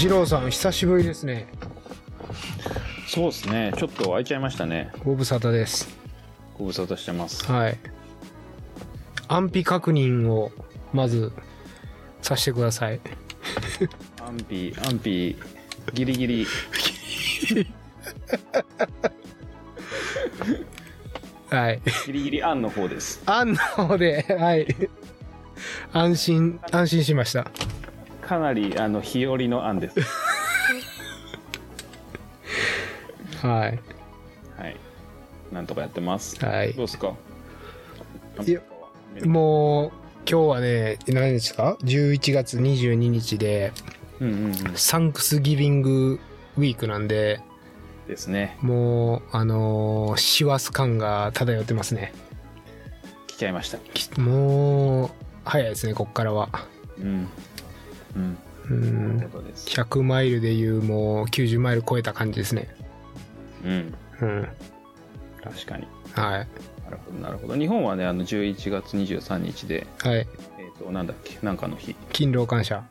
二郎さん、久しぶりですね。そうですね。ちょっと開いちゃいましたね。ご無沙汰です。ご無沙汰してます。はい。安否確認を、まず、させてください。安否、安否、ギリギリ。はい。ギリギリ案の方です。案の方で、はい。安心、安心しました。かなり、あの、日和の案です。はい。はい。なんとかやってます。はいどうですかいやもう、今日はね、何日ですか ?11 月22日で、うんうんうん。サンクスギビングウィークなんで、ですね。もう、あのー、師走感が漂ってますね。来ちゃいました。きもう、早いですね、こっからは。うん。うん。う。というんことです。 100マイルでいう、もう、90マイル超えた感じですね。うん。うん。確かに。はい。なるほど、なるほど。日本はね、あの、11月23日で、はい。えっ、と、なんだっけ、なんかの日。勤労感謝。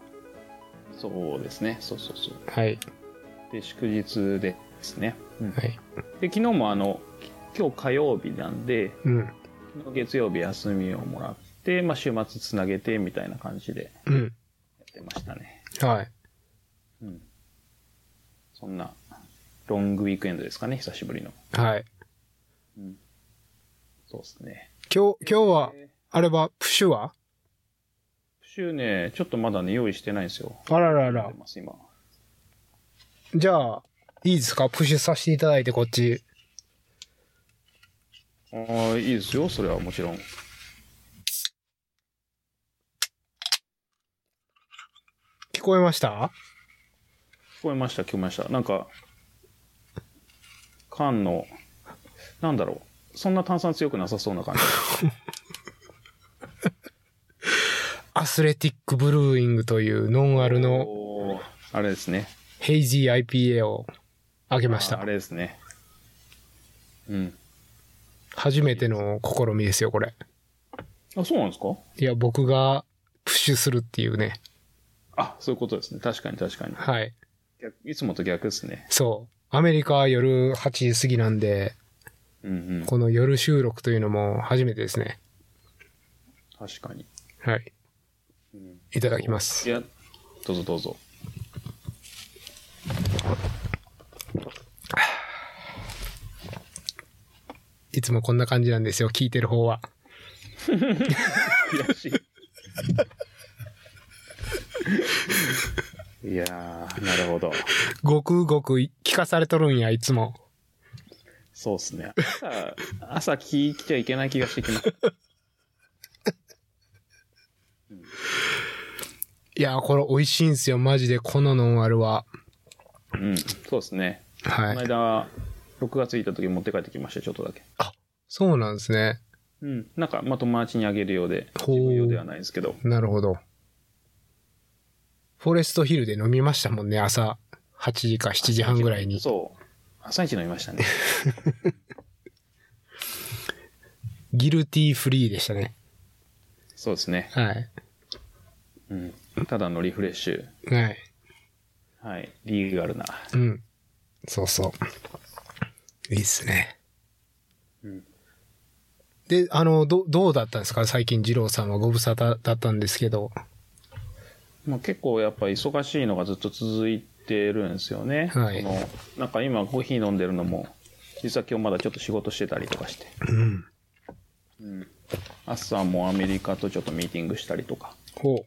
そうですね。そうそうそう。はい。で、祝日でですね。うんはい。で、昨日もあの、き今日火曜日なんで、うん。昨日月曜日休みをもらって、まあ週末つなげてみたいな感じでうん。やってましたね。はい。うん。そんな、ロングウィークエンドですかね、久しぶりの。はい。そうですね。今日、今日は、あれは、プシュは週ね、ちょっとまだね、用意してないんですよ。あららら出。ます、今。じゃあ、いいですかプッシュさせていただいて、こっち。ああ、いいですよ、それはもちろん。聞こえました聞こえました、聞こえました。なんか、缶の、なんだろう。そんな炭酸強くなさそうな感じ。アスレティックブルーイングというノンアルのおーあれですね。ヘイジー IPA を開けましあたあ。れですね。うん。初めての試みですよ、これ。あ、そうなんですかいや、僕がプッシュするっていうね。あ、そういうことですね。確かに確かに。はい。逆いつもと逆ですね。そう。アメリカは夜8時過ぎなんで、うんうん。この夜収録というのも初めてですね。確かに。はい。いただきますい。や、どうぞどうぞ。いつもこんな感じなんですよ、聞いてる方は。悔しい。いやー、なるほど。ごくごく聞かされとるんや、いつも。そうですね。朝、朝聞きちゃいけない気がしてきます。いや、これ美味しいんすよ、マジで、このノンアルは。うん。そうですね。こはのい。間、6月行った時持って帰ってきました、ちょっとだけ。そうなんですね。うん。なんか、まあ、友達にあげるようで、ほう自分用ではないですけど。なるほど。フォレストヒルで飲みましたもんね、朝8時か7時半ぐらいに。そう。朝一飲み ましたね。ギルティーフリーでしたね。そうですね。はい。うん。ただのリフレッシュ。はい。はい。リーガルな。うん。そうそう。いいっすね。うんで、あの、ど、どうだったんですか最近、二郎さんはご無沙汰だったんですけど。まあ、結構やっぱ忙しいのがずっと続いてるんですよね。はいそのなんか今コーヒー飲んでるのも、実は今日まだちょっと仕事してたりとかして。うん。朝もアメリカとちょっとミーティングしたりとか。ほ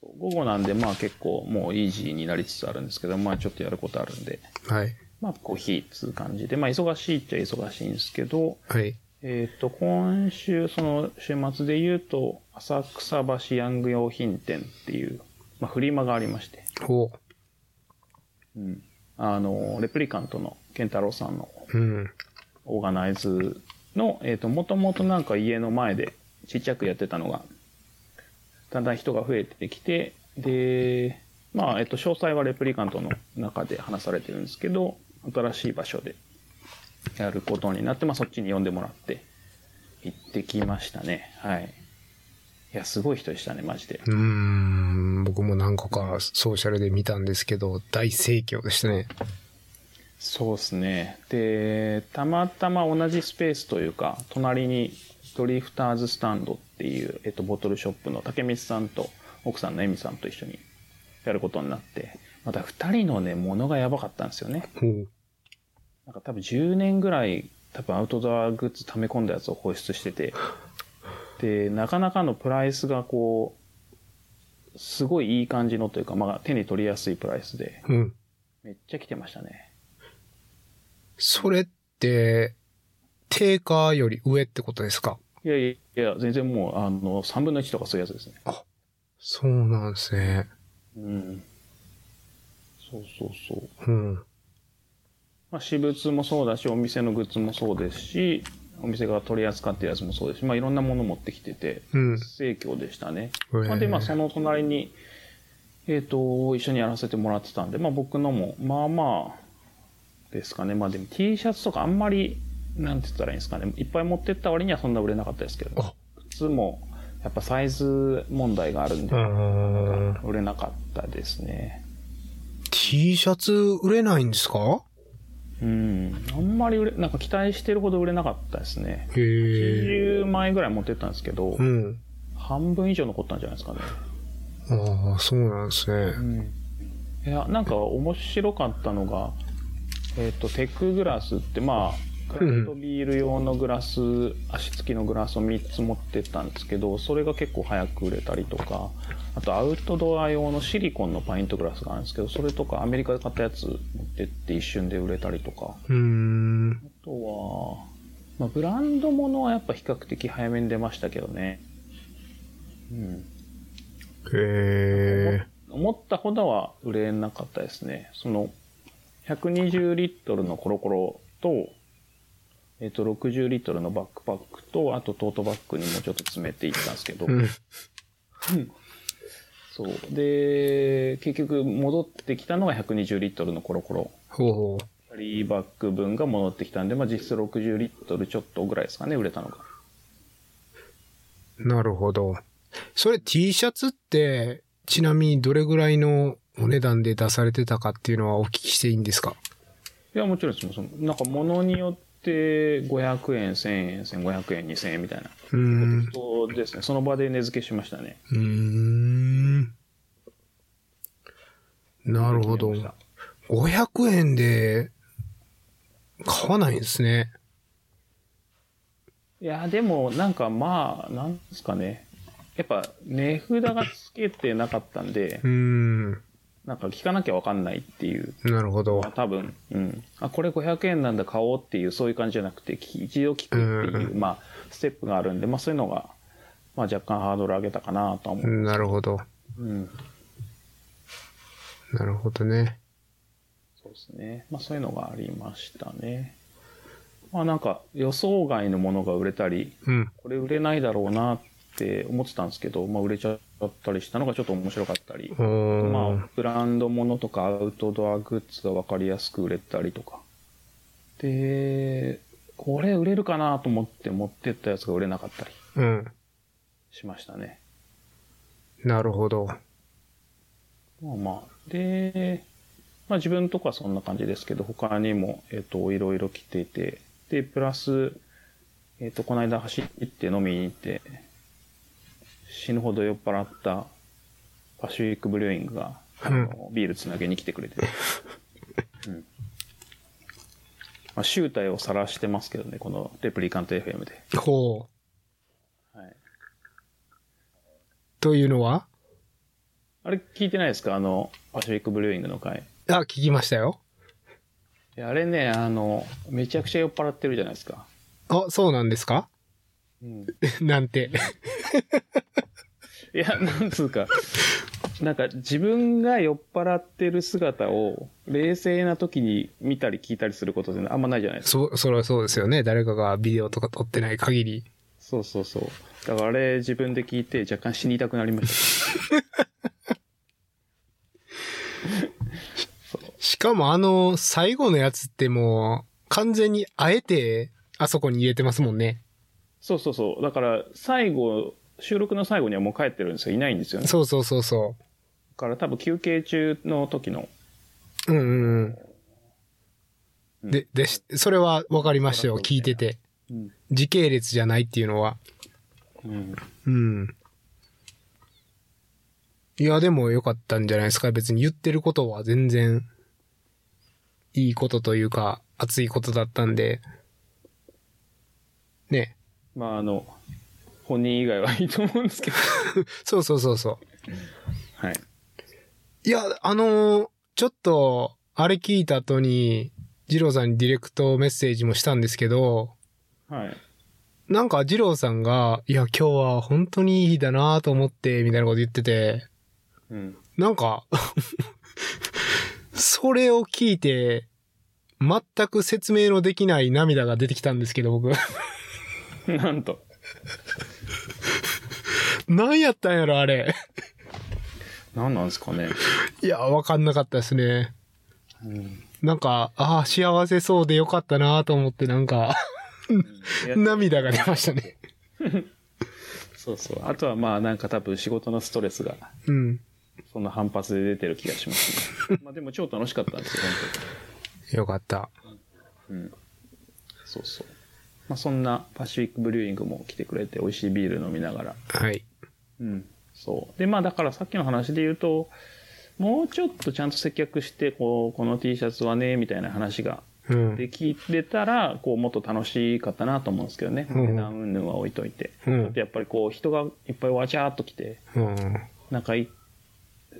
そう午後なんでまあ結構もうイージーになりつつあるんですけど、まあちょっとやることあるんで。う。はい。まあコーヒーっつう感じで、まあ忙しいっちゃ忙しいんですけど、はい。えっ、と、今週、その週末で言うと、浅草橋ヤング用品店っていう、まあ、フリマがありまして、ほうん。あの、レプリカントの健太郎さんのう。うん。オーガナイズの、えっ、と、もともとなんか家の前でちっちゃくやってたのが、だんだん人が増えてきて、で、まあ、えっ、と、詳細はレプリカントの中で話されてるんですけど、新しい場所でやることになって、まあ、そっちに呼んでもらって、行ってきましたね。はい。いや、すごい人でしたね、マジで。うーん、僕も何個かソーシャルで見たんですけど、大盛況でしたね。そうですね。で、たまたま同じスペースというか、隣にドリフターズスタンドっていう、えっと、ボトルショップの竹光さんと奥さんの恵美さんと一緒にやることになって、また2人のね、ものがやばかったんですよね。ほう。なんか多分10年ぐらい、多分アウトドアグッズ溜め込んだやつを放出してて、で、なかなかのプライスがこう、すごいいい感じのというか、まあ手に取りやすいプライスで、うん。めっちゃ来てましたね。それって、定価より上ってことですかいやいやいや、全然もう、あの、3分の1とかそういうやつですね。そうなんですね。うん。そうそうそう。うん。まあ、私物もそうだし、お店のグッズもそうですし、お店が取り扱ってるやつもそうですし、まあ、いろんなもの持ってきてて、うん。盛況でしたね。へえまあで、まあ、その隣に、えっ、と、一緒にやらせてもらってたんで、まあ、僕のも、まあまあ、ですかね。まあ、でも T シャツとかあんまり、なんて言ったらいいんですかね。いっぱい持ってった割にはそんな売れなかったですけど、あ、靴も、やっぱサイズ問題があるんうで、ーん。売れなかったですね。 T シャツ売れないんですかうん。あんまり売れ、なんか期待してるほど売れなかったですね。へえ。 80枚ぐらい持ってったんですけどう、ん。半分以上残ったんじゃないですかね。ああ、そうなんですね。いや、なんか面白かったのが、えっ、と、テックグラスって、まあ、クラフトビール用のグラス、足つきのグラスを3つ持ってったんですけど、それが結構早く売れたりとか、あとアウトドア用のシリコンのパイントグラスがあるんですけど、それとかアメリカで買ったやつ持ってって一瞬で売れたりとか、うーん。あとは、まあ、ブランドものはやっぱ比較的早めに出ましたけどね。うん。へえ。思ったほどは売れなかったですね。その、120リットルのコロコロと、えっ、と、60リットルのバックパックと、あとトートバッグにもちょっと詰めていったんですけど、うん。そう。で、結局戻ってきたのが120リットルのコロコロ。ほうほキャリーバッグ分が戻ってきたんで、まあ実質60リットルちょっとぐらいですかね、売れたのが。う。なるほど。それ T シャツって、ちなみにどれぐらいのお値段で出されてたかっていうのはお聞きしていいんですかいや、もちろんです。そのなんか物によって500円、1000円、1500円、2000円みたいな。うーん。そうですね。その場で値付けしましたね。うーん。なるほど。500円で買わないんですね。いや、でも、なんかまあ、なんですかね。やっぱ、値札がつけてなかったんでう、ーん。なんか聞かなきゃわかんないっていう。なるほどまあ。多分、うん。あ、これ500円なんだ、買おうっていう、そういう感じじゃなくて、き一度聞くっていう、うまあ、ステップがあるんで、まあそういうのが、まあ若干ハードル上げたかなとは思う。なるほど。うん。なるほどね。そうですね。まあそういうのがありましたね。まあなんか、予想外のものが売れたり、うん。これ売れないだろうなって思ってたんですけど、まあ、売れちゃったりしたのがちょっと面白かったり、うーんまあ、ブランド物とかアウトドアグッズが分かりやすく売れたりとか。で、これ売れるかなと思って持ってったやつが売れなかったりうん。しましたね。なるほど。まあまあ。で、まあ自分とかそんな感じですけど、他にも、えっ、と、いろいろ来てて、で、プラス、えっ、と、この間走って飲みに行って、死ぬほど酔っ払ったパシフィックブリューイングが、あのビールつなげに来てくれて、うん。まあ、集体を晒してますけどね、このレプリカント FM で。ほう。はい。というのはあれ聞いてないですかあの、パシフィックブリューイングの回。あ、聞きましたよ。いやあれね、あの、めちゃくちゃ酔っ払ってるじゃないですか。あ、そうなんですか うんなんて。いや、なんつうか、なんか自分が酔っ払ってる姿を冷静な時に見たり聞いたりすることってあんまないじゃないですか。そ、それはそうですよね。誰かがビデオとか撮ってない限り。そうそうそう。だからあれ自分で聞いて若干死にたくなりまししかもあの、最後のやつってもう、完全にあえて、あそこに入れてますもんね。た。そうそうそう。だから最後、収録の最後にはもう帰ってるんですよ。いないんですよね。だそうそうそうそから多分休憩中の時の、う。うんうんうん。うんで、でし、それは分かりましたよ。そうだそう聞いてて。うん時系列じゃないっていうのは。うん、うん。いや、でも良かったんじゃないですか。別に言ってることは全然、いいことというか、熱いことだったんで。ね。まああの、本人以外はいいと思うんですけど。そうそうそうそう。はい。いや、あのーちょっと、あれ聞いた後に、二郎さんにディレクトメッセージもしたんですけど、はい。なんか二郎さんが、いや、今日は本当にいい日だなと思って、みたいなこと言ってて、うん。なんか、 それを聞いて、全く説明のできない涙が出てきたんですけど、僕。 なんと。何やったんやろ、あれ。何なんですかね。いや、わかんなかったですね。うん、なんか、ああ、幸せそうでよかったなと思って、なんか、いや涙が出ましたね。そうそう。あとはまあなんか多分仕事のストレスが、うん。その反発で出てる気がし ますね。まあでも超楽しかったんですよ、本よかった。当に。うん。そうそう。まあそんなパシフィックブリューイングも来てくれて、美味しいビール飲みながら。はい。うん。そう。で、まあだからさっきの話で言うと、もうちょっとちゃんと接客して、こう、この T シャツはね、みたいな話がうん。できれたら、こう、もっと楽しかったなと思うんですけどね。うん値段云々は置いといて。うん。やっぱりこう、人がいっぱいわちゃーっと来て、うなんかい、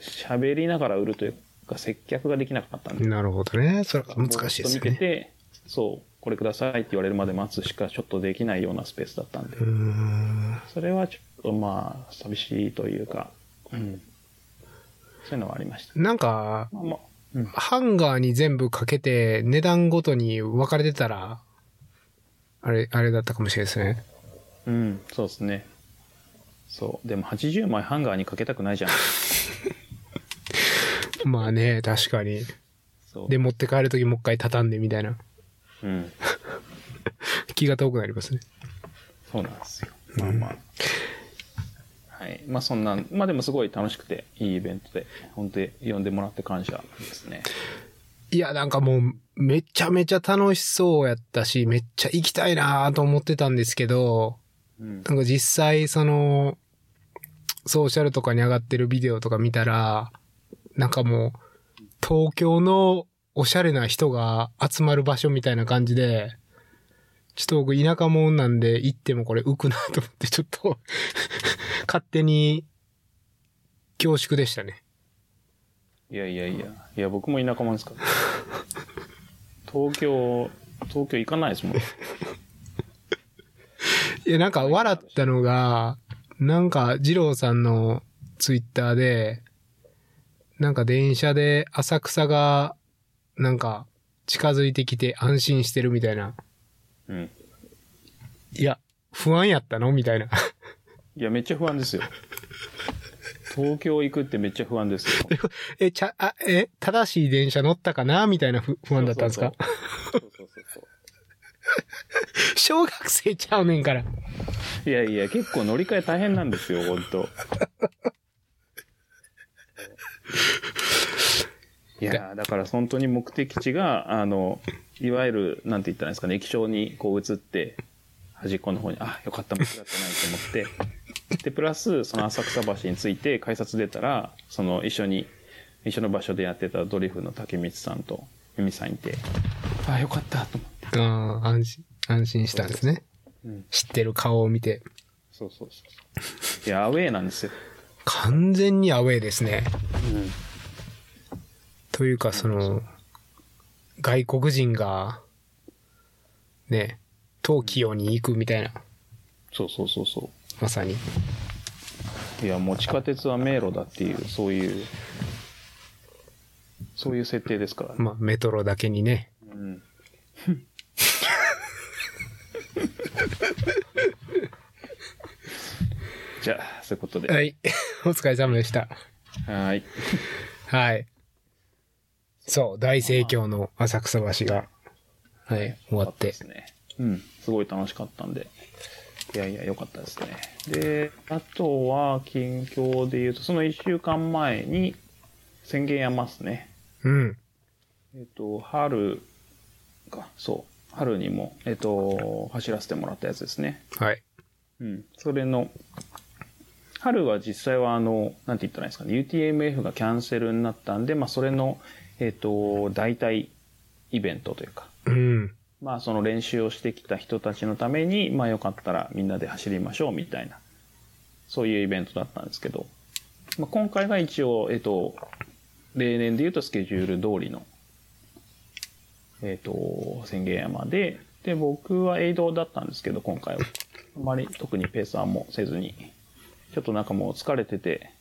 喋りながら売るというか、接客ができなかったんでん。。なるほどね。それは難しいですよずっと見てね。て、そう、これくださいって言われるまで待つしかちょっとできないようなスペースだったんでう、ーん。それはちょっとまあ、寂しいというか、うん。そういうのはありました。なんか、まあまあ、うん。ハンガーに全部かけて、値段ごとに分かれてたら、あれ、あれだったかもしれないですね。うん、そうですね。そう。でも80枚ハンガーにかけたくないじゃん。まあね、確かに。そう。で、持って帰るときもう一回畳んでみたいな。うん。気が遠くなりますね。そうなんですよ。まあまあ。はい。まあそんな、まあでもすごい楽しくて、いいイベントで、本当に呼んでもらって感謝ですね。いや、なんかもう、めちゃめちゃ楽しそうやったし、めっちゃ行きたいなと思ってたんですけど、うん。なんか実際、その、ソーシャルとかに上がってるビデオとか見たら、なんかもう、東京のおしゃれな人が集まる場所みたいな感じで、ちょっと僕田舎もんなんで行ってもこれ浮くなと思って、ちょっと、勝手に、恐縮でしたね。いやいやいや、いや僕も田舎者ですから。東京、東京行かないですもん。いや、なんか笑ったのが、なんか、二郎さんのツイッターで、なんか電車で浅草が、なんか、近づいてきて安心してるみたいな。うん。いや、不安やったのみたいな。 いや、めっちゃ不安ですよ。東京行くってめっちゃ不安ですよ。え、ちゃ、あ、え、正しい電車乗ったかなみたいな不 不安だったんですかそうそうそうそう 小学生ちゃうねんから。いやいや、結構乗り換え大変なんですよ、本当。いやーだから本当に目的地が、あの、いわゆる、なんて言ったらいいんですかね、液晶にこう映って、端っこの方に、あ、よかった、間違ってないと思って、で、プラス、その浅草橋について改札出たら、その一緒に、一緒の場所でやってたドリフの竹光さんと、由美さんいて、あ、よかった、と思って。ああ、安心、安心したんですね。うん、知ってる顔を見て。そうそうそうそう。いや、アウェーなんですよ。完全にアウェーですね。うんというかその外国人がね東京に行くみたいなそうそうそうそまさにう。いや、もう地下鉄は迷路だっていう、そういう、そういう設定ですからね。まあメトロだけにねうん。 じゃあ、そういうことで。ははい お疲れ様でしたーい。はいそう大盛況の浅草橋がはい終わっでてすね。うん。すごい楽しかったんで。いやいや、良かったですね。で、あとは、近況で言うと、その1週間前に宣言やますね。うん。えっ、と、春か、そう、春にも、えっ、と、走らせてもらったやつですね。はい。うん。それの、春は実際はあの、なんて言ったらいいんですかね、UTMF がキャンセルになったんで、まあ、それの、えっ、と、代替イベントというか、うん。まあ、その練習をしてきた人たちのために、まあ、よかったらみんなで走りましょうみたいな、そういうイベントだったんですけど、まあ、今回が一応、えっと、例年で言うとスケジュール通りの、えっと、宣言山で、で、僕は営動だったんですけど、今回は。あまり特にペーサーもせずに、ちょっとなんかもう疲れてて、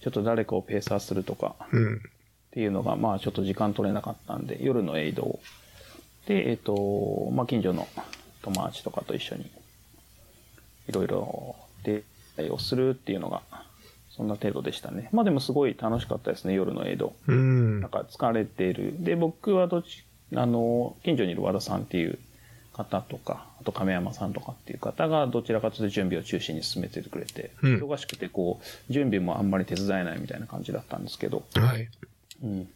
ちょっと誰かをペーサーするとか、うん。っていうのが、まあちょっと時間取れなかったんで、夜の営動で、えっ、と、まあ近所の友達とかと一緒に、いろいろ出会いをするっていうのが、そんな程度でしたね。まあでもすごい楽しかったですね、夜の営動。うんなん。か疲れてる。で、僕はどっち、あの、近所にいる和田さんっていう方とか、あと亀山さんとかっていう方が、どちらかというと準備を中心に進めてくれて、うん忙しくてこう、準備もあんまり手伝えないみたいな感じだったんですけど、はい。うん、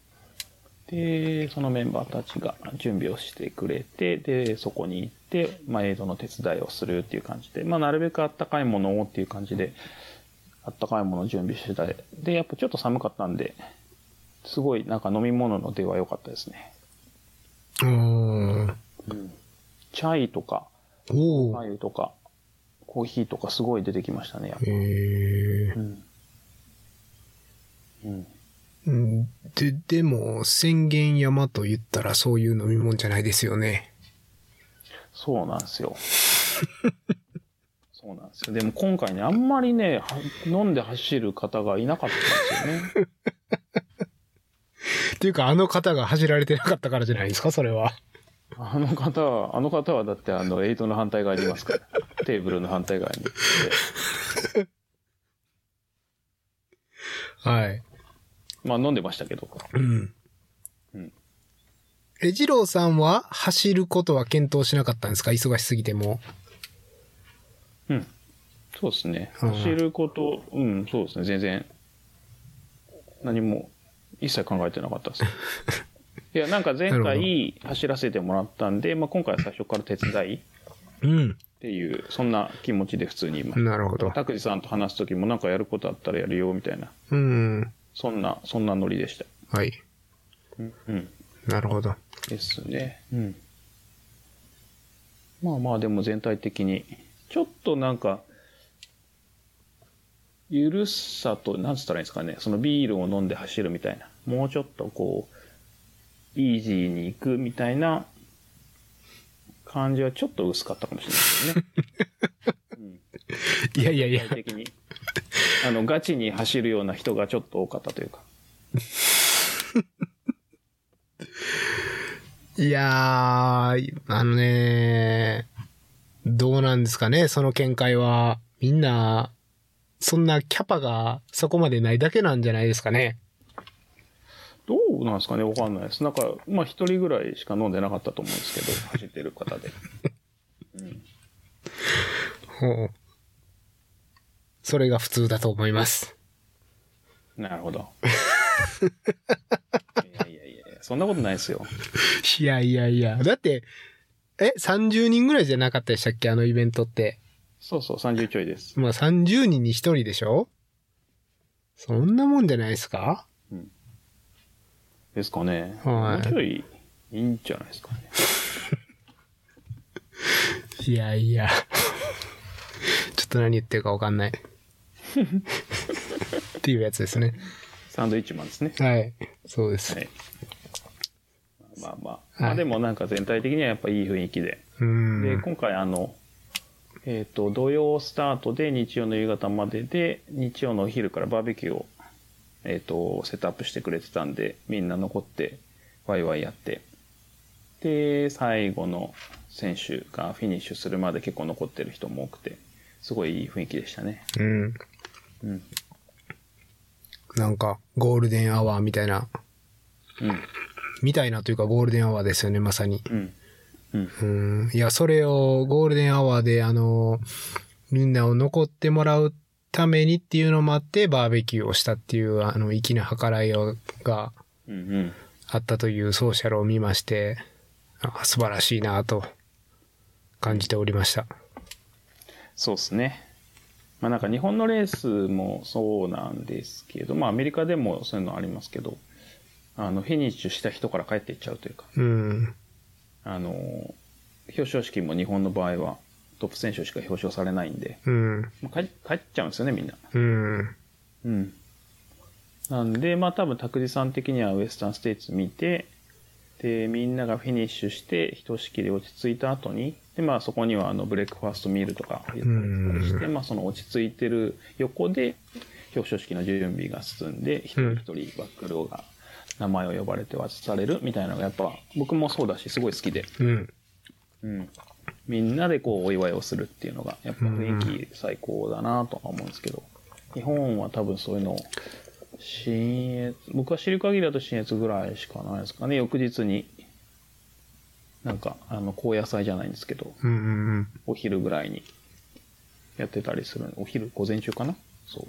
でそのメンバーたちが準備をしてくれてでそこに行って、まあ、エイドの手伝いをするっていう感じで、まあ、なるべくあったかいものをっていう感じであったかいものを準備してたでやっぱちょっと寒かったんですごいなんか飲み物の出は良かったですね、おー。チャイとかおマー。ユとかコーヒーとかすごい出てきましたねやっぱえーうん、うん、うんで、でも、宣言山と言ったらそういう飲み物じゃないですよね。そうなんですよ。そうなんですよ。でも今回ね、あんまりね、は飲んで走る方がいなかったんですよね。っていうか、あの方が走られてなかったからじゃないですか、それは。あの方は、あの方はだってあの、エイトの反対側にいますから。テーブルの反対側に行って。はい。まあ飲んでましたけど。うん。うんえ、二郎さんは走ることは検討しなかったんですか忙しすぎても。うん。そうですね。うん走ること、うん、そうですね。全然、何も、一切考えてなかったです。いや、なんか前な回走らせてもらったんで、まあ今回は最初から手伝いっうん。ていう、そんな気持ちで普通にいます。なるほど。拓司さんと話す時もなんかやることあったらやるよみたいなうん。そんなそんなノリでしたはい。うん、うん、なるほど。ですねうんまあまあでも全体的にちょっとなんかゆるさとなんつったらいいんですかねそのビールを飲んで走るみたいなもうちょっとこうイージーに行くみたいな感じはちょっと薄かったかもしれないですよね、うんいやいやいや具。体的に。あの、ガチに走るような人がちょっと多かったというか。いやー、あのね、どうなんですかね、その見解は。みんな、そんなキャパがそこまでないだけなんじゃないですかね。どうなんですかねわかんないです。なんか、まあ一人ぐらいしか飲んでなかったと思うんですけど、走ってる方で。ほうそれが普通だと思います。なるほど。 いやいやいや、そんなことないですよ。 いやいやいや。だって、え、30人ぐらいじゃなかったでしたっけあのイベントって。そうそう、30ちょいです。まあ30人に1人でしょそんなもんじゃないですかですかね。はいもうちょいいいんじゃないですかね。いやいや。 ちょっと何言ってるかわかんない。 っていうやつですね。サンドイッチマンですね。はい。そうです。はい。まあまあ、まはあいでもなんか全体的にはやっぱいい雰囲気で。うーで、ん。今回あの、えっ、と、土曜スタートで日曜の夕方までで、日曜のお昼からバーベキューを、えっ、と、セットアップしてくれてたんで、みんな残って、ワイワイやって。で、最後の選手がフィニッシュするまで結構残ってる人も多くて、すごいいい雰囲気でしたね。うん。うん。なんか、ゴールデンアワーみたいな、うん。みたいなというかゴールデンアワーですよね、まさに。うん。うん。うん。いや、それをゴールデンアワーで、あの、みんなを残ってもらうためにっていうのもあって、バーベキューをしたっていう、あの、粋な計らいがうんうん。あったというソーシャルを見まして、あ素晴らしいなと感じておりました。そうですね。まあなんか日本のレースもそうなんですけど、まあアメリカでもそういうのありますけど、あの、フィニッシュした人から帰っていっちゃうというか、うん。あの、表彰式も日本の場合はトップ選手しか表彰されないんで、うん。まあ帰帰っちゃうんですよね、みんな。うん。うん。なんで、まあ多分、拓司さん的にはウエスタンステイツ見て、で、みんながフィニッシュして、ひとしきり落ち着いた後に、で、まあそこにはあの、ブレックファーストミールとかやったりとかして、まあその落ち着いてる横で、表彰式の準備が進んで、一人一人バックローが名前を呼ばれて渡されるみたいなのが、やっぱ僕もそうだし、すごい好きで、うん。うん。みんなでこうお祝いをするっていうのが、やっぱ雰囲気最高だなとは思うんですけど、日本は多分そういうのを、新越、僕は知る限りだと新越ぐらいしかないですかね、翌日に、なんか、あの、高野菜じゃないんですけど、うん。うん。お昼ぐらいにやってたりする、お昼、午前中かなそ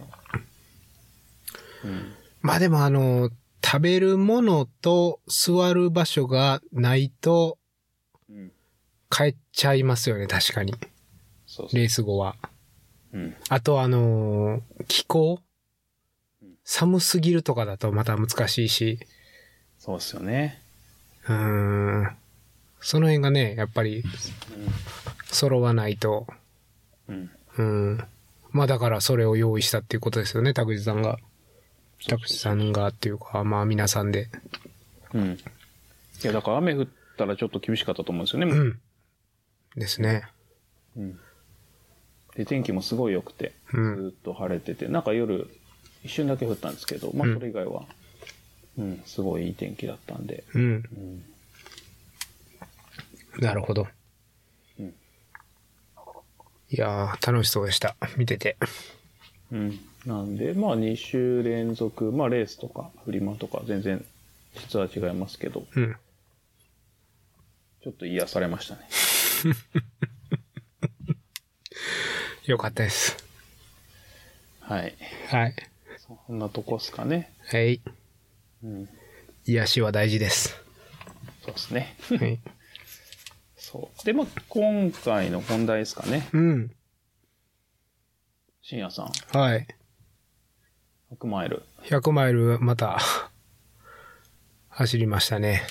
う。うん。まあでもあの、食べるものと座る場所がないとうん。帰っちゃいますよね、確かに。そうそう。レース後は。うん。あとあのー気候寒すぎるとかだとまた難しいし、そうっすよね。うーん。その辺がね、やっぱり揃わないと、うん。うん。うん。まあだからそれを用意したっていうことですよね、拓司さんが。拓司さんがっていうか、まあ皆さんで。うん。いや、だから雨降ったらちょっと厳しかったと思うんですよね。もう。うんですね。うんで、天気もすごい良くて、ずうんーっと晴れてて、なんか夜、一瞬だけ降ったんですけど、まあ、それ以外は、うん、すごいいい天気だったんで、うん。うん。なるほど。うんいやー、楽しそうでした。見てて。うん。なんで、まあ、2週連続、まあ、レースとか、フリマとか、全然、質は違いますけど、うん。ちょっと癒されましたね。よかったです。はい。はい。そんなとこっすかね。はい。うん。癒しは大事です。そうですね。はい。そう。で、まあ、今回の本題ですかね。うん。深夜さん、はい。 100マイル。 100マイル、また、走りましたね。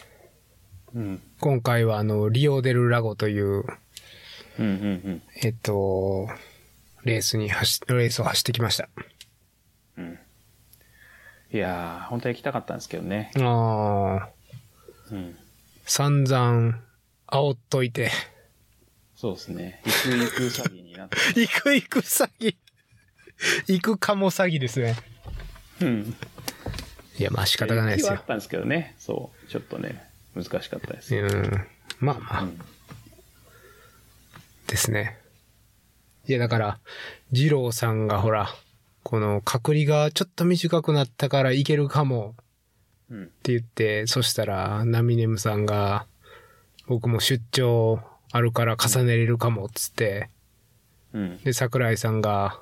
うん。今回は、あの、リオデルラゴという、うんうんうん。えっと、レースに走、レースを走ってきました。うんいやー、本当は行きたかったんですけどね。あー、うん。散々、煽っといて、そうですね。行く行く詐欺になって。行く行く詐欺。行くかも詐欺ですね。うん。いや、まあ仕方がないです行きはあよっ。たんですけどね。そう。ちょっとね、難しかったです。うん。まあまうあ、ん。ですね。いや、だから、二郎さんがほら、この隔離がちょっと短くなったから行けるかもうん。って言って、そしたら、ナミネムさんが、僕も出張あるから重ねれるかもっつって、うん。で、桜井さんが、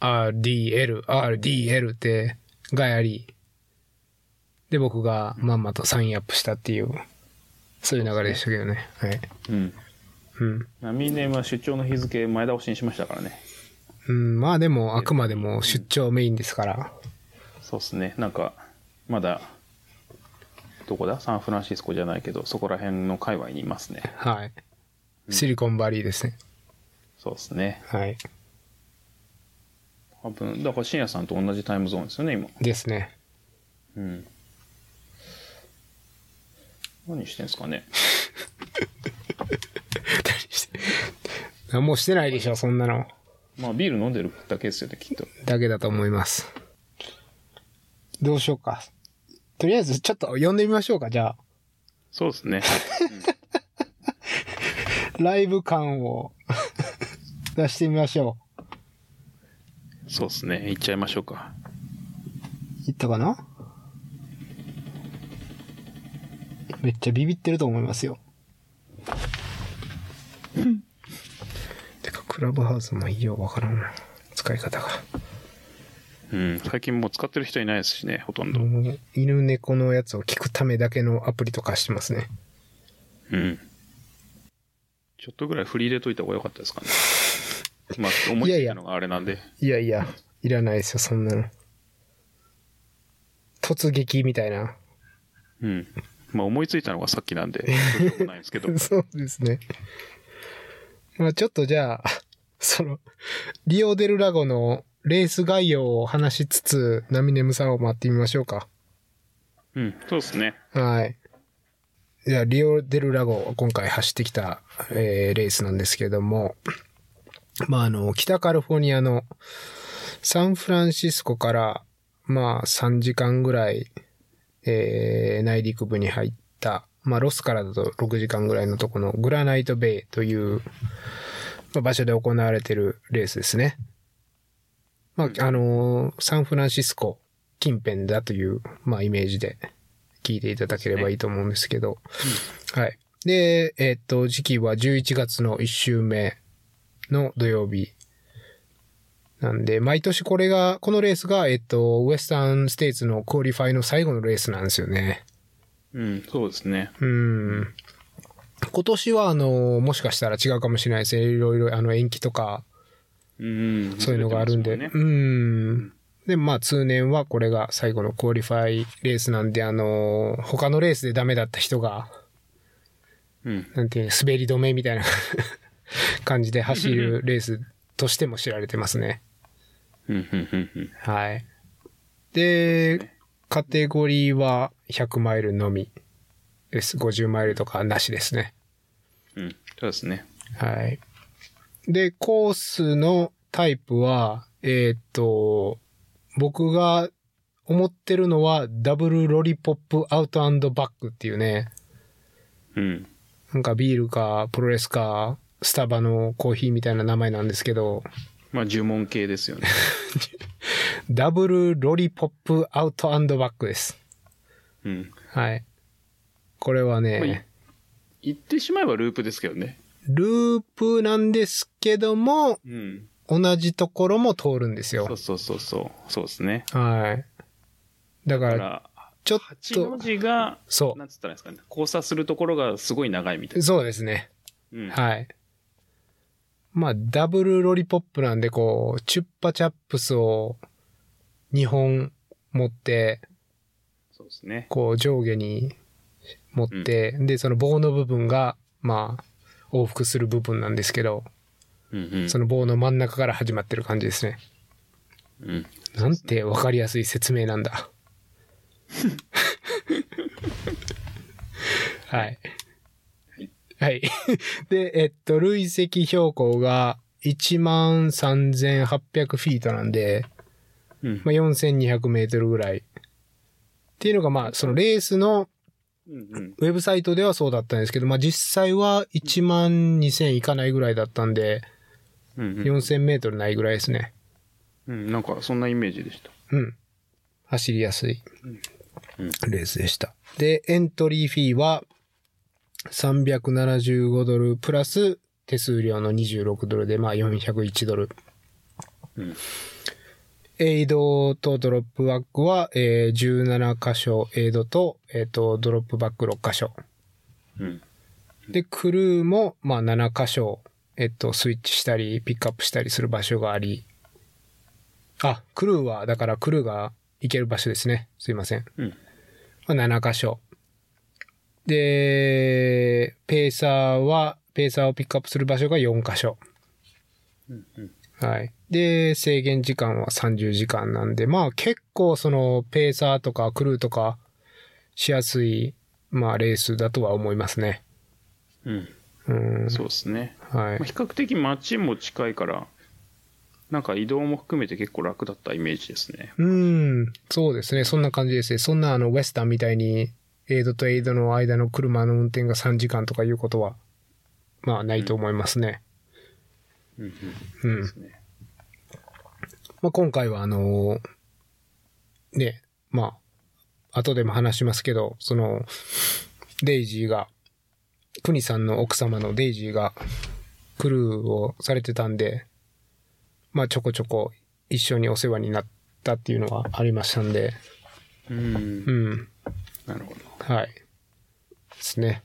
RDL、RDL って、がやり、で、僕がまんまとサインアップしたっていう、そういう流れでしたけどね。はい。うん。うん。ナミネは出張の日付前倒しにしましたからね。うん、まあでも、あくまでも出張メインですから。そうですね。なんか、まだ、どこだサンフランシスコじゃないけど、そこら辺の界隈にいますね。はい。シリコンバリーですね。そうですね。はい。多分、だから深夜さんと同じタイムゾーンですよね、今。ですね。うん。何してんすかね。何して何もしてないでしょ、そんなの。まあ、ビール飲んでるだけですよね、きっと。だけだと思います。どうしようか。とりあえず、ちょっと呼んでみましょうか、じゃあ。そうですね。ライブ感を 出してみましょそうですね。行っちゃいましょうか。う。いったかな めっちゃビビってると思いますよ。クラブハウスもいいよ、わからんな。使い方が。うん、最近もう使ってる人いないですしね、ほとんど。もう犬猫のやつを聞くためだけのアプリとかしてますね。うん。ちょっとぐらい振り入れといた方が良かったです かね。まあ、思いいやついいやたのがあれなんで。いやいや、いらないですよ、そんなの。突撃みたいな。。うん。まあ、思いついたのがさっきなんで、どうしようもないんですけどそうですね。まあちょっとじゃあ、 その、リオデルラゴのレース概要を話しつつ、ナミネムさんを待ってみましょうか。うん、そうですね。はい。じゃあ、リオデルラゴ、今回走ってきた、えーレースなんですけれども、まあ、あの、北カリフォルニアのサンフランシスコから、まあ、3時間ぐらい、えー内陸部に入った、まあ、ロスからだと6時間ぐらいのとこのグラナイトベイという、まあ、場所で行われてるレースですね。まあ、あのーサンフランシスコ近辺だという、まあ、イメージで聞いていただければいいと思うんですけど、はい。で、えっと、時期は11月の1週目の土曜日。なんで、毎年これが、このレースが、えっと、ウエスタンステイツのクオリファイの最後のレースなんですよね。うん、そうですね。うん。今年は、あの、もしかしたら違うかもしれないですね。いろいろ、あの、延期とか、うん。そういうのがあるんで。ずれてますうもねん。で、まあ、通年はこれが最後のクオリファイレースなんで、あの、他のレースでダメだった人が、うん。なんていうの滑り止めみたいな感じで走るレースとしても知られてますね。うん、うん、うんうん。はい。で、カテゴリーは100マイルのみです。50マイルとかなしですね。うん、そうですね。はい。で、コースのタイプは、えーっと、僕が思ってるのはダブルロリポップアウトバックっていうね、うん。なんかビールかプロレスかスタバのコーヒーみたいな名前なんですけど、まあ、呪文系ですよね。ダブルロリポップアウトバックです。うん。はい。これはまあね、言ってしまえばループですけどね。ループなんですけども、うん。同じところも通るんですそよう。そうそうそう。そうですね。はい。だか、だからら、ちょっ8のと、字が、そ、なんつったらいいですかね。交差するところがすごい長いみたいうそうですね。な。うん。はい。まあ、ダブルロリポップなんで、こう、チュッパチャップスを2本持って、そうですね。こう上下に持って、で、その棒の部分が、まあ、往復する部分なんですけど、うんうん。その棒の真ん中から始まってる感じですね。うん。なんてわかりやすい説明なんだ。はい。はい。 で、えっと、累積標高が13,800フィートなんで、うんまあ、4,200メートルぐらい。っていうのが、まあ、そのレースのうんうん。ウェブサイトではそうだったんですけど、まあ実際は1万2000いかないぐらいだったんで、うんうん4000メートルないぐらいですね。うん、なんかそんなイメージでした。うん。走りやすいうんレースでした。で、エントリーフィーは375ドルプラス手数料の26ドルで、まあ401ドル。うん。エイドとドロップバックは、えー17箇所エイドと、えっ、と、ドロップバック6箇所。うん。で、クルーも、まあ、7箇所、えっと、スイッチしたり、ピックアップしたりする場所があり、あ、クルーは、だからクルーが行ける場所ですね。すいません。うん。まあ、7箇所。で、ペーサーは、ペーサーをピックアップする場所が4箇所。うんうん。はい。で、制限時間は30時間なんで、まあ結構そのペーサーとかクルーとかしやすい、まあレースだとは思いますね。うん。うん。そうですね。はいまあ、。比較的街も近いから、なんか移動も含めて結構楽だったイメージですね。うん、そうですね。そんな感じですね。そんなあの、ウェスタンみたいに、エイドとエイドの間の車の運転が3時間とかいうことは、まあ、ないと思いますね。うんうん。うん。ですね。まあ、今回はあのーね、まあ、後でも話しますけど、その、デイジーが、クニさんの奥様のデイジーが、クルーをされてたんで、まあちょこちょこ一緒にお世話になったっていうのはありましたんで、うんう。ん。なるほど。はい。ですね。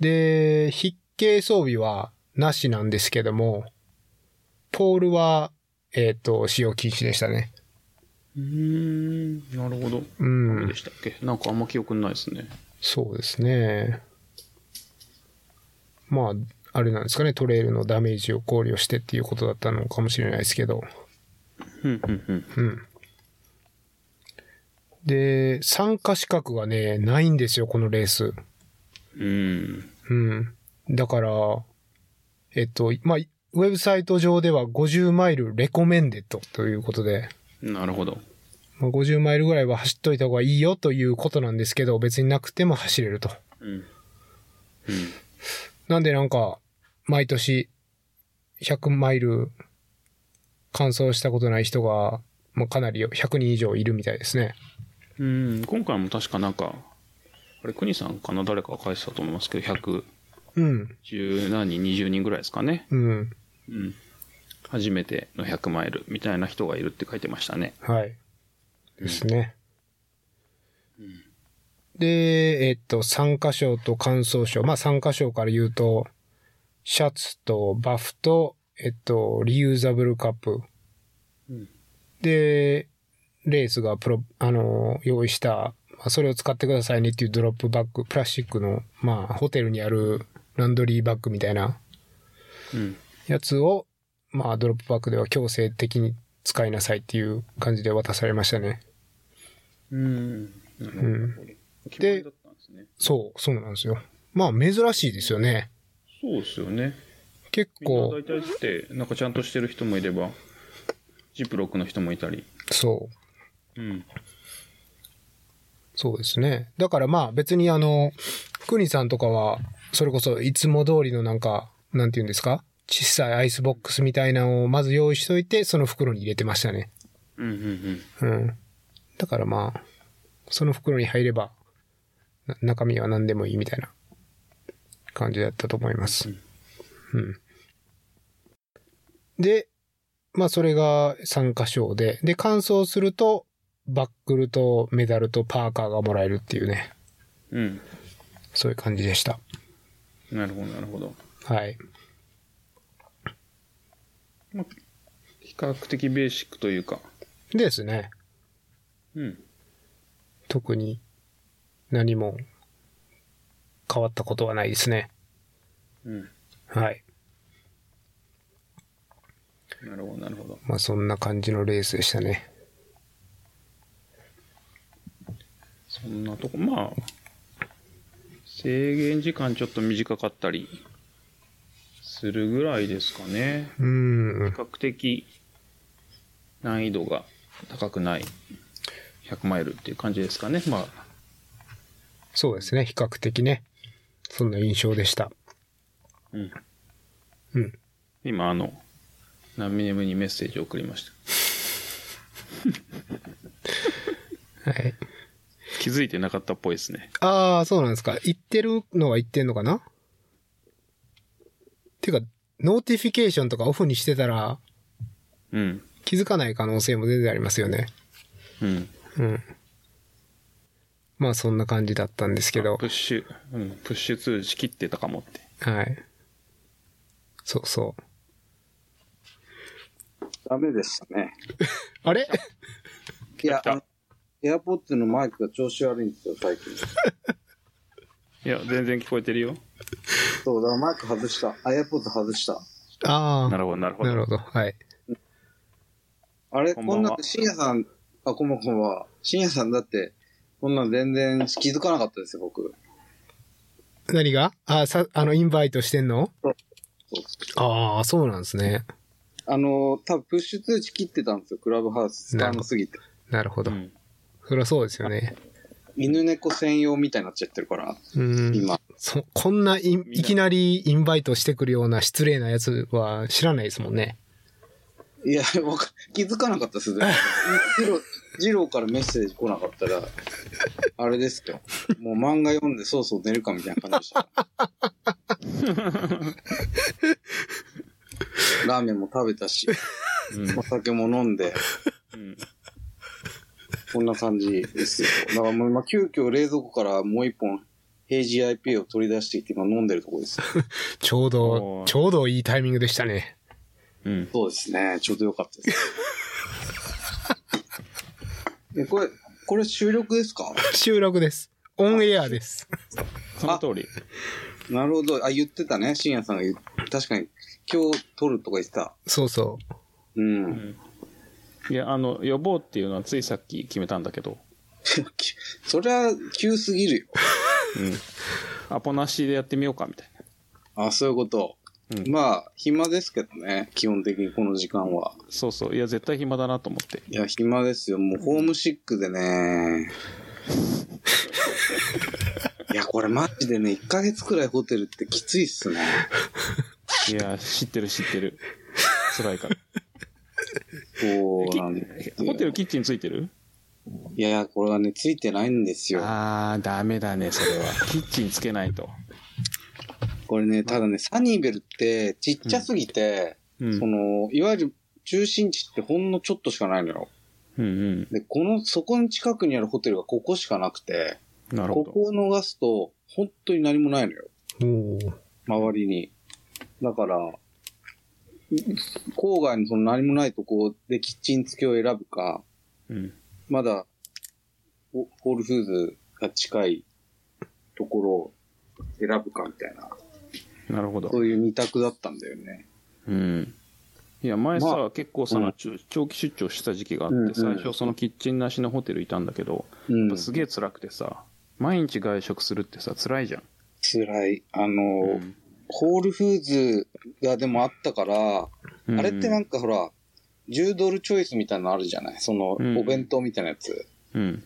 で、筆形装備はなしなんですけども、ポールは、えっ、と、使用禁止でしたね。うーん。なるほど。うどうんで。したっけなんかあんま記憶にないですね。そうですね。まあ、あれなんですかね、トレイルのダメージを考慮してっていうことだったのかもしれないですけど。うん、うん、うん。うん。で、参加資格がね、ないんですよ、このレース。うん。うん。だから、えっと、まあ、ウェブサイト上では50マイルレコメンデッドということで、なるほど。まあ、50マイルぐらいは走っといた方がいいよということなんですけど、別になくても走れると。うん。うん。なんでなんか、毎年、100マイル、完走したことない人が、もうかなり100人以上いるみたいですね。うん、今回も確かなんか、あれ、国さんかな誰かが返したと思いますけど、110うん、何人、20人ぐらいですかね。うん、うん。初めての100マイルみたいな人がいるって書いてましたね。はい。ですね。で、えっと、参加賞と感想賞。まあ、参加賞から言うと、シャツとバフと、えっと、リユーザブルカップ。うんで、レースがプロ、あの、用意した、まあそれを使ってくださいねっていうドロップバッグ、プラスチックの、まあ、ホテルにあるランドリーバッグみたいなうん。やつを、まあ、ドロップバッグでは強制的に使いなさいっていう感じで渡されましたね。うん。なるほうどん。決まりだったんですね。そう、そうなんですよ。まあ、珍しいですよね。そうですよね。結みんな構大、体って、なんかちゃんとしてる人もいれば、ジップロックの人もいたり。そう、うん。そうですね。だからまあ別にあの、クニさんとかは、それこそいつも通りのなんか、なんて言うんですか小さいアイスボックスみたいなのをまず用意しといて、その袋に入れてましたね。うんうんうん。だからまあ、その袋に入れば、な中身は何でもいいみたいな感じだったと思います。うん。で、まあそれが参加賞で、で、完走すると、バックルとメダルとパーカーがもらえるっていうね、うん。そういう感じでした。うん。なるほど、なるほど。はい。比較的ベーシックというか。ですね。うん。特に何も変わったことはないですね。うん。はい。なるほど、なるほど。まあそんな感じのレースでしたね。そんなとこ、まあ、制限時間ちょっと短かったりするぐらいですかね。うーん比。較的難易度が高くない100マイルっていう感じですかね。まあ、そうですね。比較的ね。そんな印象でした。うん。うん。今、あの、ナミネムにメッセージを送りました。はい。気づいてなかったっぽいですね。ああ、そうなんですか。言ってるのは言ってんのかなてか、ノーティフィケーションとかオフにしてたらうん。気づかない可能性も全然ありますよね。うん。うん。まあそんな感じだったんですけどプ。ッシュ、うん、プッシュ通知切ってたかもって。はい。そうそう。ダメでしたね。あれいや来た、エアポッツのマイクが調子悪いんですよ、最近。いや、全然聞こえてるよ。そう、だからマイク外した。あエアポッツ外した。あなあ。るほど、なるほなど。るほど。はい。あれここんばんんはなんで、深夜さん、あ、こんばんはこんばんは。深夜さんだって、こんなん全然気づかなかったですよ、僕。何があーさ、あの、インバイトしてんのそうああ、そうなんですね。あの、多分プッシュ通知切ってたんですよ、クラブハウス。なる使いほどすぎて。なるほうど。ん。そりゃそうですよね。犬猫専用みたいになっちゃってるから、うん。今。そ、こんない、ないきなりインバイトしてくるような失礼なやつは知らないですもんね。いや、わか、気づかなかったです。ジロー、ジローからメッセージ来なかったら、あれですよ。もう漫画読んでそうそう寝るかみたいな感じでした。ラーメンも食べたし、お酒も飲んで、うん。こんな感じですよ。だからもう今、急遽冷蔵庫からもう一本、平時 IPA を取り出してきて今飲んでるとこです。ちょうおどー、ちょうどいいタイミングでしたね。うん。そうですね。ちょうどよかったです。え、これ、これ収録ですか収録です。オンエアです。その通り。なるほど。あ、言ってたね。深夜さんが言っ確かに、今日撮るとか言ってた。そうそう。うん。いや、あの、予防っていうのはついさっき決めたんだけど、 そりゃ、急すぎるよ。 アポなしでやってみようかみたいあ、そういうこと。うんまあ、暇ですけどね。基本的にこの時間は。な。そうそう。いや、絶対暇だなと思って。いや、暇ですよ。もう、ホームシックで ね。いや、これマジでね、1ヶ月くらいホテルってきついっすね。いや、知ってる知ってる。辛いから。 そうきなんですよホテルキッチンついてるいや、これがね、ついてないんですよ。あー、ダメだね、それは。キッチンつけないと。これね、ただね、サニーベルってちっちゃすぎて、うん。そうんの、いわゆる中心地ってほんのちょっとしかないのよ。うん。で、この、そこの近くにあるホテルがここしかなくて、なるほこど。こを逃すと、本当に何もないのよ。おー周りに。だから、ん郊外のその何もないとこでキッチン付きを選ぶか、うん。まだ、ホホールフーズが近いところを選ぶかみたいな、なるほどそ。ういう二択だったんだよね。うん。いや、前さ、ま結構その、ちょ長期出張した時期があって、うんうん最初そのキッチンなしのホテルいたんだけど、うやっんぱ。すげえ辛くてさ、毎日外食するってさ、辛いじゃん。辛い。あの、うんホールフーズがでもあったから、あれってなんかほら、10ドルチョイスみたいなのあるじゃないその、うんお弁当みたいなやつ。うん。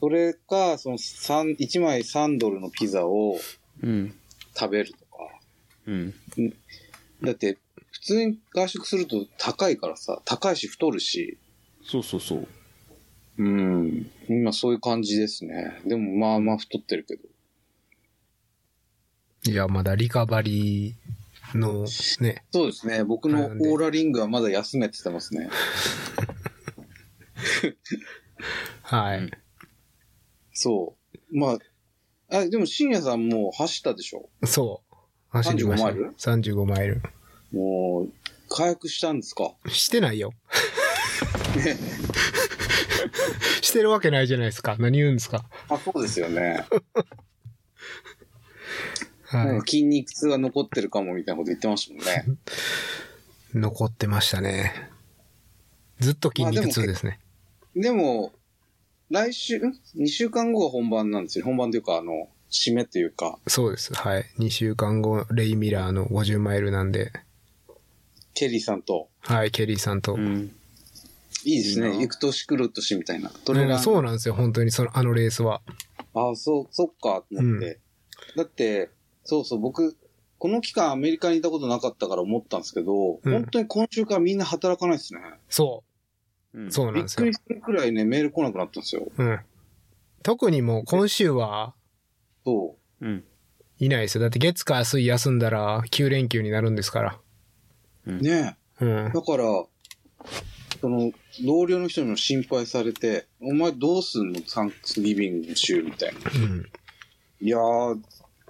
それか、その3、1枚3ドルのピザをうん。食べるとか。うん。だって、普通に外食すると高いからさ、高いし太るし。そうそうそう。うん。今そういう感じですね。でもまあまあ太ってるけど。いや、まだリカバリーの、ね。そうですね。僕のオなんでーラリングはまだ休めって言ってますね。はうんい。そう。まあ、あ、でも深夜さんもう走ったでしょそう。走りました、 35マ ?35 マイルイル。もう、回復したんですかしてないよ。 してるわけないじゃないですか。何言うんですか。あ、そうですよね。はないんか。筋肉痛が残ってるかもみたいなこと言ってましたもんね。残ってましたね。ずっと筋肉痛ですね。でも、来週、ん ?2 週間後が本番なんですよ。本番というか、あの、締めというか、そうです。はい。2週間後、レイ・ミラーの50マイルなんで、ケリーさんと、はい、ケリーさんと。うん。いいですいいね。な行く年来る年みたいな。トそレーラー。そうなんですよ、本当に、その、あのレースは。ああ、そう、そっか、と思って。だって、そうそう、僕、この期間アメリカにいたことなかったから思ったんですけど、うん本当に今週からみんな働かないですね。そうんう、そうなびんっですくより。するくらいね、メール来なくなったんですよ。うん。特にもう今週は、そう。うん。いないですよ。だって月火水休んだら9連休になるんですから。ねうんえ。。だから、その、同僚の人にも心配されて、お前どうすんのサンクスギビングの週みたいな。うん。いやー、っ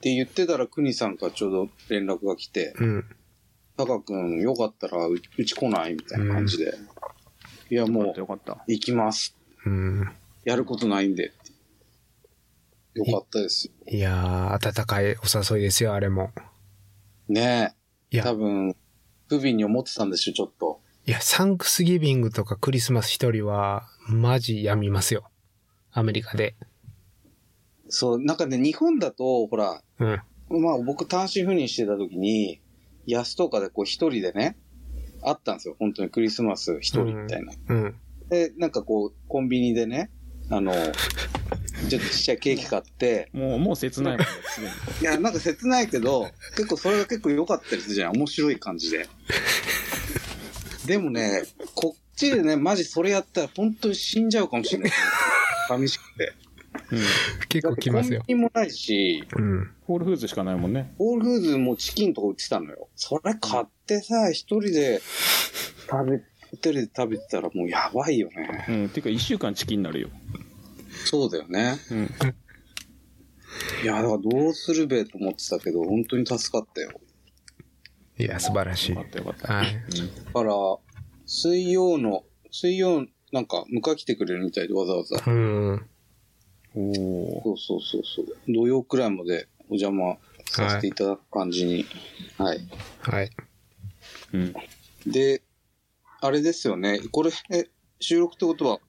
て言ってたら、クニさんからちょうど連絡が来て、うん。タカ君よかったらううち来ないみたいな感じで。いや、よかもったう、よかった。行きます。うん。やることないんでって。よかったですよ。いやー、温かいお誘いですよ、あれも。ねいえ。や多、分、不憫に思ってたんでしょ、ちょっと。いや、サンクスギビングとかクリスマス一人は、マジやみますよ。アメリカで。そう、なんかね、日本だと、ほら、うん。まあ僕単身赴任してた時に、安とかでこう一人でね、あったんですよ。本当にクリスマス一人みたいな。うん。で、なんかこう、コンビニでね、あの、ちょっとちっちゃいケーキ買って、もう、もう切ないもんね、すでに。いや、なんか切ないけど、結構それが結構良かったりするじゃん。面白い感じで。でもね、こっちでね、マジそれやったら本当に死んじゃうかもしれない。寂しくて。うん。 結構来ますよだっ。てコンビニもないし、うん。ホールフーズしかないもんね。ホールフーズもチキンとか売ってたのよ。それ買ってさ、一人で食べ、一人で食べてたらもうやばいよね。うん。ていうか、1週間チキンになるよ。そうだよね。うん。いや、だからどうするべと思ってたけど、本当に助かったよ。いや、素晴らしいよか。ったよかった。はい。うだから、水曜の、水曜、なんか、迎え来てくれるみたいでわざわざ。うん。ん。おーそうそうそうそう。土曜くらいまでお邪魔させていただく感じに。はい。はい。うん。で、あれですよね。これ、え、収録ってことは、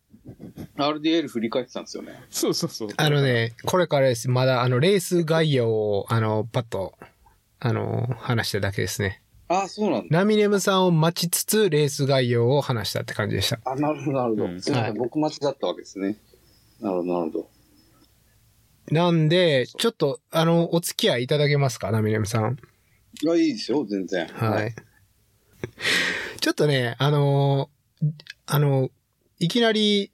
RDL 振り返ってたんですよね。そうそうそう。あのね、これからです。まだ、あの、レース概要を、あの、パッと、あの、話しただけですね。ああ、そうなんだ。ナミネムさんを待ちつつ、レース概要を話したって感じでした。あ、なるほど、なるほど。うんすいません、はい僕間違ったわけですね。なるほど、なるほど。なんで、ちょっと、あの、お付き合いいただけますか、ナミネムさん。いや、いいですよ、全然。は。い。ちょっとね、あのーあの、いきなり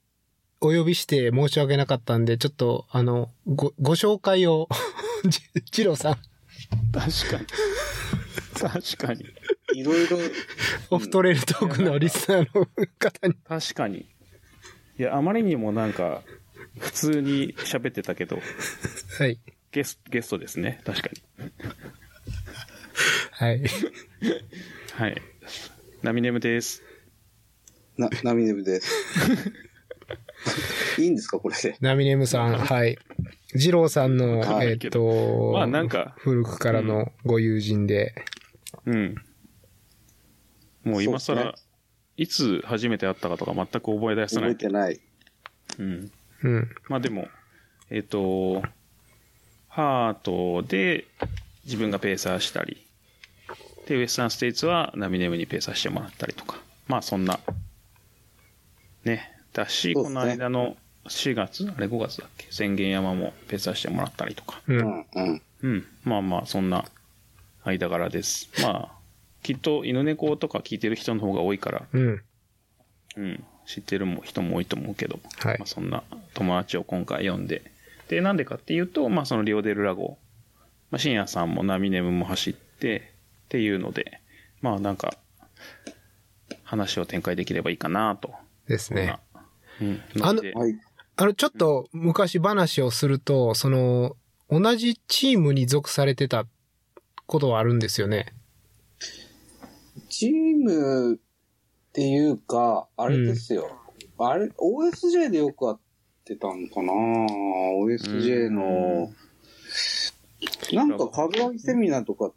お呼びして申し訳なかったんで、ちょっと、あの、ご、ご紹介を、 じジローさん、確かに。確かに。いろいろ、オフトレールトークのリスナーの方に。確かに。いや、あまりにもなんか、普通に喋ってたけど、はい。ゲスゲストですね。確かに。はい。はい。ナミネムです。な、ナミネブです。 いいんですか、これで。ナミネムさん、はい。ジローさんの、はいえっ、と、まあなんか古くからのご友人で、うん。もう今そう更、でいつ初めて会ったかとか全く覚え出せな覚えい。てない。うん。うん。まあでも、えっ、と、ハートで自分がペーサーしたり、で、ウエスタンステイツはナミネムにペーサーしてもらったりとか、まあそんな、ね、だし、そうっこすねの間の4月、あれ5月だっけ、宣言山もペーサーしてもらったりとか、う。うんん、うん。うん、まあまあそんな間柄です。まあ、きっと犬猫とか聞いてる人の方が多いから、うん。うん、知ってるも人も多いと思うけど、はいまあ、そんな友達を今回読んででなんでかっていうと、まあ、そのリオデルラゴ、まあ、深夜さんもナミネムも走ってっていうのでまあなんか話を展開できればいいかなとですね。そんなうん、あののではい。あの、ちょっと昔話をすると、その、同じチームに属されてたことはあるんですよね。チームっていうか、あれですよ。あれ、OSJ でよく会ってたのかな ?OSJ の、なんか株分けセミナーとか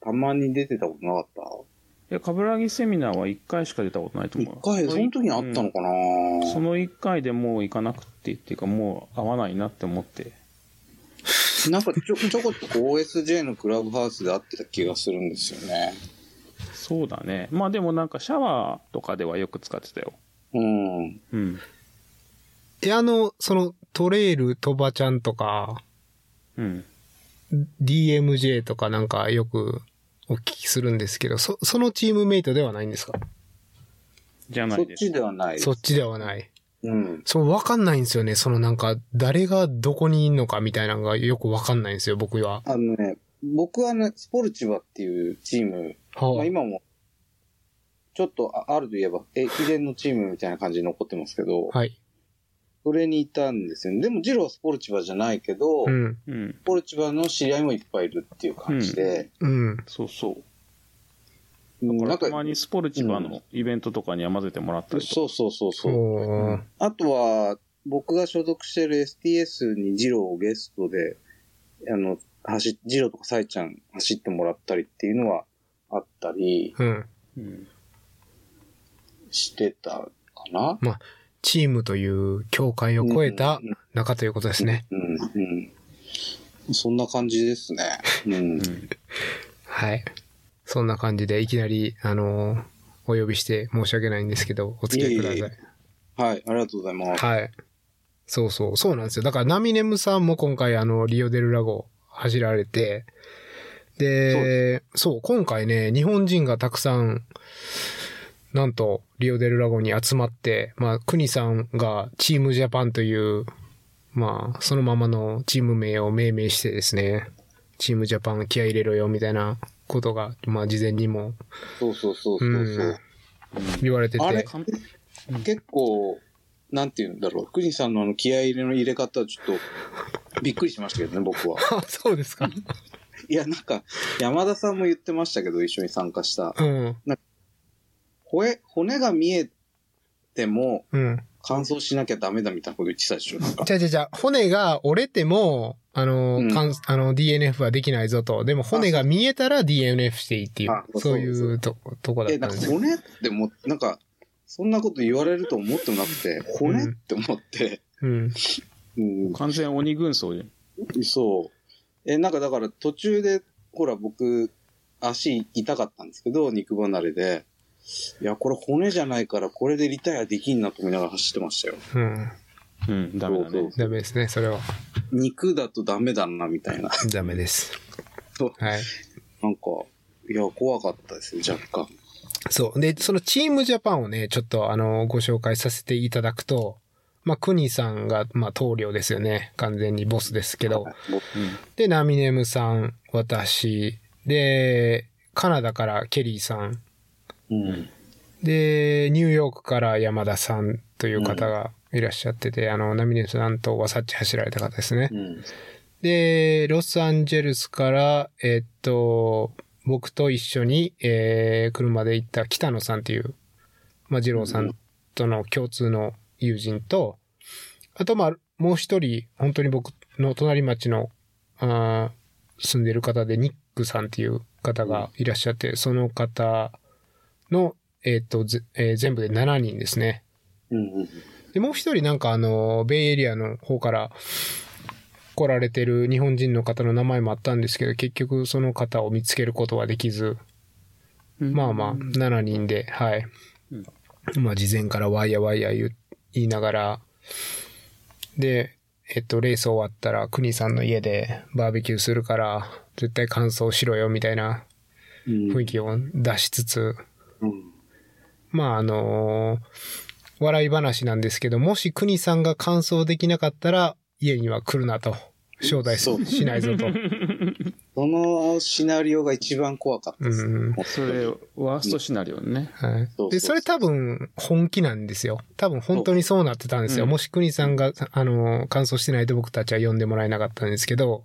たまに出てたことなかっいや冠城セミナーは1回しか出たことないとた一思う回、その時にあったのかな、うんその1回でもう行かなくてっていうかもう会わないなって思ってなんかちょ ちょこちょこ OSJ のクラブハウスで会ってた気がするんですよね。そうだねまあでもなんかシャワーとかではよく使ってたようん。うんえ、あの、その、トレイル、トバちゃんとか、うん。 DMJ とかなんかよくお聞きするんですけど、そ、そのチームメイトではないんですかじゃなそいっでちす。ではないですそっちではない。うん。そう、わかんないんですよね。そのなんか、誰がどこにいんのかみたいなのがよくわかんないんですよ、僕は。あのね、僕はね、スポルチバっていうチーム、まはあ、い今も、ちょっとああるといえば、駅伝のチームみたいな感じに残ってますけど、はい。それにいたんですよね。でも、ジローはスポルチバじゃないけど、うん。うん。スポルチバの知り合いもいっぱいいるっていう感じで、うん。そうそう。うんなんかた、まにスポルチバのイベントとかには混ぜてもらったりとか。そうそうそうそう。おーあとは、僕が所属してる STS にジローをゲストで、あの、走っ、ジローとかサイちゃん走ってもらったりっていうのはあったりうん。うん。してたかな。チームという境界を超えた中ということですね。うん、うん。そんな感じですね。うんう。ん。はい。そんな感じで、いきなり、あのーお呼びして申し訳ないんですけど、お付き合いください。いえいえいはい、ありがとうございます。はい。そうそう、そうなんですよ。だから、ナミネムさんも今回、あの、リオデルラゴ走られて、で、そう今回ね、日本人がたくさんなんと、リオデルラゴに集まって、まあ、クニさんがチームジャパンという、まあ、そのままのチーム名を命名してですね、チームジャパン気合い入れろよ、みたいなことが、まあ、事前にも、そうそうそうそうう。ん、言われてあれて、完結構、なんて言うんだろう。クニさんのあの気合い入れの入れ方はちょっと、びっくりしましたけどね、僕は。あ、 そうですか。いや、なんか、山田さんも言ってましたけど、一緒に参加した。うん、骨、骨が見えても、うん。乾燥しなきゃダメだみたいなこと言ってたでしょ、なんか。じゃあじゃあじゃあ骨が折れても、あの、うんかんあの、DNF はできないぞと。でも骨が見えたら DNF していいっていうあ、そうそういうとこ、とこだえ、っなたんんかですよ。骨っても、なんか、そんなこと言われると思ってもなくて、骨って思って、うん。うん、完全鬼軍曹じゃん。そう。え、なんかだから途中で、ほら僕、足痛かったんですけど、肉離れで。いや、これ骨じゃないから、これでリタイアできんなと思いながら走ってましたよ。うん。うん、ダメだそうねそ。ダメですね、それは。肉だとダメだな、みたいな。ダメですそう。はい。なんか、いや、怖かったですよ、若干。そう。で、そのチームジャパンをね、ちょっとあの、ご紹介させていただくと、まあ、クニさんが、まあ、棟梁ですよね。完全にボスですけど。もうで、ナミネムさん、私。で、カナダからケリーさん。うん。で、ニューヨークから山田さんという方がいらっしゃってて、あの、ナミネムさんとワサッチ走られた方ですね。うん。で、ロサンゼルスから、えっと、僕と一緒に、えー車で行った北野さんっていう、まあ、二郎さんとの共通の友人と、あと、まあ、もう一人、本当に僕の隣町の、あー住んでる方で、ニックさんっていう方がいらっしゃって、その方の、えっと、ぜえー全部で7人ですね。うんうん。で、もう一人なんかあの、ベイエリアの方から来られてる日本人の方の名前もあったんですけど、結局その方を見つけることはできず、うんまあまあ、7人で、はい。まあ、事前からワイヤワイヤ言う言いながら、で、えっと、レース終わったら、クニさんの家でバーベキューするから、絶対乾燥しろよ、みたいなうん雰囲気を出しつつ、うん。まああの笑い話なんですけど、もし国さんが完走できなかったら、家には来るなと。招待そうしないぞと。そのシナリオが一番怖かったうです。ん。それ、ワーストシナリオね。はそい。うそうで、それ多分本気なんですよ。多分本当にそうなってたんですよ。うんもし国さんが、あのー、完走してないと僕たちは呼んでもらえなかったんですけど、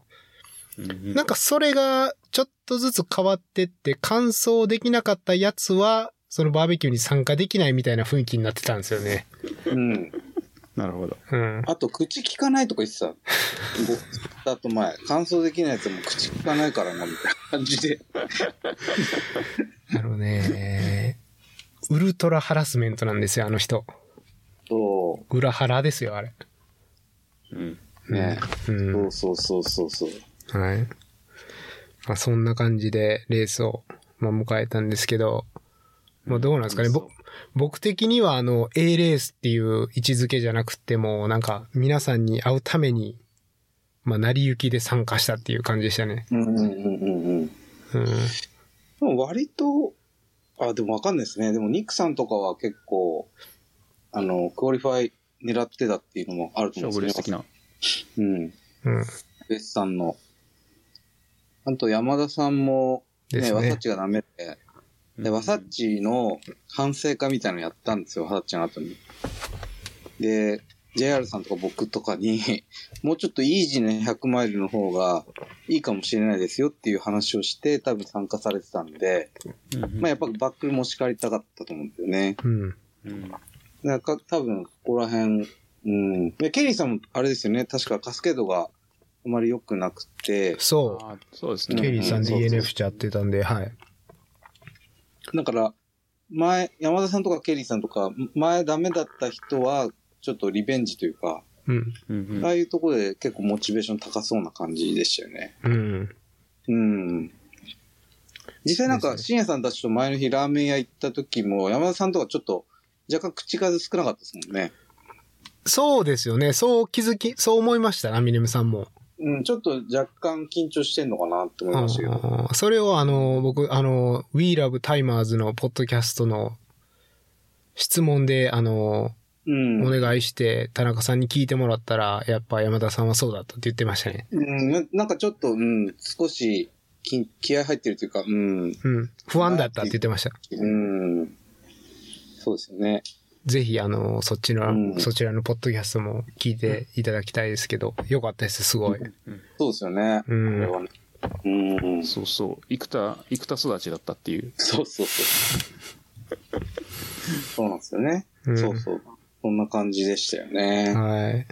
うんなんかそれがちょっとずつ変わってって、完走できなかったやつは、そのバーベキューに参加できないみたいな雰囲気になってたんですよね。うん。なるほど。うん。あと、口聞かないとか言ってた。僕だと前、乾燥できないやつも口聞かないからな、みたいな感じで。あのね、 ウルトラハラスメントなんですよ、あの人。そ裏腹ですよ、あれ。うん。う。ねうえ。ん。そうそうそうそうそう。はい。まあ、そんな感じでレースを、まあ、迎えたんですけど、まあ、どうなんですかね。ぼ僕的には、あの、A レースっていう位置づけじゃなくても、なんか、皆さんに会うために、まあ、成り行きで参加したっていう感じでしたね。うんうんうんうんうん。でうん。も割と、あ、でもわかんないですね。でも、ニックさんとかは結構、あの、クオリファイ狙ってたっていうのもあると思勝負うんレでースす的ね。な。うん。うん。ベスさんの。あと、山田さんも、でね、すワサッね。チがダメで、で、ワサッチの反省会みたいなのやったんですよ、ワサッチの後に。で、JR さんとか僕とかに、 もうちょっとイージーな100マイルの方がいいかもしれないですよっていう話をして、多分参加されてたんで、まあやっぱバックルもしかりたかったと思うんですよね。うん。うんなんか多分ここら辺、うん。で、ケリーさんもあれですよね、確かカスケードがあまり良くなくて、そあそうですう。ね。ケリーさんで DNF しちゃってたんで、はい。だから、前、山田さんとかケリーさんとか、前ダメだった人は、ちょっとリベンジというか、うん。うんああいうところで結構モチベーション高そうな感じでしたよね。うん。うん。実際なんでか、す深夜さんたちと前の日ラーメン屋行った時も、山田さんとかちょっと、若干口数少なかったですもんね。そうですよね。そう気づき、そう思いました、アミネムさんも。うん、ちょっと若干緊張してんのかなって思いましたけど。あーそれをあの、僕、あの、We Love Timers のポッドキャストの質問で、あの、うん。お願いして、田中さんに聞いてもらったら、やっぱ山田さんはそうだったって言ってましたね。うん、ななんかちょっと、うん、少し気気合入ってるというか、うん、うん。不安だったって言ってました。うん。そうですよね。ぜひ、あの、そっちの、うんそちらのポッドキャストも聞いていただきたいですけど、よかったです、すごい。そうですよね。うこれん。はね。うん。そうそう。生田、生田育ちだったっていう。そうそうそう。そうなんですよね。うんそうそう。そんな感じでしたよね。はい。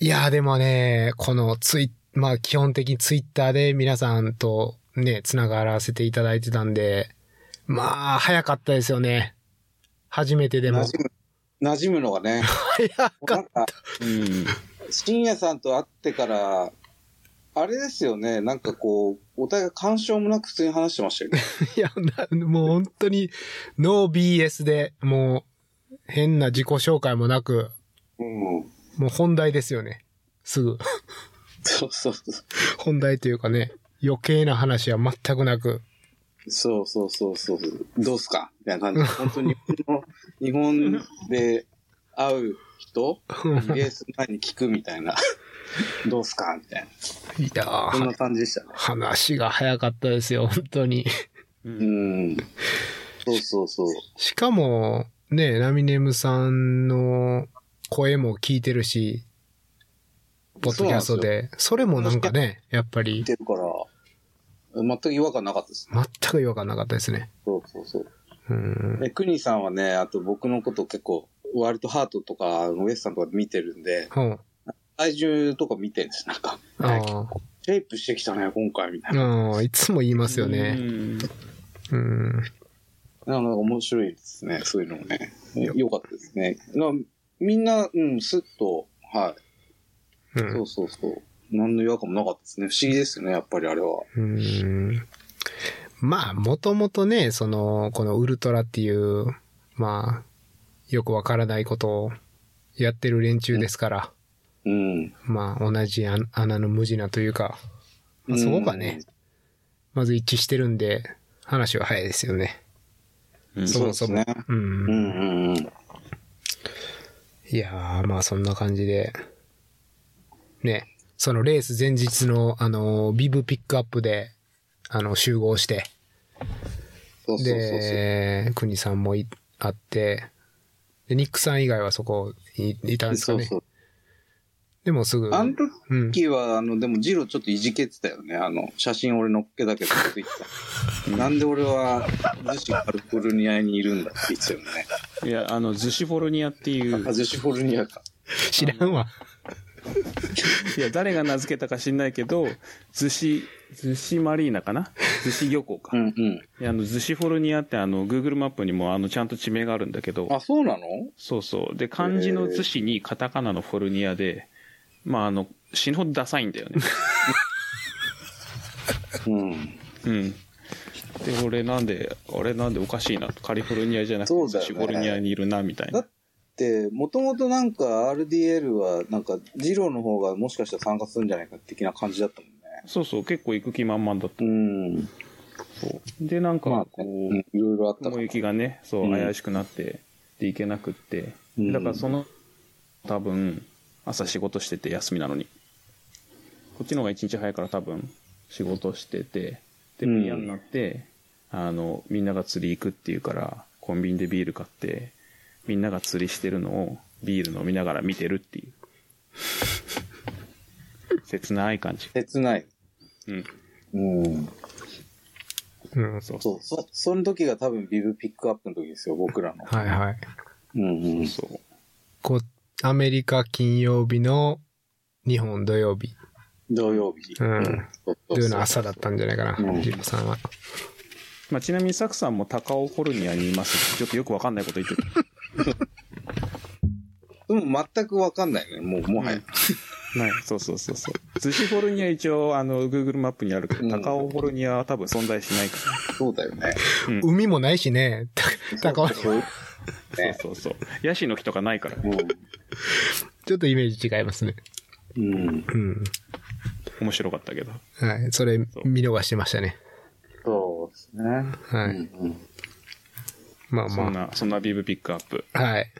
いやー、でもね、このツイまあ基本的にツイッターで皆さんとね、つながらせていただいてたんで、まあ、早かったですよね。初めてでも馴。染む、馴染むのがね。早かなっんか、うん。深夜さんと会ってから、あれですよね。なんかこう、お互い干渉もなく普通に話してましたよね。た。いや、なもう本当に、ノー BS で、もう、変な自己紹介もなく、うん。もう本題ですよね。すぐ。そうそうそう。本題というかね、余計な話は全くなく。そうそうそうそう。どうすかみたいな感じで。本当に日本の、日本で会う人、レース前に聞くみたいな。 どうすかみたいな。いやそんなー、感じでしたね。話が早かったですよ、本当に。うん。そうそうそう。しかも、ね、ラミネムさんの声も聞いてるし、ポッドキャストで。それもなんかね、やっぱ言りっ、てるから、全く違和感なかったですね。全く違和感なかったですね。そうそうそう。うん。で、クニさんはね、あと僕のこと結構、割とハートとか、ウエスさんとか見てるんで、ほ体重とか見てるんです。なんか、う。あシェイプしてきたね、今回、みたいな。あ、いつも言いますよね。うん。うん。なので面白いですね、そういうのもね。よかったですね。なみんな、うん、スッと、はうい。そんうそうそう。何の違和感もなかったですね。不思議ですよね、やっぱりあれは。うん。まあ、もともとね、その、このウルトラっていう、まあ、よくわからないことをやってる連中ですから、うん。まあ、同じ穴穴の無地なというか、まあそこがね、まず一致してるんで、話は早いですよね。うん。そそうもうでそもすね。う。うんんうんうん。いやー、まあそんな感じで、ね、そのレース前日の、あのー、ビブピックアップで、あの、集合して、そうそうそうそう。で、クニさんもいあって、で、ニックさん以外はそこいいたんですかそうねそ。う。でもすぐ、あのうん。 時は、あの、でも、ジロちょっといじけてたよね。あの、写真俺乗っけたけど、ツイッタ ー。なんで俺は、逗子カルフォルニアにいるんだって言ってたよね。いや、あの、ズシフォルニアっていあ、う、 逗子フォルニアか。知らんわ。いや、誰が名付けたか知んないけど、ズシ、ズシマリーナかなズシ漁港うか。んういやあの、ズシフォルニアってあの、Google マップにもあの、ちゃんと地名があるんだけどん。、あ、そうなのそうそう。で、漢字の図紙にカタカナのフォルニアで、まあ、あの、死ぬほどダサいんだよ ね。うん。うん。で、俺なんで、俺なんでおかしいなと。カリフォルニアじゃなくそて、うだよねシフォルニアにいるな、みたいな。で、もともとなんか RDL は、なんか、ジロの方がもしかしたら参加するんじゃないか的な感じだったもんね。そうそう、結構行く気満々だっうん。た。そうで、なんか、まあこう、ね、うんいろいろあったか雲ら行きがね、そうう、ん怪しくなって、で、行けなくって。うんだから、その、多分、朝仕事してて、休みなのに。こっちの方が一日早いから、多分、仕事してて、で、うん嫌になって、あの、みんなが釣り行くっていうから、コンビニでビール買って、みんなが釣りしてるのを、ビール飲みながら見てるって いう。切ない感じ。切ない。うん。うん。うん。そうそう、そ、その時が多分ビブピックアップの時ですよ、僕らの。はいはい。うんうん。そう。こう、アメリカ金曜日の日本土曜日土曜日。うんそうそとういそううの朝だったんじゃないかうな、んジロさんは。まあ、ちなみに、サクさんも高尾フォルニアにいます。ちょっとよくわかんないこと言ってる。でも全くわかんないね、もう、もはや。ない。そうそうそうそう。寿司フォルニア一応、あの、Google マップにあるけうど、ん高尾フォルニアは多分存在しないかそうだよね。海もないしね、た高尾そうそうら。ねそうそうそう。ヤシの木とかないから。ちょっとイメージ違いますね。うん。うん。うん。面白かったけど。はい。それそう見逃してましたね。そうですね。はい。うんうんまあそんまな、そんなビブピックアップ。あ。はい。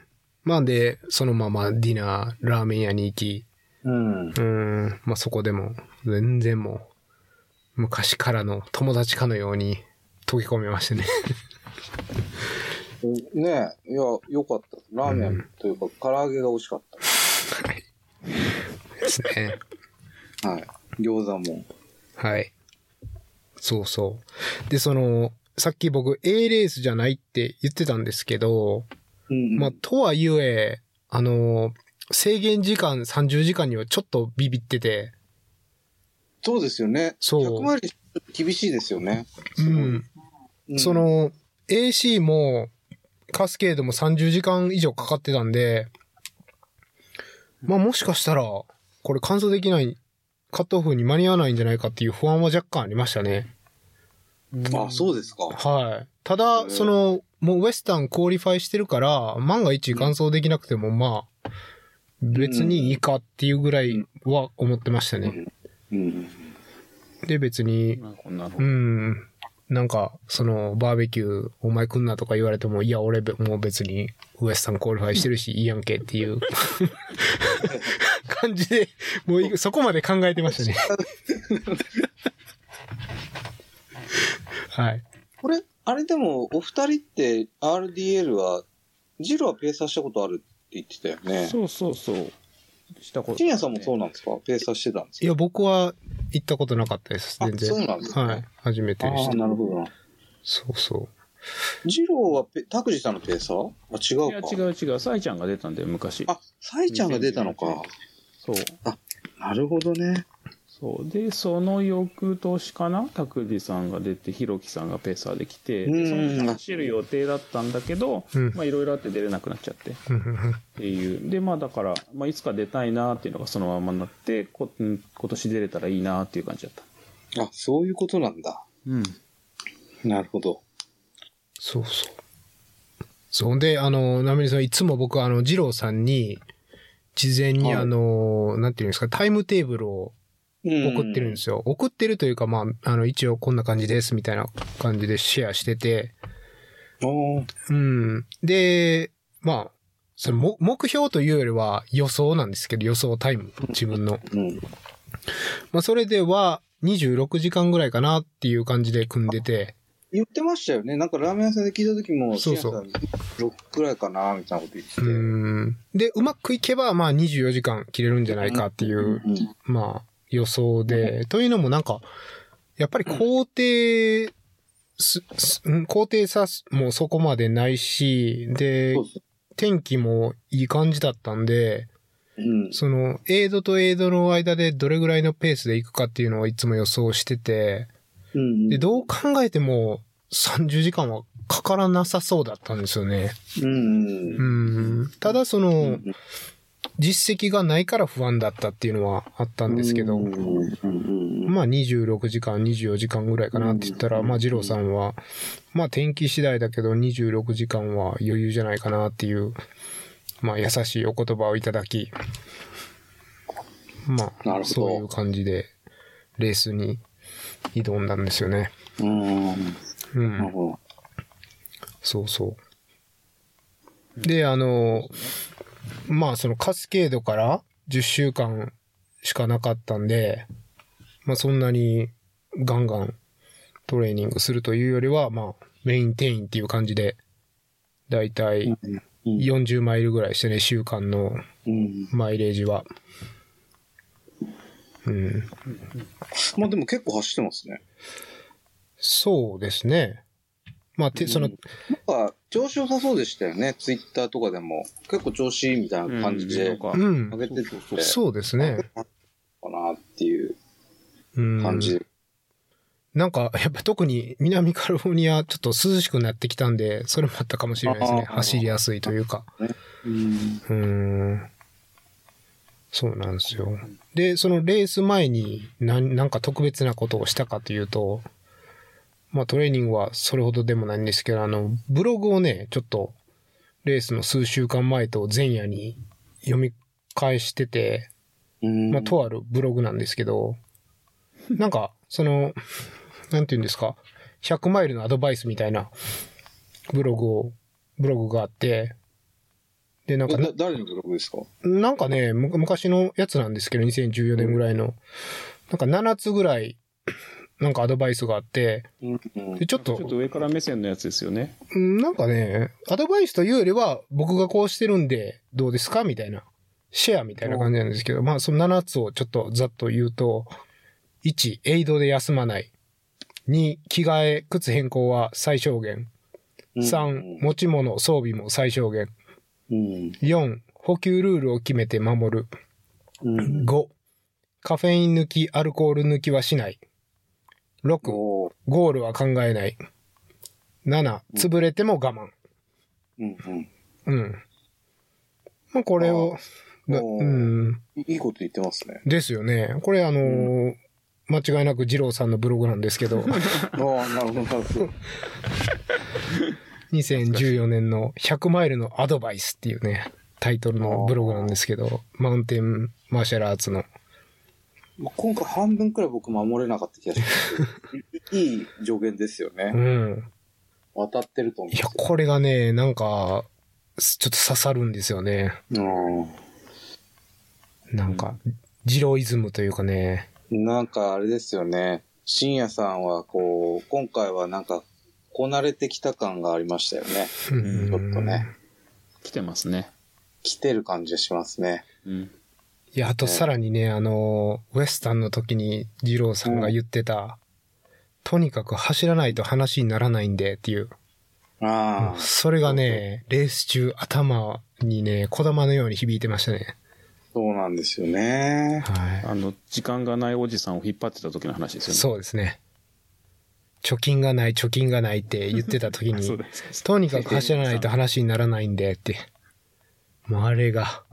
まあで、そのままディナー、ラーメン屋に行き、うん。うーん、まあそこでも、全然もう、昔からの友達かのように溶け込みましたね。ねえ、いや、よかった。ラーメンというか、唐揚げが美味しかっはい。ですね。た。はい。餃子も。はい。そうそう。で、その、さっき僕 A レースじゃないって言ってたんですけど、うんまあ、とはゆえ、あの、制限時間30時間にはちょっとビビってて、そうですよね。そう100万円厳しいですよね。うごいん。うんそ、の、AC も、カスケードも30時間以上かかってたんで、まあもしかしたら、これ完走できない、カットオフに間に合わないんじゃないかっていう不安は若干ありましたね。あ、そうですか。はい。たうだ、んその、もうウエスタンクオリファイしてるから、万が一完走できなくても、まあ、別にいいかっていうぐらいは思ってましたね。うん。で、別に、まあこんなのう。ん。なんか、その、バーベキュー、お前来んなとか言われても、いや、俺べ、もう別に、ウエスタンクオリファイしてるし、いいやんけっていう、感じで、もうい、そこまで考えてましたね。 はい。これ、あれでも、お二人って RDL は、ジロはペーサーしたことあるって言ってたよね。そうそうそう。したこと、ジニアさんもそうう。なんですかペーサーしてたんですいかや、僕は行ったことなかったです。あ全然。そうなんですねはい。初めてでしああ、た。なるほどな。そうそう。ジロはペ、拓司さんのペーサーあ、違いうや、か。違う違う。サイちゃんが出たんだよ、昔。あ、サイちゃんが出たのか。そう。なるほどね。そう。で、その翌年かな拓司さんが出て、ひろきさんがペーサーで来て、うんでその時走る予定だったんだけど、うん まあいろいろあって出れなくなっちゃって。うんうんうんっていう。で、まあだから、まあいつか出たいなっていうのがそのままになって、こうん今年出れたらいいなっていう感じだった。あ、そういうことなんだ。うん。なるほど。そうそう。そう。で、あの、ナミリさん、いつも僕、あの、二郎さんに、事前に、はい。あの、なんていうんですか、タイムテーブルを送ってるんですすよ。送ってるというか、まあ、あの、一応こんな感じです、みたいな感じでシェアしてて、あーうん。で、まあ、それも、目標というよりは予想なんですけど、予想タイム、自分の。うん。まあ、それでは、26時間ぐらいかなっていう感じで組んでて、言ってましたよね。なんかラーメン屋さんで聞いた時も、そうそうジニアさん6くらいかな、みたいなこと言ってて。うん。で、うまくいけば、まあ、24時間切れるんじゃないかっていううんまあ、予想で、というのもなんか、やっぱり肯定す、すうん肯定さすもそこまでないし、でそう、です天気もいい感じだったんで、うん。その、エイドとエイドの間でどれぐらいのペースで行くかっていうのをいつも予想してて、うんで、どう考えても30時間はかからなさそうだったんですよね。うんう。うんん。ただ、その、ん実績がないから不安だったっていうのはあったんですけど、うんうんうんうんまあ26時間、24時間ぐらいかなって言ったら、うんまあ二郎さんは、まあ天気次第だけど26時間は余裕じゃないかなっていう、まあ優しいお言葉をいただき、まなるほあどそういう感じでレースに挑んだんですよね。うん。うなるん。ほそうそう。で、あの、まあそのカスケードから10週間しかなかったんで、まあそんなにガンガントレーニングするというよりは、まあメインテインっていう感じで、だいたいど。うん40マイルぐらいしてね、週間のうん。マイレージは。うん。まあでも結構走ってますね。そうですね。まあ、て、その、なんか、調子良さそうでしたよね。ツイッターとかでも。結構調子いいみたいな感じうでうんなんかん上。げてって、そうそうかそうですね。なっていううん。感じで。なんか、やっぱ特に南カリフォルニア、ちょっと涼しくなってきたんで、それもあったかもしれないですね。あー走りやすいというか。うん。うーん。そうなんですよ。で、そのレース前に何、なんか特別なことをしたかというと、まあトレーニングはそれほどでもないんですけど、あの、ブログをね、ちょっと、レースの数週間前と前夜に読み返してて、うんまあ、とあるブログなんですけど、なんか、その、なんて言うんですか、100マイルのアドバイスみたいなブログをブログがあって、で、なんか、だ誰のブログですかなんかね、む昔のやつなんですけど、2014年ぐらいの。なんか7つぐらい、なんかアドバイスがあって、うん。でちょっちょとっ、と上から目線のやつですよね。うんなんかね、アドバイスというよりは、僕がこうしてるんで、どうですかみたいな、シェアみたいな感じなんですけど、まあ、その7つをちょっとざっと言うと、1、エイドで休まない。2、着替え、靴変更は最小限。3、持ち物、装備も最小限。うん。 4、補給ルールを決めて守る。うん。 5、カフェイン抜き、アルコール抜きはしない。6、おーゴールは考えない。7、潰れても我慢。うんうん。うん。まあ、これを、あーだおうーん。いいこと言ってますね。ですよね。これ、あのー間違いなく二郎さんのブログなんです けど、ああ、なるほど、なるほど。 2014年の100マイルのアドバイスっていうね、タイトルのブログなんですけど、マウンテンマーシャルアーツの。まあ今回半分くらい僕守れなかった気がします。いい助言ですようね。ん。渡ってると思うんいでやすよ、これがね、なんか、すちょっと刺さるんですよね。なんか、ジロイズムというかね。うんなんかあれですよね。深夜さんはこう、今回はなんか、こなれてきた感がありましたよね。うんちょっとね。来てますね。来てる感じがしますね。うん。いや、あとさらにね、あの、ウエスタンの時に二郎さんが言ってた、とにかく走らないと話にならないんでっていう。ああ。それがね、レース中頭にね、小玉のように響いてましたね。そうなんですよね。はあの、時間がないおじさんを引っ張ってた時の話でい。すよね。そうですね。貯金がない、貯金がないって言ってた時 あそうに、です。とにかく走らないと話にならないんでって。もうあれが、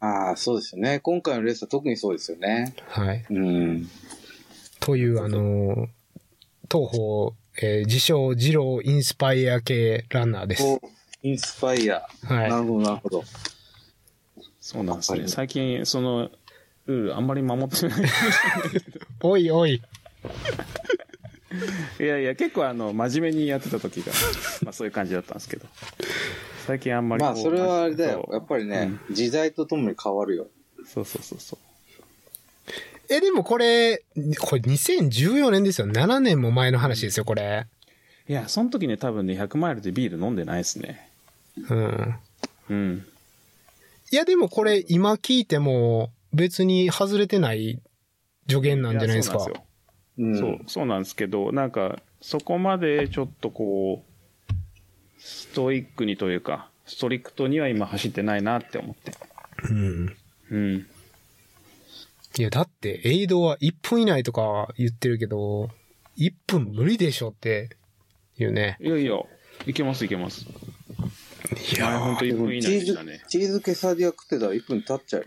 ああ、そうですよね。今回のレースは特にそうですよね。はい。うん。という、あの、東方、えー自称、二郎インスパイア系ランナーですこ。う、インスパイア。はいな。るほど、なるほど。そうなんですはね。い最近、その、ルールあんまり守ってない。 おいおい。いやいや、結構あの、真面目にやってた時が、まあそういう感じだったんですけど。最近あんまりこまうあ、それはあれだよ。やっぱりね、時代とともに変わるよ。。そうそうそうそう。え、でもこれ、これ2014年ですよ。7年も前の話ですよ、これ。いや、その時ね、多分ね、100マイルでビール飲んでないですね。うん。うん。いや、でもこれ、今聞いても、別に外れてない助言なんじゃないですか。やうそううんなんですよ。そう、そうなんですけど、なんか、そこまでちょっとこう、ストイックにというか、ストリクトには今走ってないなって思って。ん。うん。いや、だって、エイドは1分以内とか言ってるけど、1分無理でしょって、いうね。いやいや、いけますいけます。い前ほんと1分以チ内ーでしズたね。、チーズケサディア食ってたら1分経っちゃうよ。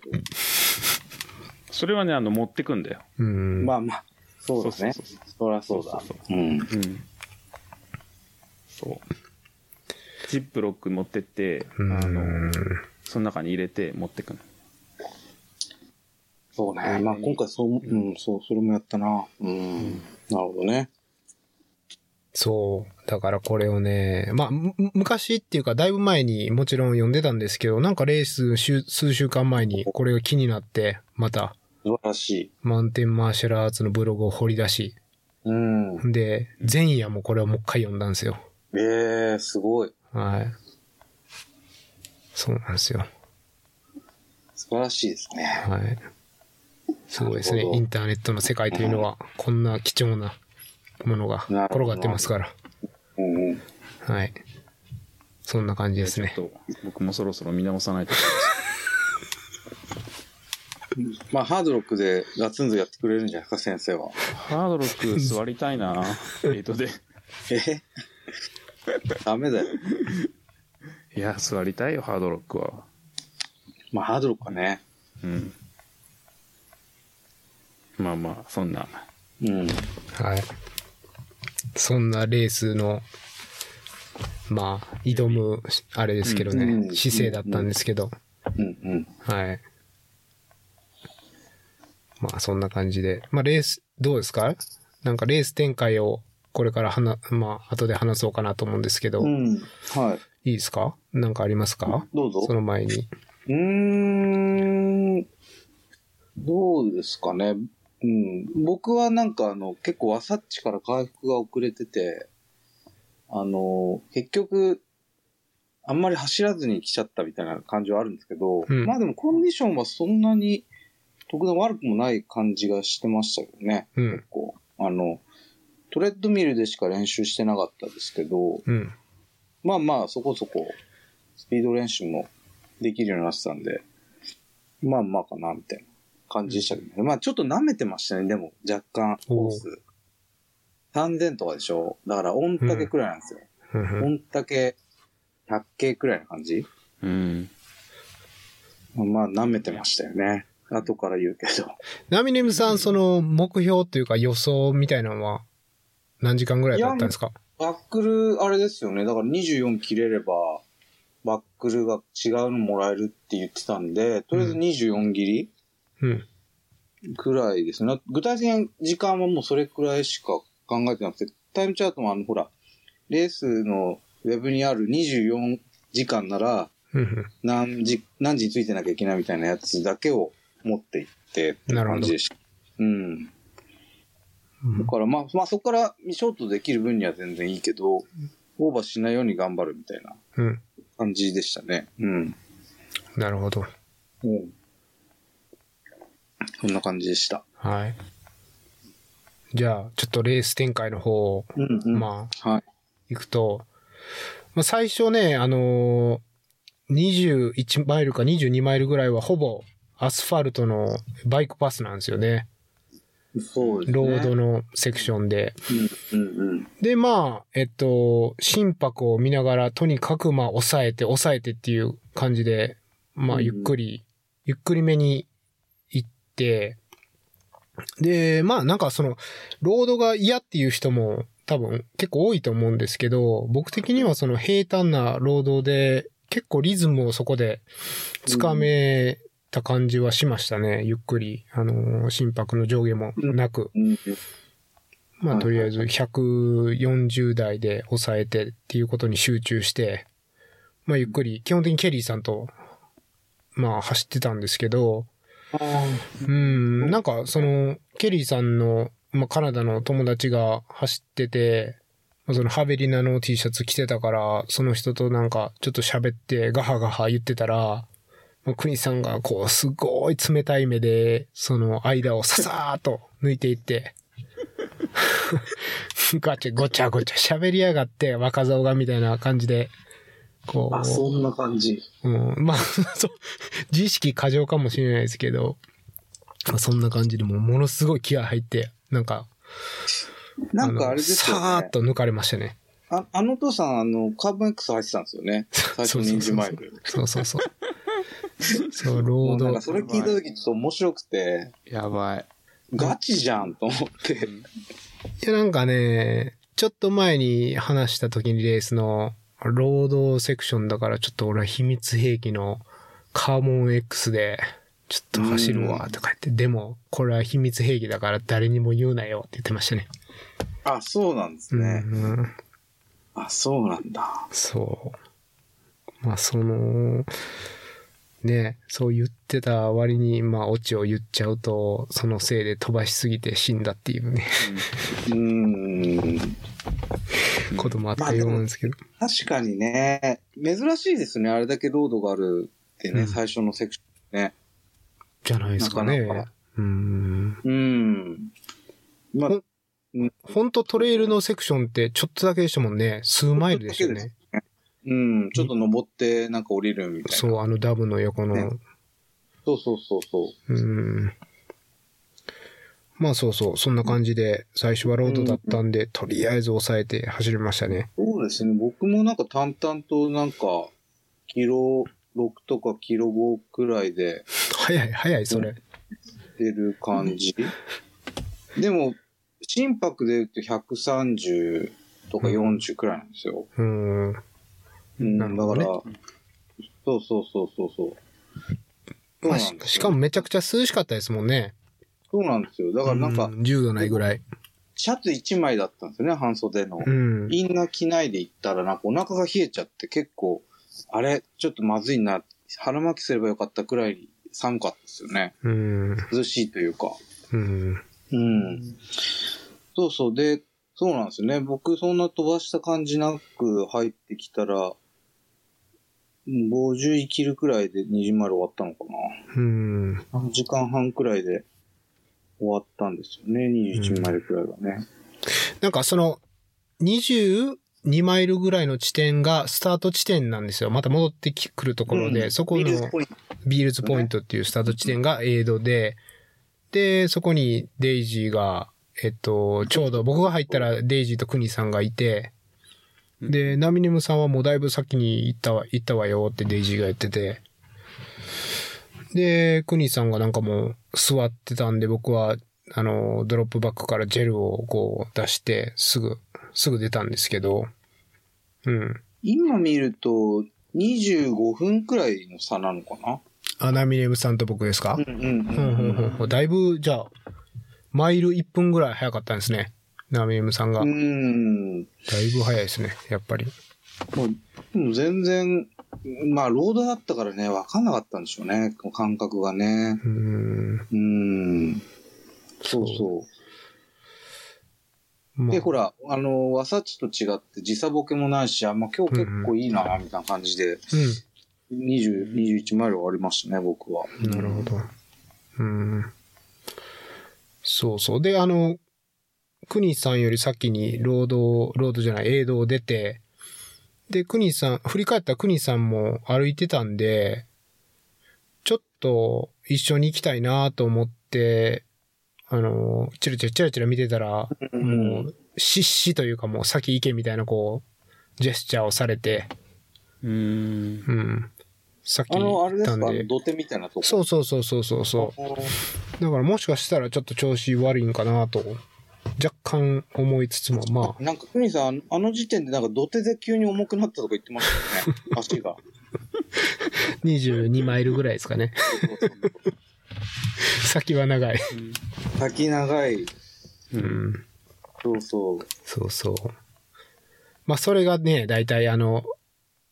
それはね、あの、持ってくんだよ。うん。まあまあ、そうだねそうそう。そりゃそうだ。うん。うん。そう。ジップロック持ってって、あうんの、その中に入れて持ってくの。そうね。まあ、今回そう、うん、そう、それもやったな。うん。なるほどね。そう。だからこれをね、まあ、むむ昔っていうか、だいぶ前にもちろん読んでたんですけど、なんかレース数数週間前にこれが気になって、また、素晴らしい。マウンテンマーシャルアーツのブログを掘り出し、うん。えで、前夜もこれをもう一回読んだんですよ。えー、すごい。はい。そうなんですよ。素晴らしいですね。はい。すごいですなね。るほどインターネットの世界というのは、こんな貴重なものがなるほ転どがってますから。うんうん。はい。そんな感じですねち。ょっと、僕もそろそろ見直さないと。まあ、ハードロックでガツンとやってくれるんじゃないですか、先生は。ハードロック座りたいなエイ トで。えダメだよ。いや、座りたいよ、ハードロックは。まあ、ハードロックはね。うん。まあまあ、そんな。うん。はい。そんなレースの、まあ、挑む、あれですけどね、うん姿勢だったんですけど、うんうん。はい。まあ、そんな感じで。まあ、レース、どうですかなんかレース展開を、これから話、まあ、後で話そうかなと思うんですけど、うん。はい。いいですかなんかありますかどうぞそ。の前に。うーん、どうですかね。うん、僕はなんかあの、結構わさっちから回復が遅れてて、あの、結局、あんまり走らずに来ちゃったみたいな感じはあるんですけど、うんまあでもコンディションはそんなに特段悪くもない感じがしてましたけどね。うん。こう、あの、トレッドミルでしか練習してなかったですけど、うん。まあまあ、そこそこ、スピード練習もできるようになってたんで、まあまあかな、みたいな感じでしたけどね。まあちょっと舐めてましたね、でも、若干、コース。3000とかでしょだから、御嶽くらいなんですよ。うん御嶽100系くらいな感じうん。まあ、舐めてましたよね。後から言うけど。ナミネムさん、その目標というか予想みたいなのは何時間ぐらいだったんですかバックル、あれですよね。だから24切れれば、バックルが違うのもらえるって言ってたんで、とりあえず24切り、うん。くらいですね。具体的な時間はもうそれくらいしか考えてなくて、タイムチャートもあの、ほら、レースのウェブにある24時間ならうん。何時、何時についてなきゃいけないみたいなやつだけを持っていってってなるほど感じでした。うん。だうんからまあ、まあそこからショートできる分には全然いいけど、オーバーしないように頑張るみたいなうん。感じでしたね。うん。なるほど。うん。こんな感じでした。はい。じゃあ、ちょっとレース展開の方を、うん、うん。まあ、はい。行くと、まあ、最初ね、あのー、21マイルか22マイルぐらいはほぼアスファルトのバイクパスなんですよね。そうですね。ロードのセクションで。うん、うん、うん。で、まあ、えっと、心拍を見ながら、とにかく、まあ、抑えて、抑えてっていう感じで、まうあ、んゆっくり、ゆっくりめに行って、で、まあ、なんかその、ロードが嫌っていう人も多分結構多いと思うんですけど、僕的にはその平坦なロードで、結構リズムをそこでつかめた感じはしましたね、ゆっくり。あの、心拍の上下もなく。うんまあ、はいとりあえず140台で抑えてっていうことに集中して、まあ、ゆっくり、基本的にケリーさんと、まあ、走ってたんですけど、うん、なんか、その、ケリーさんの、まあ、カナダの友達が走ってて、まあそのハベリナの T シャツ着てたから、その人となんか、ちょっと喋って、ガハガハ言ってたら、まあクニさんが、こう、すごい冷たい目で、その間をささーっと抜いていって、 ガチャごちゃごちゃ喋りやがって、若造がみたいな感じで、こう。あ、そんな感じ。うん、まあ、 そう、自意識過剰かもしれないですけど、まあ、そんな感じでもうものすごい気合入って、なんか、なんかあれでのすよね。さーっと抜かれましたね。ああのお父さん、あの、カーボン X 入ってたんですよね。最初そうそうにそう20マイル。そうそうそう。そう、ローもうなんドか。それ聞いた時ちょっと面白くて、やばい。ガチじゃんと思って。いや、なんかね、ちょっと前に話した時にレースの、ロードセクションだから、ちょっと俺は秘密兵器のカーモン X で、ちょっと走るわ、とか言って、でも、これは秘密兵器だから誰にも言うなよって言ってましたね。あ、そうなんですね。うんあ、そうなんだ。そう。まあ、その、ね、そう言ってた割に、まあ、オチを言っちゃうと、そのせいで飛ばしすぎて死んだっていうね、うーん。こともあったようなんですけど。確かにね、珍しいですね。あれだけロードがあるってね、うん最初のセクションね。じゃないですかね。なかなかうん。うん。まあほん、ほんとトレイルのセクションってちょっとだけでしたもんね。数マイルでしたよね。うん。ちょっと登って、なんか降りるみたいな。そう、あのダムの横の。ねそうそうそうそう。うん。まあそうそう、そんな感じで、最初はロードだったんで、とりあえず抑えて走りましたね。そうですね。僕もなんか淡々となんか、キロ6とかキロ5くらいで早い、早い、それ。出る感じ。でも、心拍で言うと130とか40くらいなんですよ。うん。うん、なるほどねだから、そうそうそうそうそう。そうまなんあ、でしすよしかもめちゃくちゃ涼しかったですもんね。そうなんですよ。だからなんかう、10度ないぐらい。シャツ1枚だったんですよね、半袖の。うん。インナー着ないで行ったらなんかお腹が冷えちゃって結構、あれ、ちょっとまずいな、腹巻きすればよかったくらい寒かったですよね。うん。涼しいというか。うん。うん。そうそう。で、そうなんですよね。僕そんな飛ばした感じなく入ってきたら、うん50生きるくらいで20丸終わったのかうん。な。3時間半くらいで終わったんですよね。21丸くらいがね。なんかその、22マイルぐらいの地点がスタート地点なんですよ。また戻ってきくるところで、うんそこのビールポイントビールズポイントっていうスタート地点がエイドで、で、そこにデイジーが、えっと、ちょうど僕が入ったらデイジーとクニさんがいて、で、ナミネムさんはもうだいぶ先に行ったわ、行ったわよってデイジーが言ってて、で、クニさんがなんかもう座ってたんで僕は、あの、ドロップバッグからジェルをこう出して、すぐ、すぐ出たんですけど、うん。今見ると、25分くらいの差なのかなあ、ナミネムさんと僕ですかうんうんう。ほうんほうほうほうだいぶ、じゃあ、マイル1分ぐらい早かったんですね。ナミエムさんが。うだん。いぶ早いですね、やっぱり。もうでも全然、まあ、ロードだったからね、わかんなかったんでしょうね。この感覚がね。うーん。うん。そうそまう。あで、ほら、あの、わさちと違って時差ボケもないし、あ、まあ、今日結構いいな、みたいな感じで、20、21マイル終わりましたね、僕は。うん。なるほど。うん。そうそう。で、あの、クニさんより先に、ロード、ロードじゃない、エイドを出て、で、クニさん、振り返ったらクニさんも歩いてたんで、ちょっと一緒に行きたいなと思って、あの、チラチラチラチラ見てたら、もう、失死というかもう先行けみたいなこう、ジェスチャーをされて、うん。うん。先あの、あ行れっでたすんかで。土手みたいなとこ。そうそうそうそうそうそあーう。だからもしかしたらちょっと調子悪いんかなと、若干思いつつも、まあ、なんか、クミさん、あの時点でなんか土手で急に重くなったとか言ってましたよね。足が。 22マイルぐらいですかね。 先は長い。先長い。うん。そうそう。そうそう。まあ、それがね、大体あの、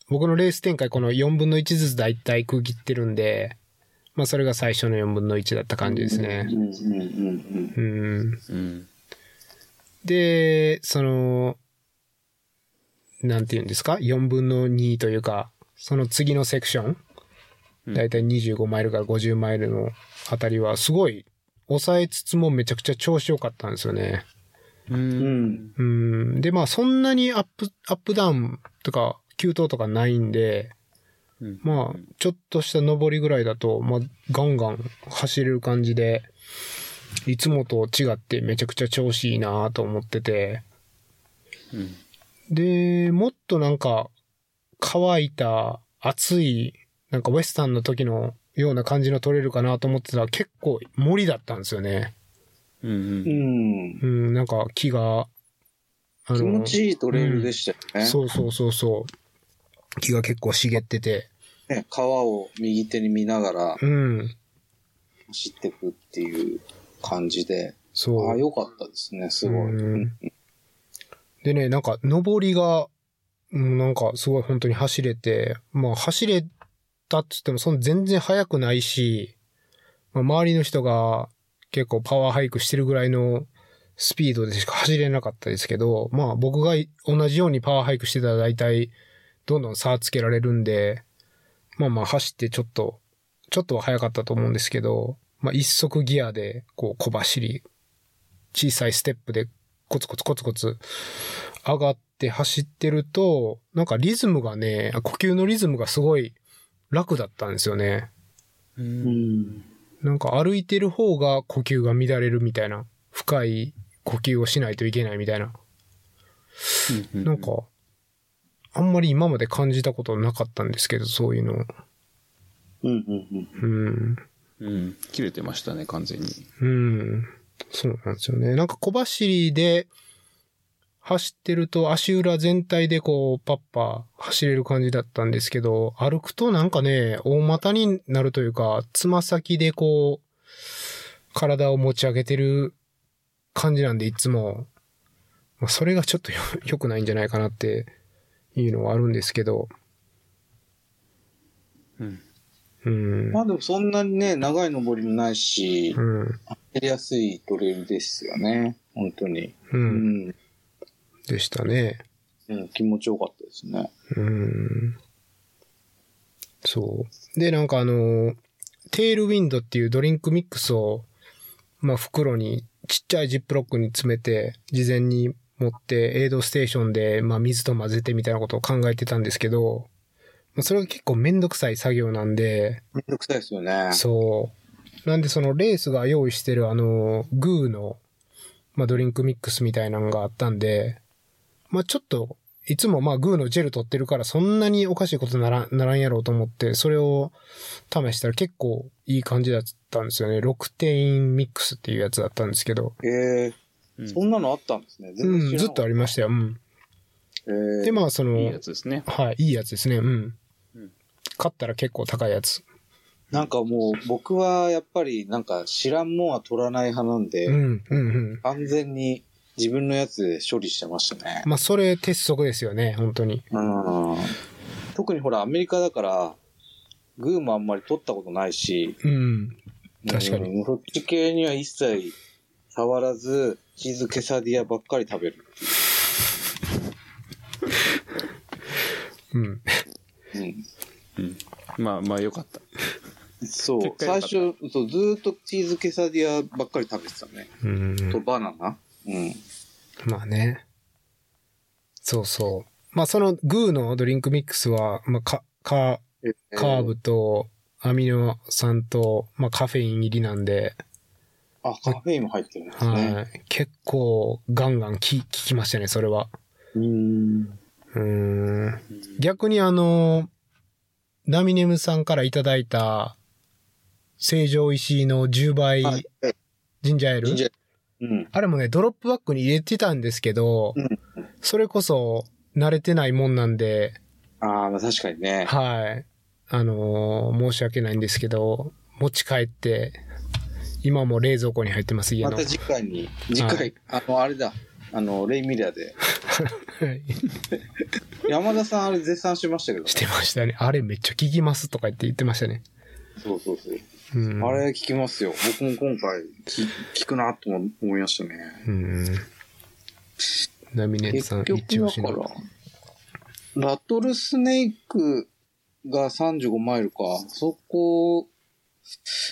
僕のレース展開この4分の1ずつ大体区切ってるんで、まあ、それが最初の4分の1だった感じですねう。んうんうんうん。うん。で、その、なんて言うんですか ?4 分の2というか、その次のセクション、うんだいたい25マイルから50マイルのあたりは、すごい抑えつつもめちゃくちゃ調子良かったんですよね。う。うん。うんうん。ん。で、まあそんなにアップ、アップダウンとか、急騰とかないんで、うんまあ、ちょっとした上りぐらいだと、まあ、ガンガン走れる感じで、いつもと違ってめちゃくちゃ調子いいなと思ってて、うん。で、もっとなんか、乾いた、暑い、なんかウエスタンの時のような感じの撮れるかなと思ってたら結構森だったんですよね。うん。うん。うん。うん、なんか木が、あ気持ちいいトレイルでしたよね。そうそうそうそう。木が結構茂ってて。ね川を右手に見ながらうん、走っていくっていう感じで。そう。ああ、良かったですね、すごい。うんでね、なんか、上りが、うんなんか、すごい本当に走れて、まあ、走れたって言っても、その全然速くないし、まあ、周りの人が結構パワーハイクしてるぐらいのスピードでしか走れなかったですけど、まあ、僕がい同じようにパワーハイクしてたら大体、どんどん差つけられるんで、まあまあ、走ってちょっと、ちょっとは速かったと思うんですけど、まあ、一足ギアで、こう、小走り、小さいステップでコツコツコツコツ上がって走ってると、なんかリズムがね、呼吸のリズムがすごい楽だったんですよね。う。うんん。なんか歩いてる方が呼吸が乱れるみたいな、深い呼吸をしないといけないみたいな。うなんか、あんまり今まで感じたことなかったんですけど、そういうの。うんうんうん。うん。うん。切れてましたね、完全に。うん。そうなんですよね。なんか小走りで走ってると足裏全体でこうパッパ走れる感じだったんですけど、歩くとなんかね、大股になるというか、つま先でこう、体を持ち上げてる感じなんでいつも、まあ、それがちょっとよ 良くないんじゃないかなっていうのはあるんですけど、うん。うん。まあでもそんなにね、長い登りもないしう、ん。やりやすいトレイルですよね。本当に。う。うんん。でしたね。うん、気持ちよかったですね。うん。そう。で、なんかあの、テールウィンドっていうドリンクミックスを、まあ袋に、ちっちゃいジップロックに詰めて、事前に持って、エイドステーションで、まあ水と混ぜてみたいなことを考えてたんですけど、まあそれが結構めんどくさい作業なんで、めんどくさいですよね。そう。なんでそのレースが用意してるあの、グーの、まあドリンクミックスみたいなのがあったんで、まあちょっと、いつもまあグーのジェル取ってるからそんなにおかしいことならならんやろうと思って、それを試したら結構いい感じだったんですよね。6点ミックスっていうやつだったんですけど。えうー、んそんなのあったんですね。う全然ん、知らずっなかとありましたよ。うん。た。えー、で、まあその、いいやつですね。はい、いいやつですね。うんうん。買ったら結構高いやつ。なんかもう僕はやっぱりなんか知らんもんは取らない派なんで、うん、うん、うん。完全に自分のやつで処理してましたね。まあそれ鉄則ですよね、本当に。うん。特にほらアメリカだから、グーもあんまり取ったことないし、うん。確かにうんそっち系には一切触らず、チーズケサディアばっかり食べる。うん。うん。うん。まあまあよかった。そう結。果良か最った初、そう、ずーっとチーズケサディアばっかり食べてたね。とバナナ。うん。まあね。そうそう。まあそのグーのドリンクミックスは、まあカ、カ、えーカーブとアミノ酸と、まあカフェイン入りなんで、あ、カフェインも入ってるんですはい、ね。結構ガンガン効き効きましたね、それは。うん。うーん。逆にあの、ナミネムさんからいただいた、成城石井の10倍はい。ジンジャーエール、ジンジャーうん。あれもね、ドロップバッグに入れてたんですけど、うんそれこそ慣れてないもんなんで、ああ、まあ確かにね。はい。あのー申し訳ないんですけど、持ち帰って、今も冷蔵庫に入ってます、家まの。た次回に、次回、はいあの、あれだ。あの、レイミラーで。はい山田さんあれ絶賛してましたけど、ねし。てましたね。あれめっちゃ効きますとか言って言ってましたね。そうそうそう。うん。あれ聞きますよ。僕も今回聞聞くなと思いましたね。うん。ナミネさん、結局一押しだかの。ら、ラトルスネークが35マイルか。そこ、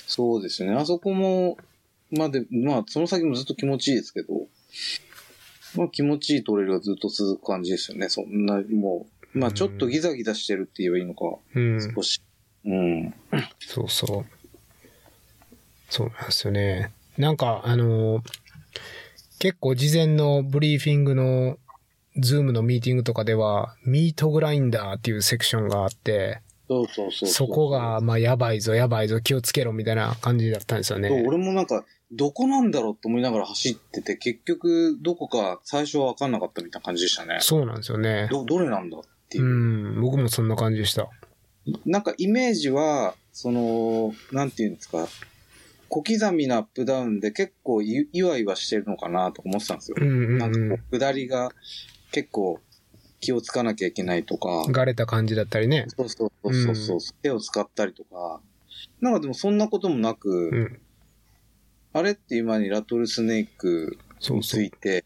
そうですね。あそこも、まあで、まあその先もずっと気持ちいいですけど、まあ気持ちいいトレイルがずっと続く感じですよね。そんな、もう、まあちょっとギザギザしてるって言えばいいのか、うん。少し。うん。そうそう。そうなんですよね。なんか、あのー結構事前のブリーフィングの、ズームのミーティングとかでは、ミートグラインダーっていうセクションがあって、そうそうそうう。そこが、まあ、やばいぞ、やばいぞ、気をつけろ、みたいな感じだったんですよね。そう俺もなんか、どこなんだろうと思いながら走ってて、結局、どこか最初は分かんなかったみたいな感じでしたね。そうなんですよね。ど、どれなんだっていうう。ん、僕もそんな感じでした。なんかイメージは、その、なんていうんですか、小刻みなアップダウンで結構いいわいわしてるのかなと思ってたんですよう。ん、なうんん、かうこう、下りが結構気をつかなきゃいけないとかん。、がれた感じだったりね。そうそうそうそう、うう手を使ったりとか、なんかでもそんなこともなく、うん。あれって今にラトルスネークそうそつうい。て、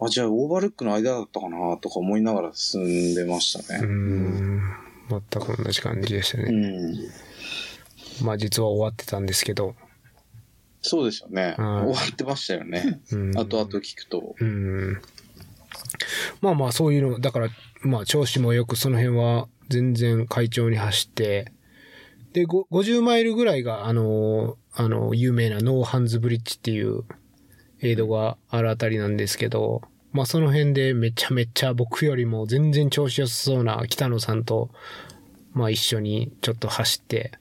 あ、じゃあオーバールックの間だったかなとか思いながら進んでましたうね。ん。全く同じ感じでしたうね。ん。まあ、実は終わってたんですけど。そうですよね。うん終わってましたよね。うん後々聞くと。うん。まあまあそういうの、だから、まあ調子もよくその辺は全然快調に走って、で、ご50マイルぐらいが、あのー、あの、有名なノーハンズブリッジっていうエイドがあるあたりなんですけど、まあその辺でめちゃめちゃ僕よりも全然調子良さそうな北野さんと、まあ一緒にちょっと走って、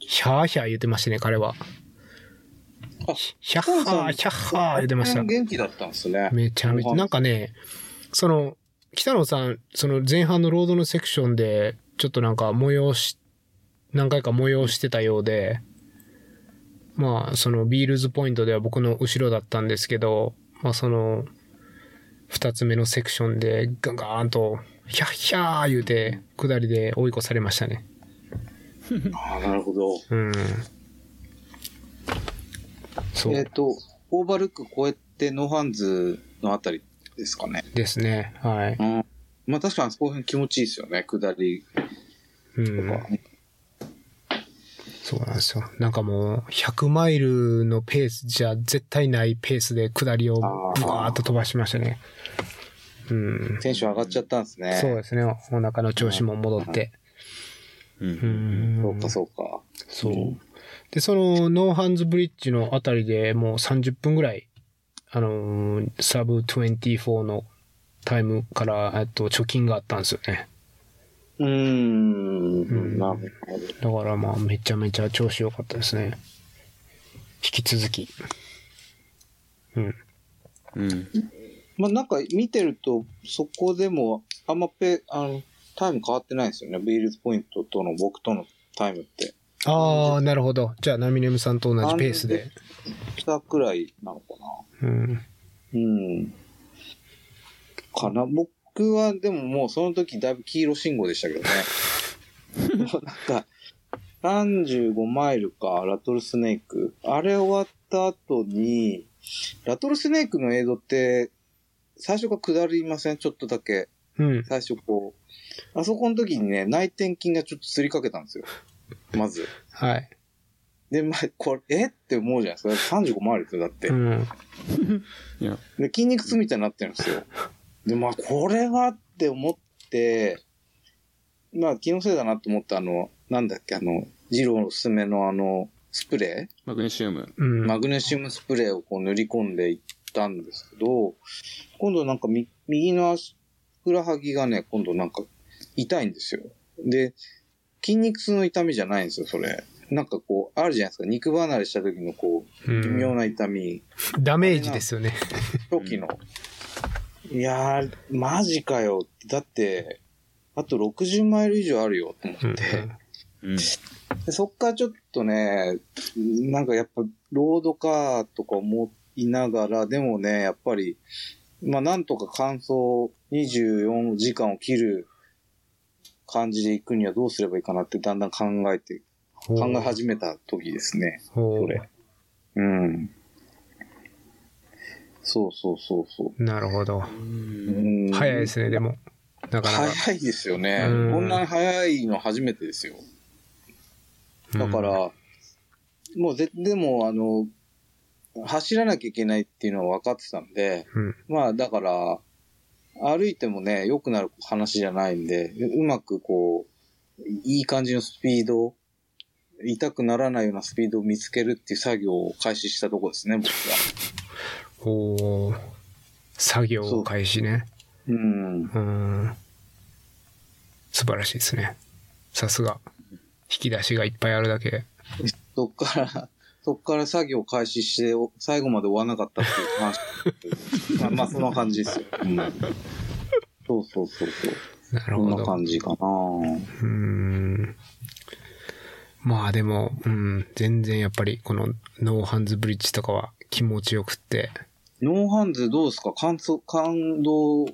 ヒャーヒャー言ってましたね、彼は。あヒャッハー、ヒャッハー言ってました。元気だったんですね。めちゃめちゃ、なんかね、その、北野さん、その前半のロードのセクションで、ちょっとなんか催し、何回か催してたようで、まあ、そのビールズポイントでは僕の後ろだったんですけど、まあその、二つ目のセクションでガンガーンと、ヒャッヒャー言うて、下りで追い越されましたね。ああ、なるほど。うん。そえっ、うと、オーバールック越えてノーハンズのあたりですかね。ですね。はい。うん。まあ確かにあそこら辺気持ちいいですよね、下り。うん。そうなんですよ。なんかもう、100マイルのペースじゃ絶対ないペースで下りをブワーッと飛ばしましたね。うん。テンション上がっちゃったんですね。そうですね。お腹の調子も戻って。う。うんん。そうか、そうか。そう。で、その、ノーハンズブリッジのあたりでもう30分ぐらい、あのーサブ24のタイムから、えっと、貯金があったんですよね。うーんん。なるほど。だからまあ、めちゃめちゃ調子良かったですね。引き続き。うん。うん。まあなんか見てると、そこでも、あんまペ、あの、タイム変わってないですよね。ビールズポイントとの僕とのタイムって。ああ、なるほど。じゃあ、ナミネムさんと同じペースで。 2くらいなのかな。うん。うん。かな。僕はでももうその時だいぶ黄色信号でしたけどね。もうなんか、35マイルか、ラトルスネーク。あれ終わった後に、ラトルスネークの映像って、最初が下りませんちょっとだけ。うん。最初こう。あそこの時にね、内転筋がちょっとすりかけたんですよ。まず。はい。で、まあ、これ、えって思うじゃないですか。35マイルですよ、だってう。ん。いや、で、筋肉痛みたいになってるんです よ。で、まあ、これはって思って、まあ、気のせいだなと思ったあの、なんだっけ、あの、ジローのおすすめのあの、スプレマグネシウム。うー、ん。マグネシウムスプレーをこう塗り込んでいったんですけど、今度なんかみ右の足、ふくらはぎがね、今度なんか痛いんですよ。で、筋肉痛の痛みじゃないんですよ、それ。なんかこう、あるじゃないですか。肉離れした時のこうう、微妙ん、な痛み。ダメージですよね。初期の。いやー、マジかよ。だって、あと60マイル以上あるよ、と思うん。って。うん。でそっからちょっとね、なんかやっぱ、ロードカーとか思いながら、でもね、やっぱり、まあなんとか完走24時間を切る感じで行くにはどうすればいいかなってだんだん考えて、考え始めた時ですね。ほうこれ。うん。そうそうそうそう。なるほど。うん早いですね、でも。なかなか。早いですよね。うんこんなに早いの初めてですよ。だかうん、ら、もうぜ、でも、あの、走らなきゃいけないっていうのは分かってたんで、うんまあ、だから、歩いてもね、良くなる話じゃないんで、ううまくこう、いい感じのスピード、痛くならないようなスピードを見つけるっていう作業を開始したとこですね、僕は。 ほう。作業を開始ね。うん。うん。素晴らしいですね。さすが。引き出しがいっぱいあるだけ。そっから、 そっから作業開始して、お最後まで終わらなかったっていう 話。まあ、まあ、そんな感じですよ。うん、そうそうそうそう。なるそほんど。な感じかなうーんまあでも、うん、全然やっぱりこのノーハンズブリッジとかは気持ちよくって。ノーハンズどうですか感想、感動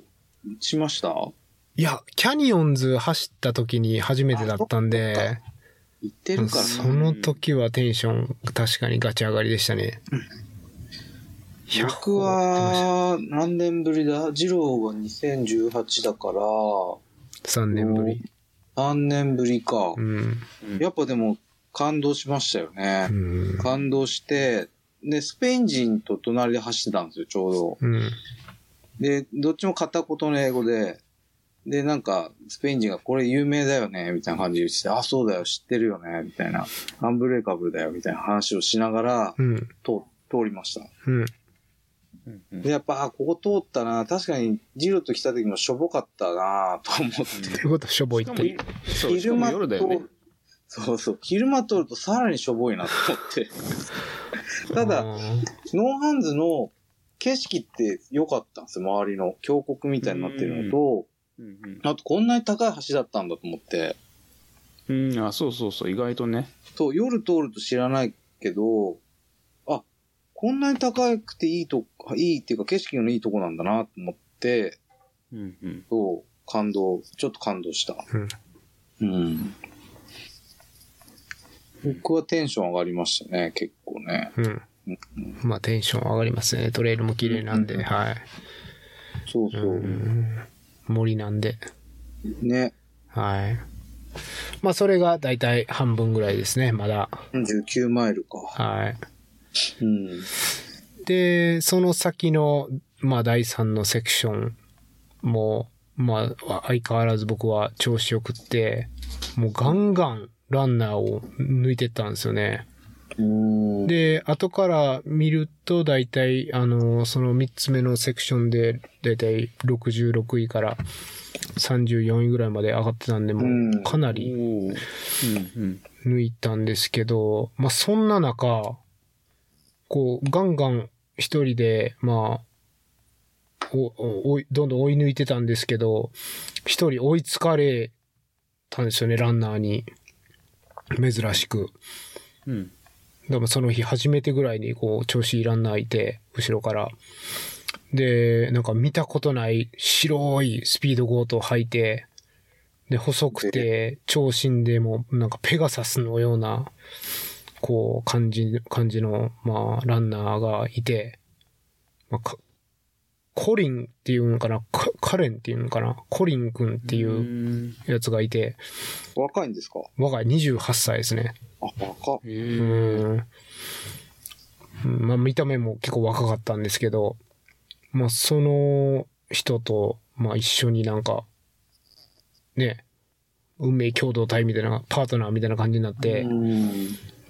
しました行いや、キャニオンズ走った時に初めてだったんあそっで、ってるからそな。の時はテンション確かにガチ上がりでしたね。いや僕、は、何年ぶりだジローが2018だから、 3年ぶり。 3年ぶりかう。ん。やっぱでも、感動しましたよねう。ん。感動して、で、スペイン人と隣で走ってたんですよ、ちょうど。うん。で、どっちも片言の英語で、で、なんか、スペイン人がこれ有名だよね、みたいな感じで言ってて、あ、そうだよ、知ってるよね、みたいな、アンブレーカブルだよ、みたいな話をしながら、うん。通通りました。うん。で、やっぱ、あ、ここ通ったな、確かに、ジロと来た時もしょぼかったな、と思って。ということはしょぼいしっかて。も、そう、しかも夜だよね。そうそう、昼間通るとさらにしょぼいな、と思 って。ただ、うん、ノーハンズの景色って良かったんですよ、周りの。峡谷みたいになってるのと、うんあとこんなに高い橋だったんだと思って。うん。うん、あ、そうそうそう、意外とね。そう、夜通ると知らないけど、あ、こんなに高くていいとこ、いいっていうか景色のいいとこなんだなと思って、うんうん。そう、感動、ちょっと感動した。うん。うん。僕はテンション上がりましたね、結構ね。うん。まあテンション上がりますね。トレイルも綺麗なんで、うんはい。そうそう。うん。森なんで。ね。はい。まあそれが大体半分ぐらいですね、まだ。 19マイルか。はい。うん。で、その先の、まあ、第3のセクションも、まあ、相変わらず僕は調子よくって、もうガンガンランナーを抜いてったんですよね。うん。で、後から見ると、大体、あの、その3つ目のセクションで、大体66位から34位ぐらいまで上がってたんで、うもうんかなおりーうんうん。抜いたんですけど、まあ、そんな中、こう、ガンガン一人で、まあ、おお追いどんどん追い抜いてたんですけど、一人追いつかれたんですよね、ランナーに。珍しく。うん。でもその日初めてぐらいにこう調子いいランナーいて、後ろから。で、なんか見たことない白いスピードゴートを履いて、で、細くて、長身でもうなんかペガサスのような、こう感じ、感じの、まあ、ランナーがいて、まあ、かコリンっていうのかなかカレンっていうのかなコリン君っていううん。やつがいて、若いんですか若い28歳ですね。あ、若っ。うへーん。まあ見た目も結構若かったんですけど、まあその人と、まあ一緒になんか、ね、運命共同体みたいな、パートナーみたいな感じになって、うん。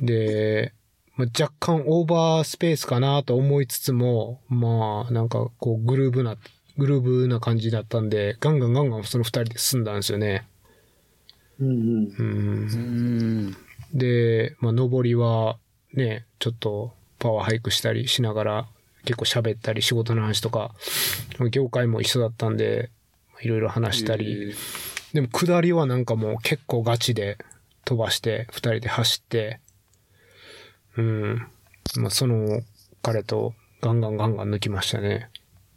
で、まあ、若干オーバースペースかなと思いつつも、まあなんかこうグルーブな、グルーブな感じだったんで、ガンガンガンガンその二人で進んだんですよね。うん。うんう。ん。で、まあ、上りはね、ちょっとパワーハイクしたりしながら、結構喋ったり、仕事の話とか、業界も一緒だったんで、いろいろ話したり、へー。でも下りはなんかもう結構ガチで飛ばして、二人で走って、うん。まあ、その彼とガンガンガンガン抜きましたね。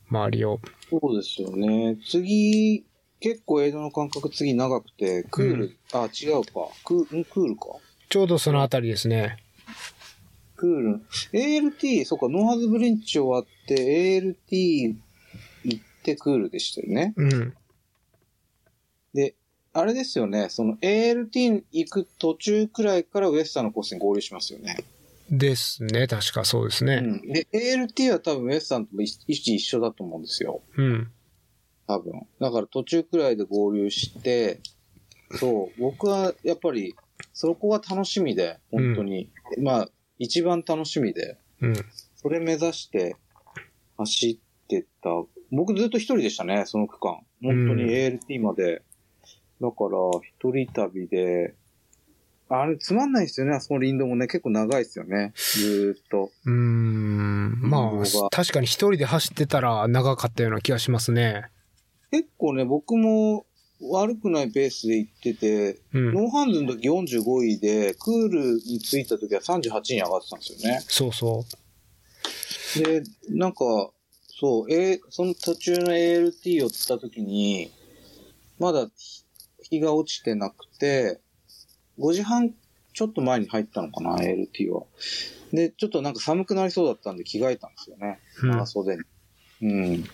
周りを。そうですよね。次、結構映像の間隔次長くて、クール、あ、違うか。クーんクールか。ちょうどそのあたりですね。クール。ALT、そっか、ノーハズブリンチ終わって、ALT 行ってクールでしたよね。うん。で、あれですよね、その ALT 行く途中くらいからウエスターのコースに合流しますよね。ですね。確かそうですうね。ん。で、ALT は多分ウエスターと位置一緒だと思うんですよ。うん。多分。だから途中くらいで合流して、そう、僕はやっぱり、そこが楽しみで、本当に。まあ、一番楽しみで、うん。それ目指して走ってた。僕ずっと一人でしたね、その区間。本当にうん ALT まで。だから、一人旅で、あれ、つまんないですよね、あそこの林道もね、結構長いですよね、ずーっと。うーんま運動あ、が確かに一人で走ってたら長かったような気がしますね。結構ね、僕も悪くないペースで行ってて、うん。ノーハンズの時45位で、クールに着いた時は38位に上がってたんですそうそよね。で、なんか、そう、えその途中の ALT をつった時に、まだ日日が落ちてなくて、5時半ちょっと前に入ったのかな、ALT は。で、ちょっとなんか寒くなりそうだったんで着替えたんですよね。う。うん長。袖に。うん。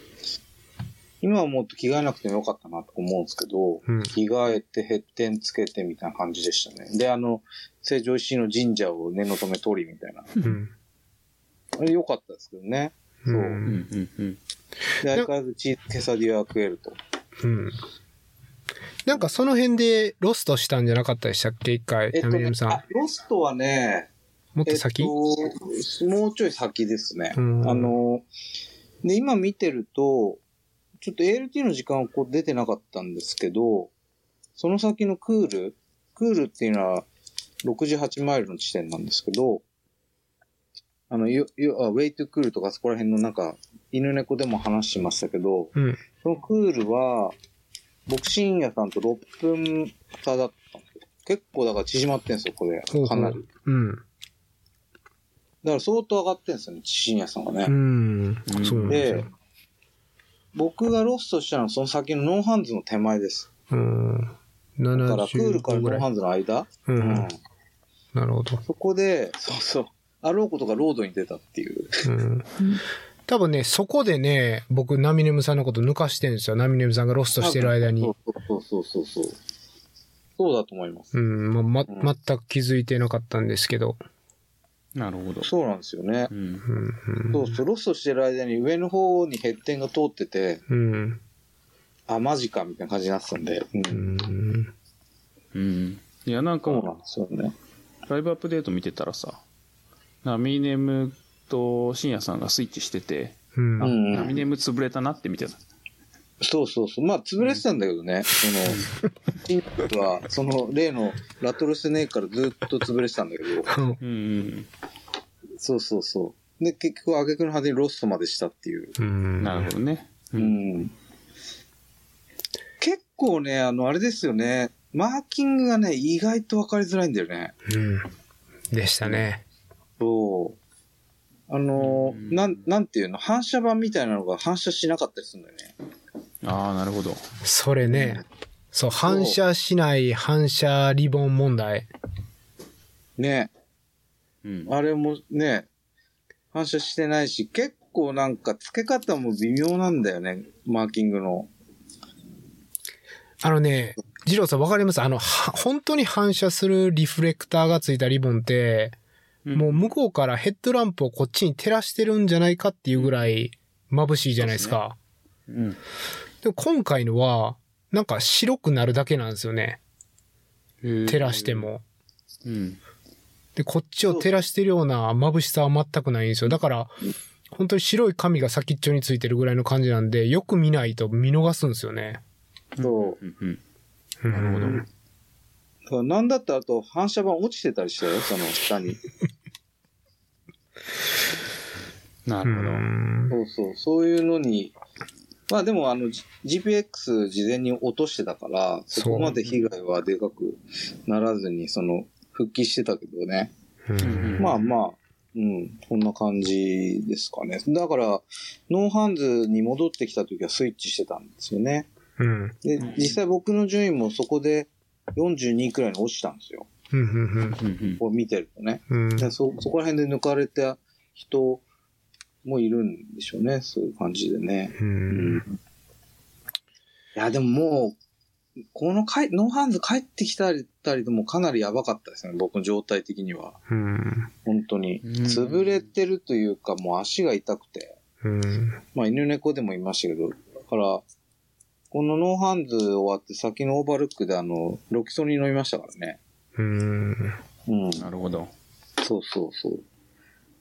今はもっと着替えなくてもよかったなと思うんですけど、うん。着替えて、ヘッテンつけてみたいな感じでしたね。で、あの、成城石井の神社を念のため通りみたいな。うん。あれ良かったですけどね。ううんん。うんうん。で、相変わらずチーズケサディアは食えると。うん。なんかその辺でロストしたんじゃなかったでしたっけ一回、ナミねルムさんあ。ロストはね、もっえとっ先、と、もうちょい先ですね。あうんの、で、今見てると、ちょっと ALT の時間はこう出てなかったんですけど、その先のクール、クールっていうのは68マイルの地点なんですけど、あの、よよあウェイトクールとかそこら辺のなんか、犬猫でも話してましたけど、うん。そのクールは、ボクシング屋さんと6分差だったんですよ。結構だから縮まってんですよ、これほうほう。かなり。うん。だから相当上がってんですよね、深夜さんがうね。ん。そうなんですよで。、僕がロストしたのはその先のノンハンズの手前です。うん。だから、クールから75ノぐンハらい。ンズの間、ううんん。なるほど。そこで、そうそう。あろうことがロードに出たっていう。うん。多分ね、そこでね、僕、ナミネムさんのこと抜かしてるんですよ。ナミネムさんがロストしてる間に。そうそうそうそうそう。そうだと思います。うん、ま、うんま、全く気づいてなかったんですけど。なるほど。そうなんですよねう。ん。うん、うん。そうそう、ロストしてる間に上の方にヘッテンが通ってて、うん。あ、マジかみたいな感じになってたんで。うんうん。うん。いや、なんかそう、なんですよね。ライブアップデート見てたらさ、ナミネムと深夜さんがスイッチしてて、うん。あう。うんんナミネム潰れたなって見てた。そうそうそう。まあ、潰れてたんだけどね。その、チンプは、その、例のラトルスネークからずっと潰れてたんだけど、うんうんそうそうそう。で、結局、挙句の果てにロストまでしたっていう。うん。なるほどね。う。うんん。結構ね、あの、あれですよね。マーキングがね、意外と分かりづらいんだよね。うん。でしたね。そう。あの、うんなん、なんていうの反射板みたいなのが反射しなかったりするんだよね。ああ、なるほど。それね。そう、反射しない反射リボン問題。ね。うん。あれもね、反射してないし、結構なんか付け方も微妙なんだよね、マーキングの。あのね、二郎さんわかりますあの、は本当に反射するリフレクターがついたリボンって、うんもう向こうからヘッドランプをこっちに照らしてるんじゃないかっていうぐらい眩しいじゃないですか。うん。でも今回のは、なんか白くなるだけなんですよね。照照らして。も。うん。で、こっちを照らしてるような眩しさは全くないんですよ。だから、本当に白い紙が先っちょについてるぐらいの感じなんで、よく見ないと見逃すんですよね。そううんうん。なるほどだからなんだったらあと反射板落ちてたりしたよ、その下に。なるほど。そうそう、そういうのに。まあでもあの、G- GPX 事前に落としてたから、そこまで被害はでかくならずに、その、復帰してたけどね。うんまあまあ、うん、こんな感じですかね。だから、ノーハンズに戻ってきた時はスイッチしてたんですよね。うん。でうん、実際僕の順位もそこで42くらいに落ちたんですよ。うん、うん、うんうんこう見てるとね。うん。うんでそ、そこら辺で抜かれた人もいるんでしょうね。そういう感じでね。う。うんいや、でももう、このかい、ノーハンズ帰ってきたりたりでもかなりやばかったですね。僕の状態的には。うん。本当に。うん潰れてるというか、もう足が痛くて。うん。まあ犬猫でもいましたけど、だから、このノーハンズ終わって先のオーバールックであの、ロキソニン飲みましたからね。うん。うん。なるほど。そうそうそう。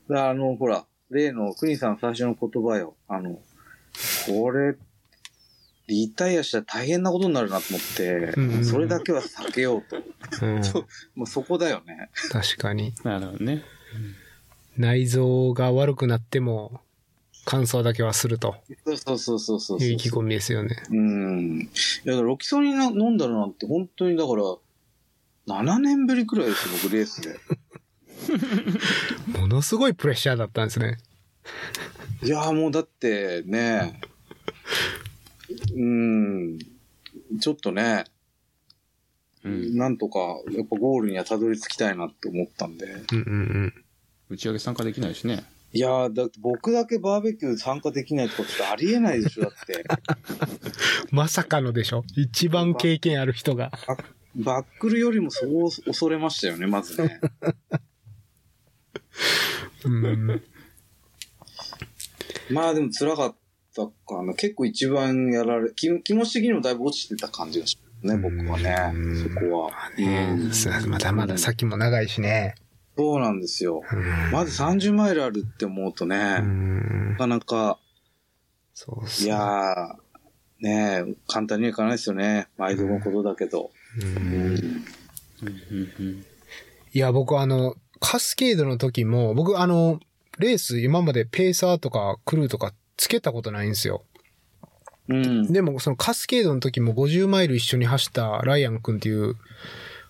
だからあの、ほら、例のクイーンさんの最初の言葉よ。あの、これ、リタイアしたら大変なことになるなと思ってうんうんうん、それだけは避けようと。うんもうそこだよね。確かに。なるほどね。内臓が悪くなっても、乾燥だけはするとそうそうそうそうそういそうう意気込みですよね。うん。いや、だからロキソニンな飲んだのなんて本当にだから、7年ぶりくらいですよ、僕レースで。 ものすごいプレッシャーだったんですね。いやーもうだってね、うん、ちょっとね、うん。なんとかやっぱゴールにはたどり着きたいなって思ったんで。うんうん打ち上げ参加できないしね。いやーだって僕だけバーベキュー参加できないってことってありえないでしょ、だって。うん。まさかのでしょ一番経験ある人が。バックルよりもそう恐れましたよね、まずね。うん。まあでも辛かったかな。結構一番やられ、気気持ち的にもだいぶ落ちてた感じがしますね、僕はうんね。そこは。うんまだまだ先も長いしね。そうなんですよ。まず30マイルあるって思うとね、う。なんかなか、そうっすいねやー、ねえ、簡単にはいかないですよね。毎度のことだけど。うんうんうんいや、僕あの、カスケードの時も、僕あの、レース今までペーサーとかクルーとかつけたことないんですよ。うん。でも、そのカスケードの時も50マイル一緒に走ったライアン君っていう、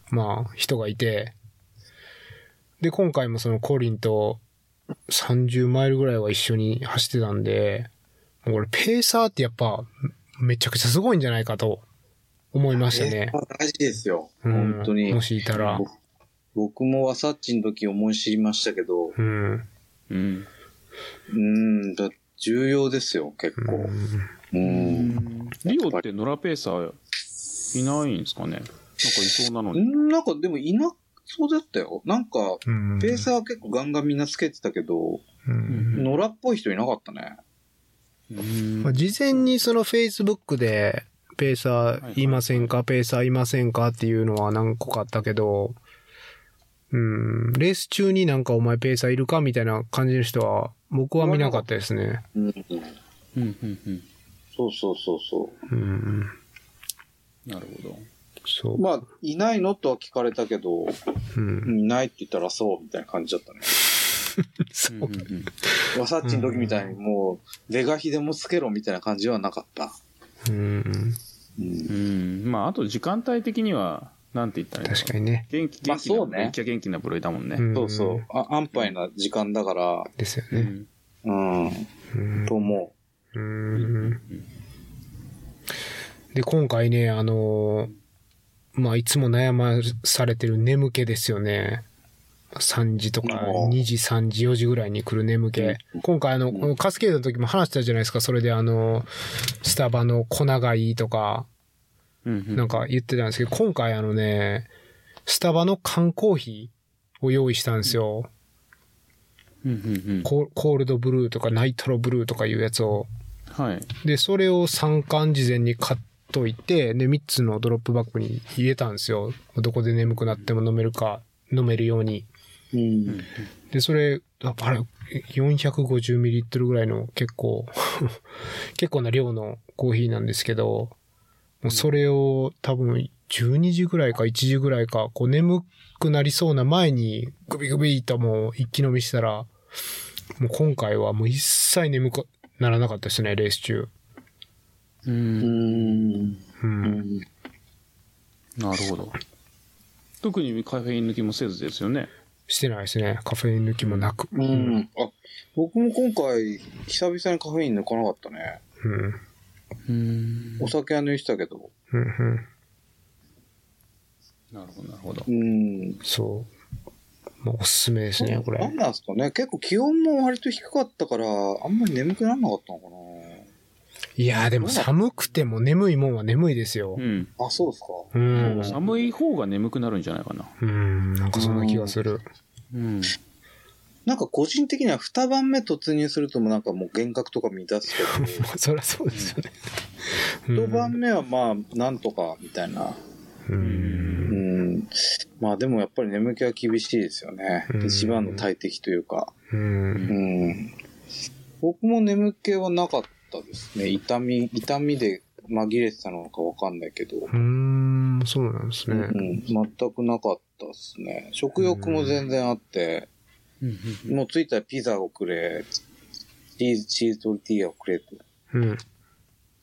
まあ、人がいて、で、今回もそのコリンと30マイルぐらいは一緒に走ってたんで、もう俺、ペーサーってやっぱ、めちゃくちゃすごいんじゃないかと思いましたねペ。ーサー大事ですよ。うん本当に。もしいたら。僕僕もワサッチの時思い知りましたけど、ううん。うん。ーん、だ重要ですよ、結う構。んうん。リオってノラペーサーいないんですかねなんかいそうなのうに。ん、なんかでもいなそうだったよ。なんか、うん。ペーサーは結構ガンガンみんなつけてたけど、うんうん野良っぽい人いなかったね。うんまあ事前にその Facebook で、ペーサーいませんか、ペーサーいませんかっていうのは何個かあったけど、うん、レース中になんかお前ペーサーいるかみたいな感じの人は、僕は見なかったですね。うん。うんうんうんそうそうそうそ。うん。なるほど。そうう。まあ、いないのとは聞かれたけど、うん。いないって言ったらそうみたいな感じだったね。そううんうんうんワサッチの時みたいにもう、レガヒでもつけろみたいな感じはなかった。うん。う。うんんまあ、あと時間帯的には、なんて言ったらいいの確かにね。元気、まあ元気な、そうねめっちゃ元気な部類だもんね。んそうそう。。あ安牌な時間だから、ですようね。んうん、うんと思うん。で、今回ね、あのーまあ、いつも悩まされてる眠気ですよね。3時とかうん2時、3時、4時ぐらいに来る眠気。今回あの、このカスケードの時も話したじゃないですか。それであの、スタバの粉がいいとか、うんうんなんか言ってたんですけど、今回あのね、スタバの缶コーヒーを用意したんですよ。うんうんココールドブルーとかナイトロブルーとかいうやつを。うんはい。で、それを3巻事前に買っといて、で、3つのドロップバッグに入れたんですよ。どこで眠くなっても飲めるか、飲めるように。う。うん。で、それ、ああれ、450ml ぐらいの結構、 結構な量のコーヒーなんですけど、もうそれを多分12時ぐらいか1時ぐらいか、こう眠くなりそうな前にグビグビともう一気飲みしたら、もう今回はもう一切眠くならなかったですね、レース中。ううんん。うんなるほど。特にカフェイン抜きもせずですよね。してないですね。カフェイン抜きもなく。う。ん。あ、僕も今回、久々にカフェイン抜かなかったね。うん。うん。うんお酒は抜いてたけど。うん。なるほど、なるほどう。ん。そう。まあ、おすすめですね、こなれん。なんすかね。結構気温も割と低かったから、あんまり眠くならなかったのかいやーでも寒くても眠いもんは眠いですよう。ん。な。あ、そうですか。うん。寒い方が眠くなるんじゃないかな。うん。なんかそんな気がする。うん。なんか個人的には2番目突入するともなんかもう幻覚とか乱すけど。まあ、 そりゃそうですよね。一晩目はまあ、なんとか、みたいな。う。うんん。まあでもやっぱり眠気は厳しいですよねう。ん一番の大敵というか。うん。うん。僕も眠気はなかったですね。痛み、痛みで紛れてたのかわかんないけど。うん。うんそうなんですうね。ん。全くなかったですね。食欲も全然あって、うんもう着いたらピザをくれ、チーズ、チーズトルティーヤをくれと。うん。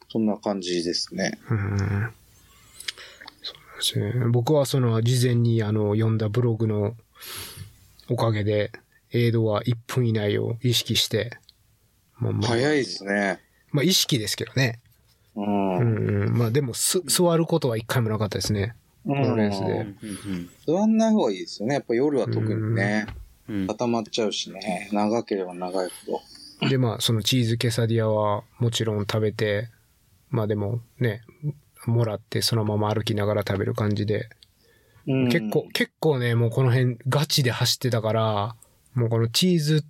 そんな感じですね。うん。そうなんですね。僕はその事前にあの読んだブログのおかげで、エイドは1分以内を意識して、まあまあ早いですね。まあ意識ですけどね。うん。うんうん。まあでもす、座ることは一回もなかったですね。うんレースでうん座んない方がいいですよね。やっぱ夜は特にね。うん固まっちゃうしね。長ければ長いほど。でまあそのチーズケサディアはもちろん食べて、まあでもね、もらってそのまま歩きながら食べる感じで。うん結構、結構ね、もうこの辺ガチで走ってたから、もうこのチーズ、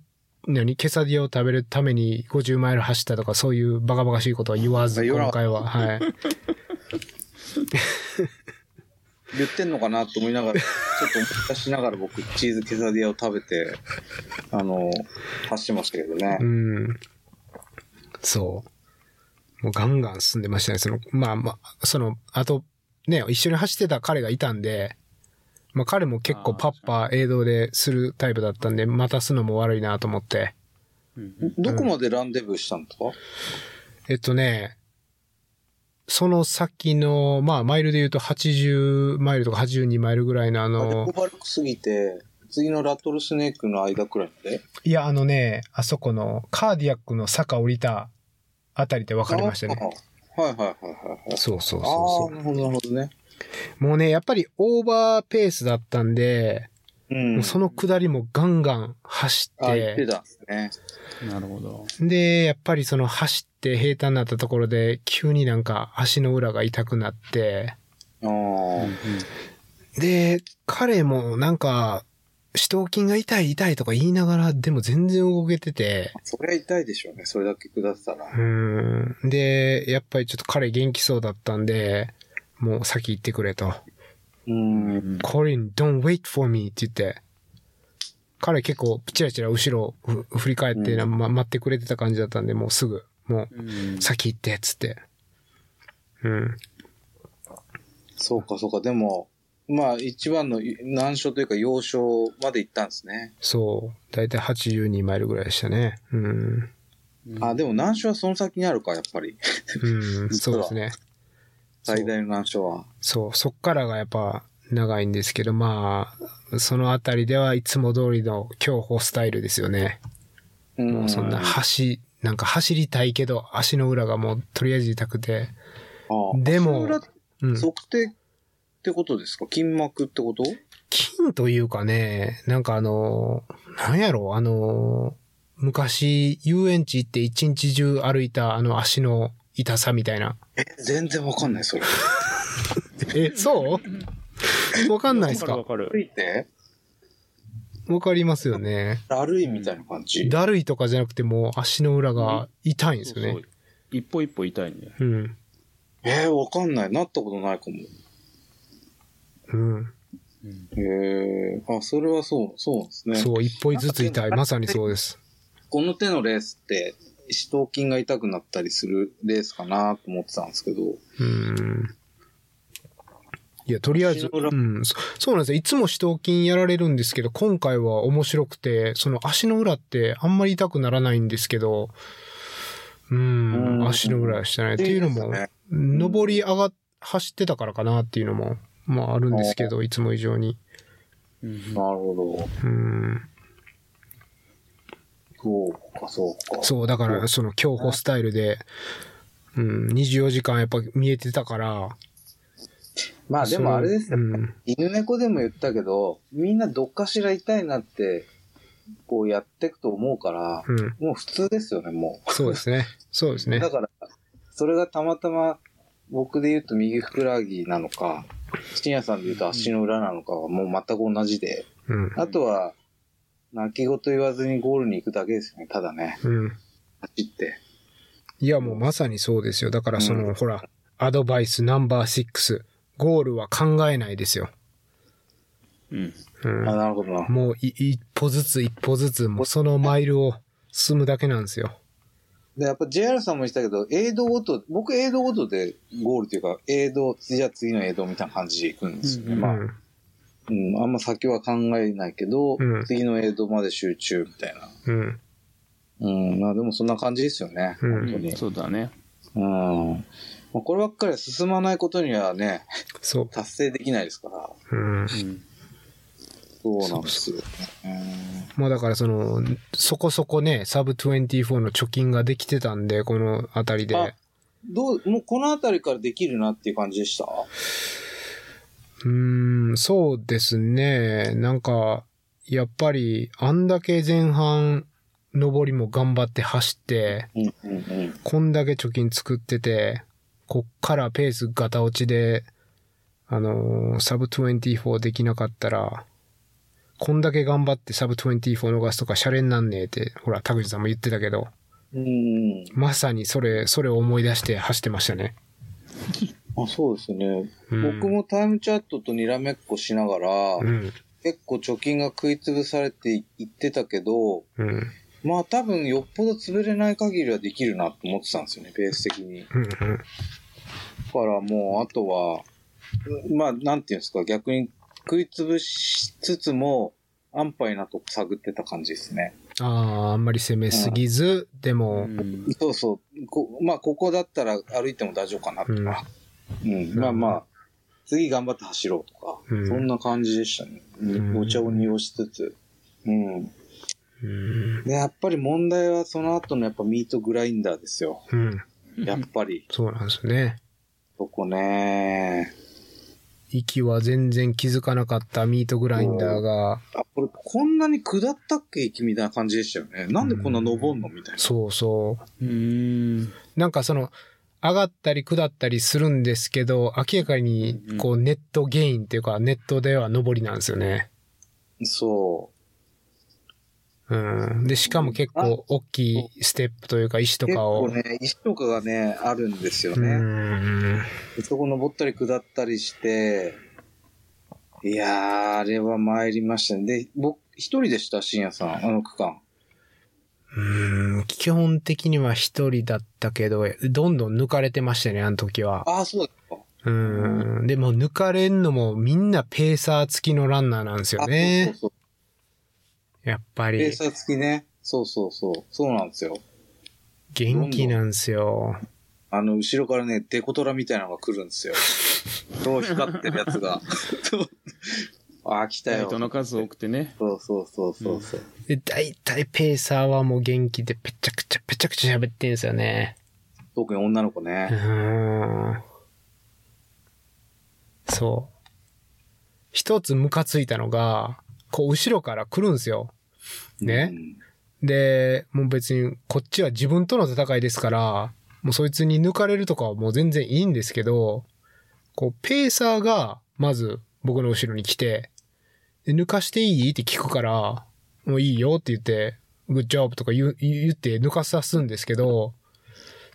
何ケサディアを食べるために50マイル走ったとかそういうバカバカしいことは言わず、あ言わな今かっ回たは。 はい。言ってんのかなと思い ながら、ちょっと思い出しながら僕、チーズケサディアを食べて、あの、走ってましたけどねう。ん。そう。もうガンガン進んでましたね。その、まあまあ、その、あと、ね、一緒に走ってた彼がいたんで、まあ彼も結構あーパッパ映像でするタイプだったんで、待たすのも悪いなと思って。うんどこまでランデブーしたんですかえっとね、その先の、まあマイルで言うと80マイルとか82マイルぐらいのああれ、の小、バルクすぎて、次のラトルスネークの間くらいまでいやあのね、あそこのカーディアックの坂降りたあたりで分かりましたね。あー。はいはいはいはいはい。そうそうそうあそあ、なるほどなるほどね。う。もうね、やっぱりオーバーペースだったんで、うん。もうその下りもガンガン走っあ言ってて、たね。なるほど。で、やっぱりその走って平坦になったところで、急になんか足の裏が痛くなって、ああ。で、彼もなんか、死闘筋が痛い痛いとか言いながら、でも全然動けてて、そりゃ痛いでしょうね。それだけ下ったら。うーん。で、やっぱりちょっと彼元気そうだったんで、もう先行ってくれと。うん。 Colin, don't wait for me って言って、彼結構チラチラ後ろふ振り返って、うま、待ってくれてた感じだったんで、もうすぐ、もうんう先行って、つって。うん。そうかそうか。でも、まあ一番の難所というか要所まで行ったんですね。そう。だいたい82マイルぐらいでしたね。うん。あ、でも難所はその先にあるか、やっぱり。うん、実そうはですね。最大の難所は。そう、そっからがやっぱ長いんですけど、まあ、そのあたりではいつも通りの競歩スタイルですよね。うもうそんなあ走、なんか走りたいけど、足の裏がもうとりあえず痛くて。あでも足の裏ってうん。測定ってことですか筋膜ってこと金というかね、なんかあの、なんやろ、あの、昔遊園地行って一日中歩いたあの足の痛さみたいな。全然わかんない、それ。え、 そうわかんないですわかかるわか歩る。いてわかりますよね。歩いみたいな感じ。だるいとかじゃなくてもう足の裏が痛いんですよね。そうそう一歩一歩痛いね。うん。えー、わかんない。なったことないかも。うん。へえ。あ、それはそう、そうですね。そう、一歩ずつ痛い。まさにそうです。この手のレースって、四頭筋が痛くなったりするレースかなと思ってたんですけど、うん。いや、とりあえず足、の裏うん、そそうなんですよ。いつも死闘筋やられるんですけど、今回は面白くて、その足の裏ってあんまり痛くならないんですけど、うん、うん足の裏でしたね。っていうのも、ね上り上が、走ってたからかなっていうのも、まああるんですけど、いつも以上に。うんなるほうん。ど。そうか、そうか。そう、だから、その競歩スタイルで、うん、24時間やっぱ見えてたから。まあでもあれですそよ、のうん。犬猫でも言ったけど、みんなどっかしら痛いなって、こうやっていくと思うから、うん。もう普通ですよね、もそうですね。そうですう。ねだ。から、それがたまたま、僕で言うと右ふくらはぎなのか、深夜さんで言うと足の裏なのかはもう全く同じで、うん。あとは、泣き言言わずにゴールに行くだけですよね、ただね、うん。走って。いや、もうまさにそうですよ。だから、その、うんほら、アドバイスナンバー6、ゴールは考えないですよ。うん。うんあ、。なるほどな。もうい、一歩ずつ一歩ずつ、もうそのマイルを進むだけなんですよ。で、やっぱ JR さんも言ってたけど、エイドごと、僕エイドごとでゴールというか、エイド、次は次のエイドみたいな感じで行くんですよね。うんまあ、うんうん、あんま先は考えないけど、うん次のエイドまで集中みたいな。うん。うん、まあでもそんな感じですよね。うん本当に。そうだね。うん。まあ、こればっかりは進まないことにはね、そ達成できないですから。う。うん。うんそうなんですよ、ね。うんまあだからその、そこそこね、サブ24の貯金ができてたんで、このあたりであ。どう、もうこの辺りからできるなっていう感じでしたうーん、そうですね。なんか、やっぱり、あんだけ前半、上りも頑張って走って、うんうんうん。こんだけ貯金作ってて、こっからペースガタ落ちで、あのーサブ24できなかったら、こんだけ頑張ってサブ24逃すとかシャレになんねえって、ほら、田口さんも言ってたけど、うん。まさにそれ、それを思い出して走ってましたね。あそうですね。うん僕。もタイムチャットとにらめっこしながら、うん。結構貯金が食い潰されていってたけど、うん。まあ多分よっぽど潰れない限りはできるなと思ってたんですよね、ベース的に。だうん。うん。からもうあとは、うんまあなんていうんですか、逆に食い潰しつつも、安牌なとこ探ってた感じですね。ああ、あんまり攻めすぎず、でうも、んそうそう。こまあここだったら歩いても大丈夫かなとか。うん。まあまあ、次頑張って走ろうとか。うんそんな感じでしたね。んお茶を濁しつつ。うん。うん。で、やっぱり問題はその後のやっぱミートグラインダーですよ。うん。やっぱり、そうなんですよね。そこね。息は全然気づかなかったミートグラインダーが、あ、これ、こんなに下ったっけ駅みたいな感じでしたよね。なんでこんな登んのみたいな。そうそう。うん。なんかその、上がったり下ったりするんですけど、明らかにうん、こう、ネットゲインっていうか、ネットでは上りなんですよね。そうん。で、しかも結構大きいステップというか、石う。と結かを。構ね、石とかがね、あるんですようね。ん。そこ登ったり下ったりして、いやー、あれは参りましたね。で、僕、一人でした、深夜さん、あの区間。うん。基本的には一人だったけど、どんどん抜かれてましたね、あの時は。ああ、そうだった。うん。で、もう抜かれんのもみんなペーサー付きのランナーなんですよあそうね。そうそう。やっぱペーり、サー付きね。そうそうそう。そうなんですよ。元気なんですよ。あの、後ろからね、デコトラみたいなのが来るんですよ。そう光ってるやつが。 そうあー、来たライよ。トの数多くてね。そうそうそうそうそう。で、大体ペーサーはもう元気でぺちゃくちゃぺちゃくちゃ喋ってんすよね。特に女の子うね。ーん。そう。一つムカついたのが、こう後ろから来るんすよ。ねうんで、もう別にこっちは自分との戦いですから、もうそいつに抜かれるとかはもう全然いいんですけど、こうペーサーがまず僕の後ろに来て、で抜かしていいって聞くから、もういいよって言って、グッジョブとか言う言って抜かさすんですけど、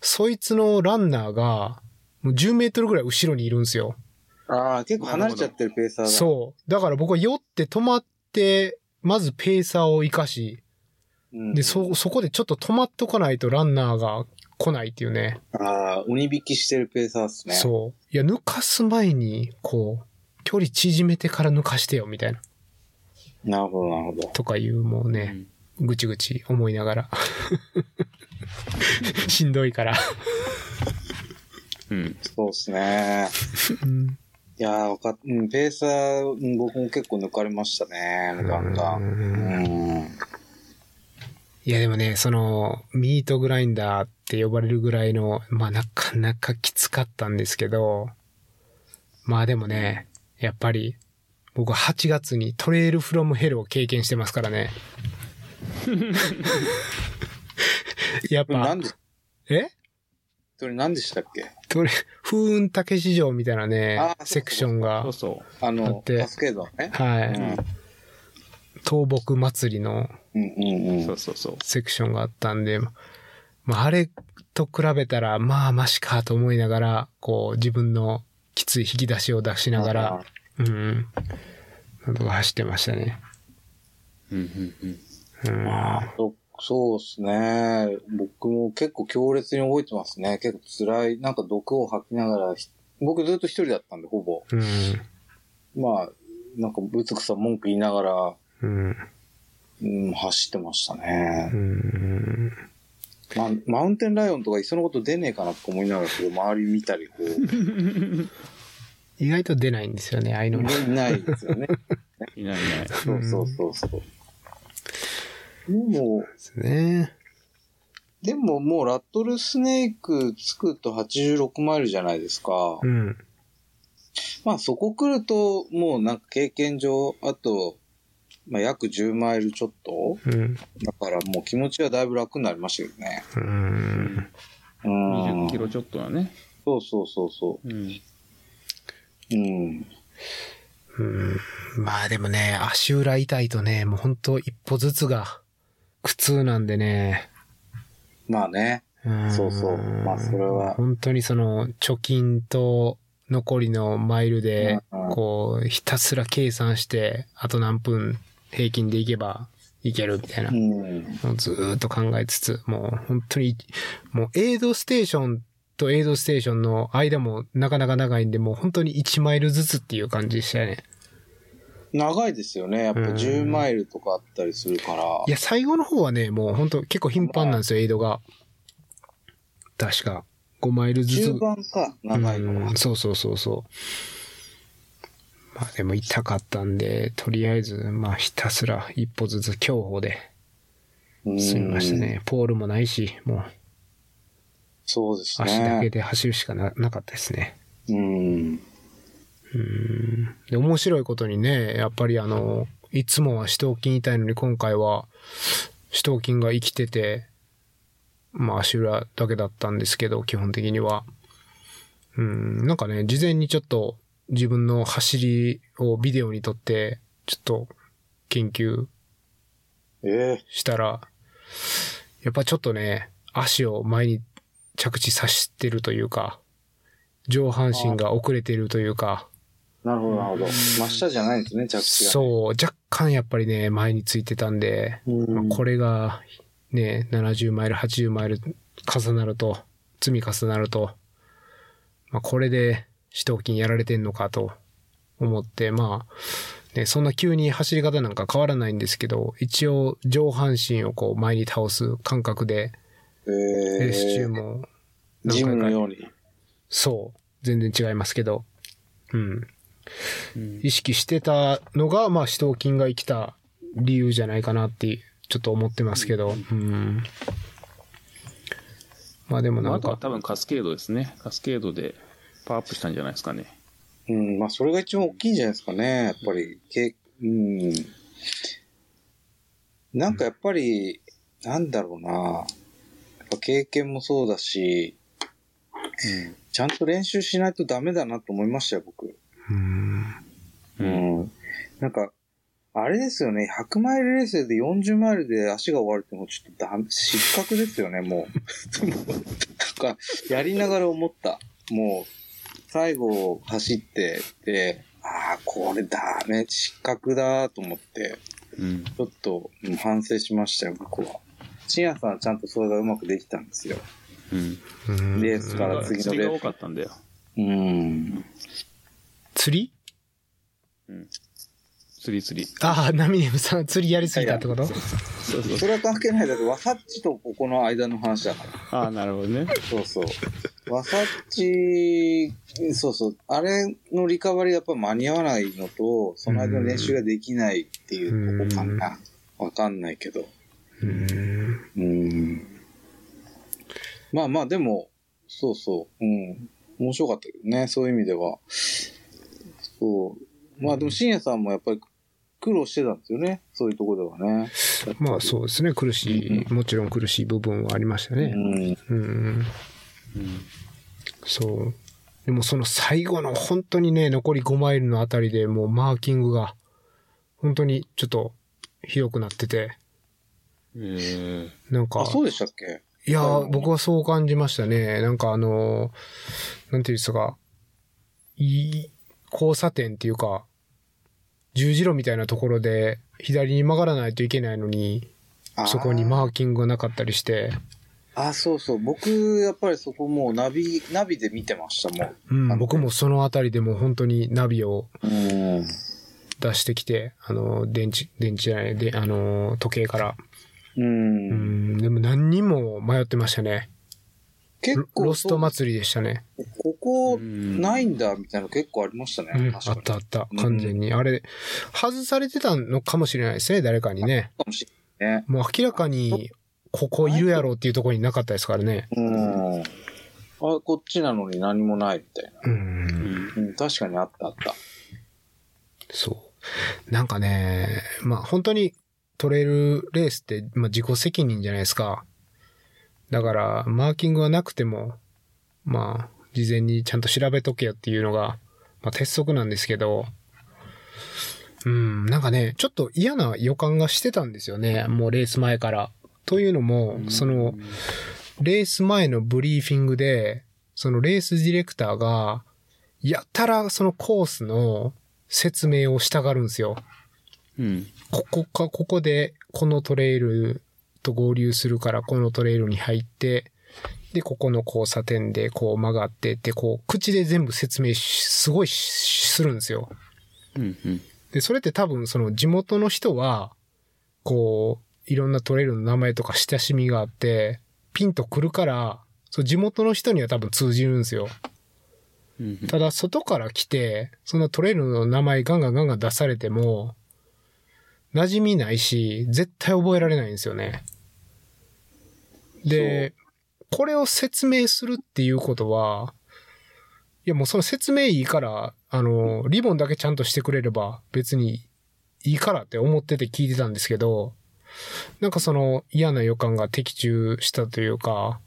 そいつのランナーがもう10メートルぐらい後ろにいるんですよ。ああ、結構離れちゃってるペーサーだ。そう。だから僕は酔って止まって、まずペーサーを生かし、うん。で、そ、そこでちょっと止まっとかないとランナーが来ないっていうね。ああ、鬼引きしてるペーサーっすね。そう。いや、抜かす前に、こう、距離縮めてから抜かしてよ、みたいな。なるほど、なるほど。とかいう、もうね、ぐちぐち思いながら。しんどいから。うん。そうですね。うんいやー、わかっ、うん、ペーサー、うん僕も結構抜かれましたね、ガンガン。うん。いや、でもね、その、ミートグラインダーって呼ばれるぐらいの、まあ、なかなかきつかったんですけど、まあでもね、やっぱり、僕は8月にトレイルフロムヘルを経験してますから ね。やっぱ何、で、えそれ何でしたっけトレ、風雲竹市場みたいなねあ、ーセクションそがう、そあだっの、てカスケードのね。はうんい、倒木祭りのうんうんう。うそんう。そうそう。セクションがあったんで、まあ、あれと比べたら、まあ、マシかと思いながら、こう、自分のきつい引き出しを出しながら、うん、なんとか走ってましたね。うんうんうん、そそうですね。僕も結構強烈に覚えてますね。結構辛い。なんか毒を吐きながら、ひ僕ずっと一人だったんで、ほぼ。うん、まあ、なんかぶつくさ文句言いながら、うん、うん、走ってましたねう。ん。ま、マウンテンライオンとかいっそのこと出ねえかなと思いながら、こう周り見たり、こ う、意外と出ないんですよね、ああいうのも。いないですよね。うん。いないいない。そうそうそうそう。でも、ですね。でももうラットルスネーク着くと86マイルじゃないですか。うん、まあそこ来ると、もうなんか経験上、あと、まあ約10マイルちょっとうん、だからもう気持ちはだいぶ楽になりましたけどね。うん。う20んキ。ロちょっとだね。そうそうそうそうん。う。うん。うん、まあでもね、足裏痛いとね、もう本当一歩ずつが苦痛なんでね。まあね。んそうそうまあそれは本当にその、貯金と残りのマイルで、うんうんこう、ひたすら計算して、あと何分平均でいけばいけるみたいな。うん。もうずーっと考えつつ、もう本当に、もうエイドステーションとエイドステーションの間もなかなか長いんで、もう本当に1マイルずつっていう感じでしたよね。長いですよね。やっぱうん10マイルとかあったりするから。いや、最後の方はね、もう本当結構頻繁なんですよ、エイドが。確か。5マイルずつ。中盤か、長いのはうん。そうそうそうそう。まあでも痛かったんで、とりあえず、まあひたすら一歩ずつ競歩でうん済みましたね。ポールもないし、もそうですね。足だけで走るしかななかったですね。うん。うん。で、面白いことにね、やっぱりあの、いつもは死闘金いたいのに今回は死闘金が生きてて、まあ足裏だけだったんですけど、基本的には。うん、なんかね、事前にちょっと自分の走りをビデオに撮って、ちょっと研究ええしたら、やっぱちょっとね、足を前に着地させてるというか、上半身が遅れてるというか、なるほど、なるほど。真下じゃないんですね、着地が。そう、若干やっぱりね、前についてたんで、うん。まあこれがね、70マイル、80マイル重なると、積み重なると、まあ、これで死闘金やられてんのかと思って、まあ、ね、そんな急に走り方なんか変わらないんですけど、一応上半身をこう前に倒す感覚で、レえース中ー、も何ジム回のか、ように。そう、全然違いますけど、うん。うん意識してたのが、まあ、死闘筋が生きた理由じゃないかなって、ちょっと思ってますけど、うん。まあでもまあなあんとはか、多分カスケードですね。カスケードでパワーアップしたんじゃないですかね。うん、まあ、それが一番大きいんじゃないですかね、やっぱり。けうん。なんかやっぱり、なんだろうな。やっぱ経験もそうだし、ちゃんと練習しないとダメだなと思いましたよ、僕。うん。う。うんん。なんか、あれですよね、100マイルレースで40マイルで足が終わるってもうちょっとダメ、失格ですよね、もう。 なんか、やりながら思った。もう、最後走って、で、ああ、これダメ、失格だと思って、うん。ちょっとうん反省しましたよ、僕は。シンヤさんはちゃんとそれがうまくできたんですよ。うん。うんレースから次の釣レりが多ース。かったんだよ。うん。釣り 釣り釣り。ああ、ナミネムさん釣りやりすぎたってことそうそうそれは関係ないだって、わさっちとここの間の話だから。ああ、なるほどね。そうそう。わさっち、そうそう。あれのリカバリーがやっぱ間に合わないのと、その間の練習ができないっていうとこかな。わかんないけど。うん。うん。まあまあ、でも、そうそう。うん。面白かったけどね、そういう意味では。そう。まあでも、深夜さんもやっぱり苦労してたんですよね。そういうとこではね。まあそうですね、苦しい、もちろん苦しい部分はありましたね。うん。うん。うん。そう。でもその最後の本当にね、残り5マイルのあたりでもうマーキングが、本当にちょっとひどくなってて、えなんか、あ、そうでしたっけいやはー、い僕はそう感じましたね。なんかあのーなんていうんですか、いい、交差点っていうか、十字路みたいなところで左に曲がらないといけないのに、あーそこにマーキングがなかったりして、あ、そうそう。僕、やっぱりそこもうナビ、ナビで見てました、もうん、僕もそのあたりでもう本当にナビをう。うん。出してきて、あのー、電池、電池じゃない、で、あのー、時計から。うん。うん、でも何人も迷ってましたね。結ロ構ロスそトう、祭りでしたね。え。ここ、ないいんだ、みたいなの結構ありましたね。うん、あっ確かにたあった、完全に。あれ、外されてたのかもしれないですね、誰かにね。かもしれないね。もう明らかに、ここいるやろうっていうところになかったですからね。うん。あ、こっちなのに何もない、みたいな。う。うんん。うん、確かにあったあった。そう。なんかね、まあ本当にトレイルレースって、まあ、自己責任じゃないですか。だから、マーキングはなくても、まあ、事前にちゃんと調べとけよっていうのが、まあ鉄則なんですけど、うん、なんかね、ちょっと嫌な予感がしてたんですよね、もうレース前から。というのも、その、レース前のブリーフィングで、そのレースディレクターが、やたらそのコースの説明をしたがるんですよ。うん。ここか、ここで、このトレイルと合流するから、このトレイルに入って、で、ここの交差点でこう曲がってって、こう、口で全部説明し、すごいしするんですよ。うん。うん。で、それって多分その地元の人は、こう、いろんなトレイルの名前とか親しみがあって、ピンとくるから、そう地元の人には多分通じるんですよ。うん。ただ、外から来て、そんなトレイルの名前ガンガンガンガン出されても、馴染みないし、絶対覚えられないんですよね。で、これを説明するっていうことは、いやもうその説明いいから、あの、リボンだけちゃんとしてくれれば別にいいからって思ってて聞いてたんですけど、なんかその嫌な予感が的中したというか、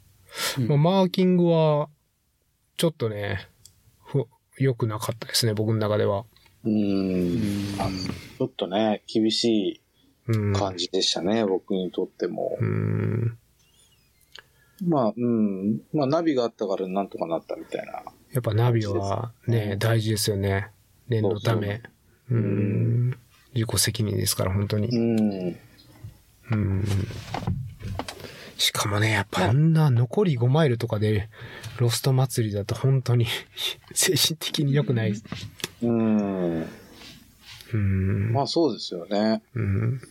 うんまあ、マーキングはちょっとね、ふ良くなかったですね、僕の中では。ううんん。ちょっとね、厳しうん。い感じでしたね、僕にとってもう。ん。まあ、うん。まあ、ナビがあったからなんとかなったみたいな。やっぱナビはうね、ん大事ですよね。念のため。う。うそうん自己責任ですから、本当うに。ん。うん。しかもね、やっぱあんな残り5マイルとかで、ロスト祭りだと本当に 精神的に良くない。うん。うん。まあ、そうですよね。うん。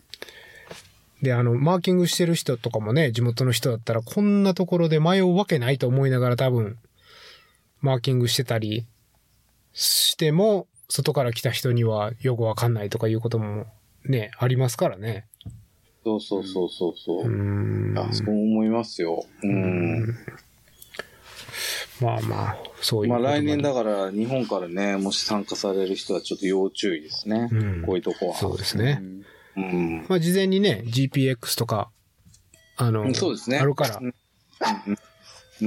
で、あの、マーキングしてる人とかもね、地元の人だったら、こんなところで迷うわけないと思いながら多分、マーキングしてたりしても、外から来た人にはよくわかんないとかいうこともね、ありますからね。そうそうそうそうそうう。ん。あそう思いますよ。うん。まあまあ、そういうまあこと来年もだから日本からね、もし参加される人はちょっと要注意ですね。うんこういうとこは。そうですね。うん。まあ事前にね、GPX とか、あの、そうですねあるから、う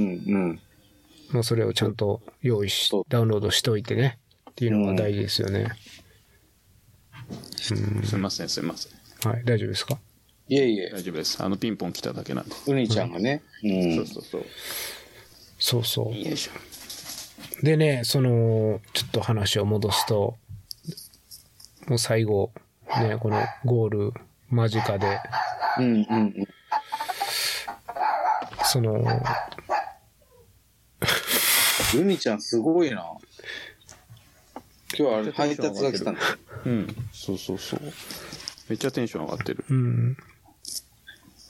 んうん。まあそれをちゃんと用意しそう、ダウンロードしといてね。っていうのが大事ですよね。すいません、すいません。はい、大丈夫ですかいえいえ、大丈夫です。あの、ピンポン来ただけなんで。うにちゃんがね。うん。そうそうそう。そうそよいしょ。う。でね、その、ちょっと話を戻すと、もう最後、ね、このゴール間近で、うんうんうん。その、うにちゃんすごいな。今日はあれ配達が来たんだ。うん。そうそうそう。めっちゃテンション上がってる。うん、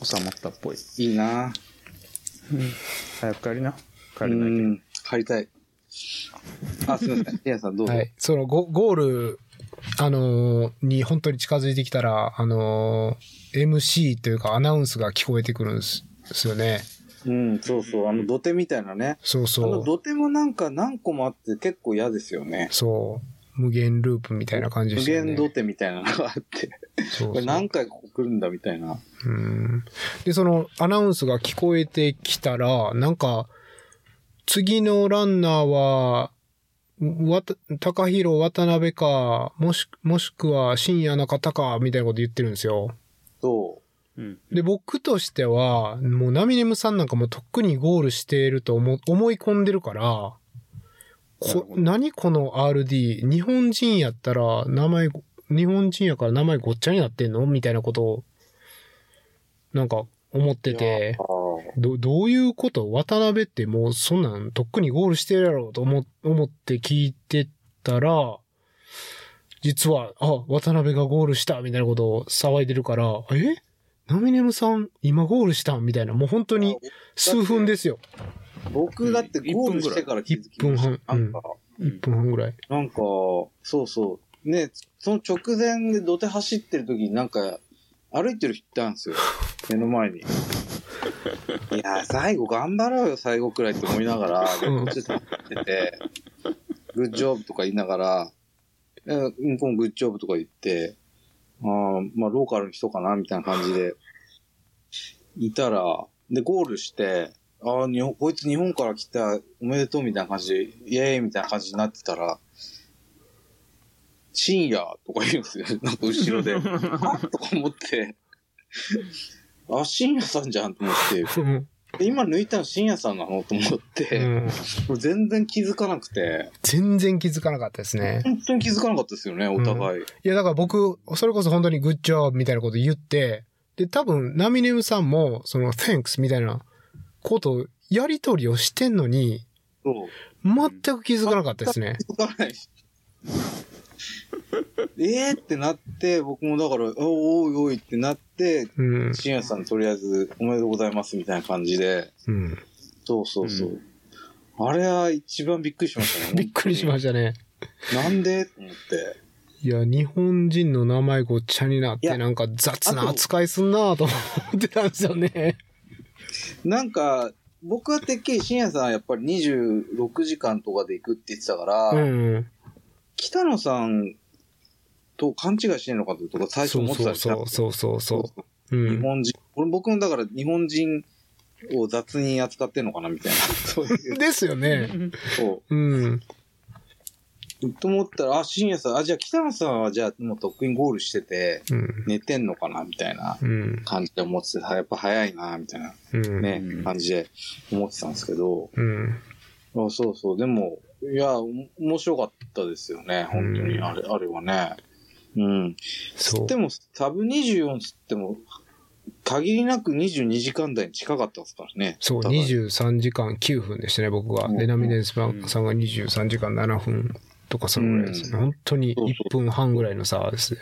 収まったっぽい。いいな。早く帰りな。帰うれないけど。ん。帰りたい。あ、すみません。ティアさんどうぞ。はい、そのゴゴール、あのーに本当に近づいてきたら、あのー MC というかアナウンスが聞こえてくるんですですよね。うん、そうそう。あの土手みたいなね。そうあのそう。土手もなんか何個もあって結構嫌ですよね。そう。無限ループみたいな感じで無したよね。限土手みたいなのがあって。そうそこれう何回ここ来るんだみたいな。うんで、そのアナウンスが聞こえてきたら、なんか、次のランナーは、わた、高弘渡辺か、もし、もしくは深夜中田か、みたいなこと言ってるんですよ。そうん。で、僕としては、もうナミネムさんなんかもうとっくにゴールしていると思、思い込んでるから、なるこほ、ど何この RD、日本人やったら名前ご、日本人やから名前ごっちゃになってんのみたいなことを、なんか思ってう。てあ、ーど、どういうこと渡辺ってもうそんなんとっくにゴールしてるやろうと思、思って聞いてたら、実は、あ、渡辺がゴールしたみたいなことを騒いでるから、えナミネムさん、今ゴールしたんみたいな、もう本当に数分ですよ。僕だってゴールしてから気づきました。 1分半なんか、 1分半ぐらい。なんか、そうそう。ね、その直前で土手走ってる時になんか、歩いてる人いたんですよ。目の前に。いや、最後頑張ろうよ、最後くらいって思いながら、うんこっちで走ってて、グッジョブとか言いながら、え向こうもグッジョブとか言って、あーまあ、ローカルの人かな、みたいな感じで、いたら、で、ゴールして、ああ、日本、こいつ日本から来た、おめでとうみたいな感じで、イエーイみたいな感じになってたら、深夜とか言うんですよ。 なんか後ろで。あとか思って。あ、深夜さんじゃんと思って。うんで今抜いたの深夜さんなのと思って、うんもう全然気づかなくて。全然気づかなかったですね。本当に気づかなかったですよね、お互い。いや、だから僕、それこそ本当にグッジョブみたいなこと言って、で、多分、ナミネムさんも、その、thanks みたいなことを、やりとりをしてんのに、そう。全く気づかなかったですね。気づかないし。えーってなって、僕もだから、おおいおいってなって、うん。深夜さんとりあえずおめでとうございますみたいな感じで。うん。そうそうそう。あれは一番びっくりしましたね。 びっくりしましたね。た。なんでと思って。いや、日本人の名前ごっちゃになっいて、やなんか雑な扱いすんなぁと思ってたんですよね。なんか、僕はてっきり深夜さんやっぱり26時間とかで行くって言ってたから、うん。北野さんと勘違いしてんのかとか最初そう思ってそたうしなそうそうそうそ。そううう日ん。本人、俺僕もだから日本人を雑に扱ってんのかなみたいな。 そういう。ですよね。そうん。う。と思ったら、あ、深夜さん、あ、じゃあ北野さんはじゃあもうとっくにゴールしてて、うん。寝てんのかなみたいなうん。感じで思ってて、やっぱ早いなみたいなうん。ね、うん感じで思ってたんですけど、うん。あそうそう、でも、いや、お面白かったですよね、本当に、うんあれ、あれはね。うん。そうで。も、サブ24つっても、限りなく22時間台に近かったですからね。そう、互い。 23時間9分でしたね、僕は。うんで、ナミネスパさんが23時間7分とかそのぐらいですね。うん本当にそう1分半ぐらいの差ですね。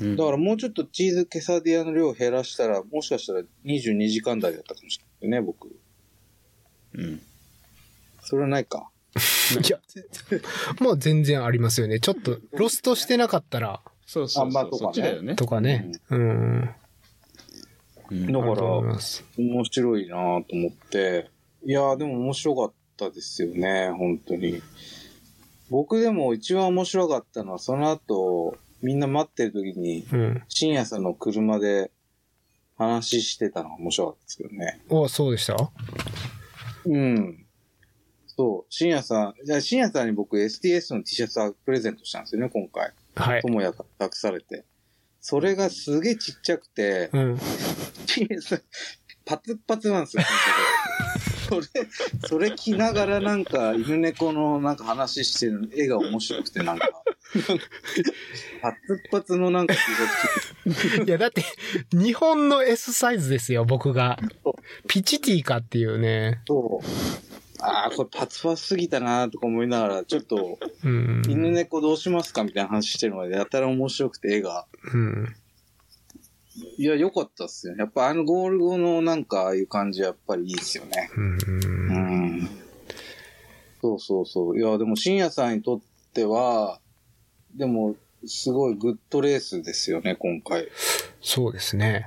うんだからもうちょっとチーズケサディアの量を減らしたら、もしかしたら22時間台だったかもしれないね、僕。うんそれはないか。 いや、もう全然ありますよね。ちょっと、ロストしてなかったら、そうそうあまそう、そあとかねっちだよね。とかね。うん。うんだあかると思いら、ます。面白いなと思って。いやーでも面白かったですよね、本当に。僕でも一番面白かったのは、その後、みんな待ってる時に、うん。深夜さんの車で話してたのが面白かったですけどね。お、そうでしたうん。そう、深夜さん、じゃあ深夜さんに僕 STS の T シャツをプレゼントしたんですよね、今回。はい。友也が託されて。それがすげえちっちゃくて、うん。深夜さん、パツッパツなんですよ、本当にそれ、それ着ながらなんか、犬猫のなんか話してる絵が面白くて、なんか、パツッパツのなんか T シャツ着ていや、だって、日本の S サイズですよ、僕が。ピチティかっていうね。そう。ああ、これパツパツすぎたなとか思いながら、ちょっと、うん。犬猫どうしますかみたいな話してるので、やたら面白くて、絵が。うん。いや、良かったっすよ。やっぱあのゴール後のなんか、ああいう感じ、やっぱりいいっすよね。うん。うん。そうそうそう。いや、でも、深夜さんにとっては、でも、すごいグッドレースですよね、今回。そうですね。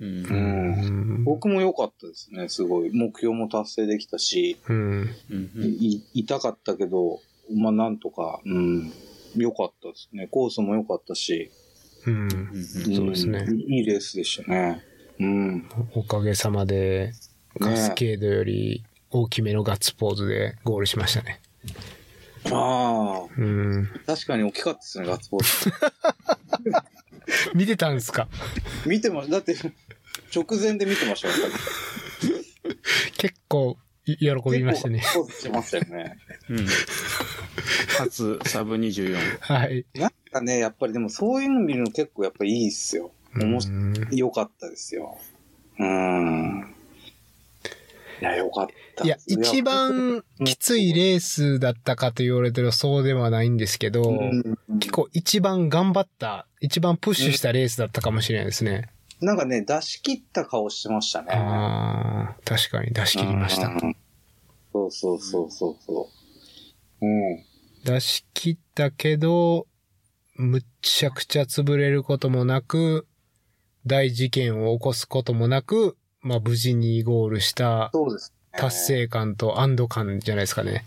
うんう。うん。僕も良かったですね、すごい。目標も達成できたし。うん。うんうんい痛かったけど、まあなんとか、うん、良かったですね。コースも良かったし、うん。うんそうですねんいいレースでしたね。うん。おかげさまで、カスケードより大きめのガッツポーズでゴールしましたね。あうん。あ、確かに大きかったですね、ガッツポー見てたんですかズ。見てました。だって、直前で見てましたよ、やっ結構い喜ぱりびましたね。結構ガッツポーズしてましたよね。うん初サブ24。はい。 なんかね、やっぱりでもそういうの見るの結構やっぱりいいっすよ。面白うん良かったですよ。うん。いや、良かったいやで、す一番きついレースだったかと言われてるそうではないんですけど、うん結構一番頑張った、一番プッシュしたレースだったかもしれないですね。なんかね、出し切った顔してましたね。ああ、確かに出し切りましたう。んそうそうそうそうそう。うん。出し切ったけど、むっちゃくちゃ潰れることもなく、大事件を起こすこともなく、まあ無事にゴールしたそうです、ね。達。成感と安堵感じゃないですかね。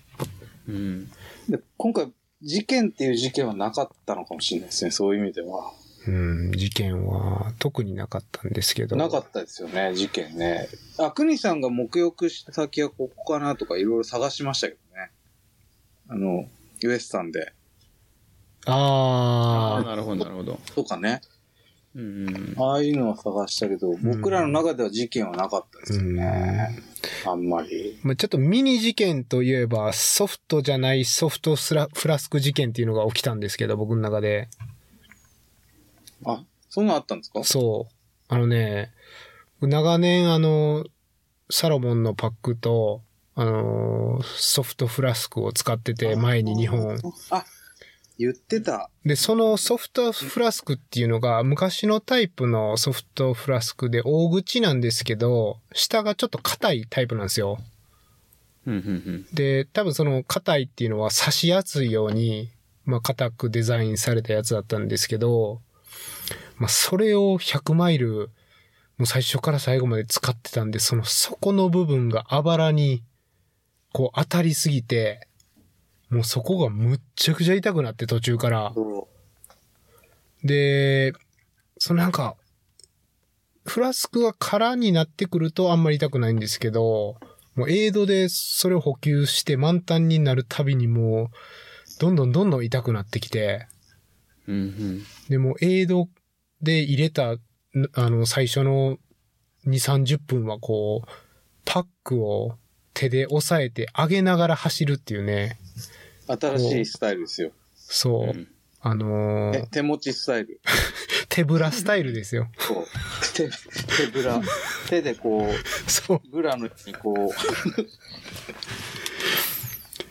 うん。で今回、事件っていう事件はなかったのかもしれないですね。そういう意味では。うん、事件は特になかったんですけど。なかったですよね、事件ね。あ、くにさんが目浴した先はここかなとかいろいろ探しましたけどね。あの、ウエスタンで。ああ、あなるほど、なるほど。とかね。うんうん。ああいうのは探したけど、僕らの中では事件はなかったですよね。あんまり。あ、まあちょっとミニ事件といえば、ソフトじゃないソフトスラフラスク事件っていうのが起きたんですけど、僕の中で。あ、そんなのあったんですかそう。あのね、長年あの、サロモンのパックと、あの、ソフトフラスクを使ってて、前に2本。あ、言ってた。で、そのソフトフラスクっていうのが、昔のタイプのソフトフラスクで大口なんですけど、下がちょっと硬いタイプなんですよ。うんうんで、多分その硬いっていうのは刺しやすいように、まあ硬くデザインされたやつだったんですけど、まあそれを100マイルもう最初から最後まで使ってたんで、その底の部分があばらに、こう当たりすぎて、もうそこがむっちゃくちゃ痛くなって途中から。そで、そのなんか、フラスクが空になってくるとあんまり痛くないんですけど、もうエイドでそれを補給して満タンになるたびにもう、どんどんどんどん痛くなってきて、うんうん。でもエイドで入れた、あの、最初の2、30分はこう、パックを手で押さえて上げながら走るっていうね、う。新しいスタイルですよ。そう、うんあのーえ手持ちスタイル。手ぶらスタイルですよ。 こう。手、手ぶら。手でこそう。う、ブラのように こう。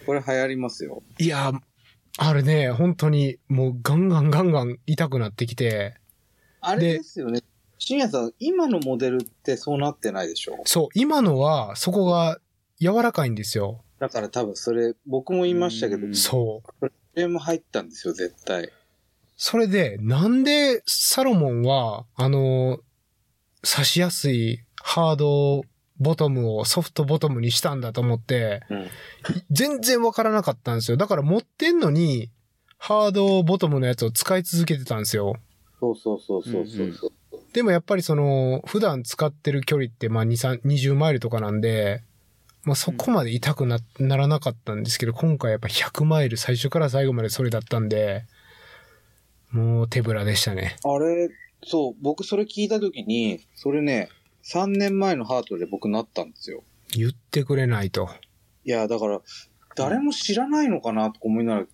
これ流行りますよ。いや、あれね、本当にもうガンガンガンガン痛くなってきて、あれですよね。深夜さん、今のモデルってそうなってないでしょそう、今のはそこが柔らかいんですよ。だから多分それ、僕も言いましたけどう、んそそう。れも入ったんですよ、絶対。それで、なんでサロモンは、あの、刺しやすいハードボトムをソフトボトムにしたんだと思って、うん。全然わからなかったんですよ。だから持ってんのに、ハードボトムのやつを使い続けてたんですよ。そうそうそうそうそうそう。でもやっぱりその、普段使ってる距離ってまあ2、3 20マイルとかなんで、まあそこまで痛くな、ならなかったんですけど、今回やっぱ100マイル最初から最後までそれだったんで、もう手ぶらでしたね。あれ、そう、僕それ聞いたときに、それね、3年前のハートで僕なったんですよ。言ってくれないと。いや、だから、誰も知らないのかなとか思いながら、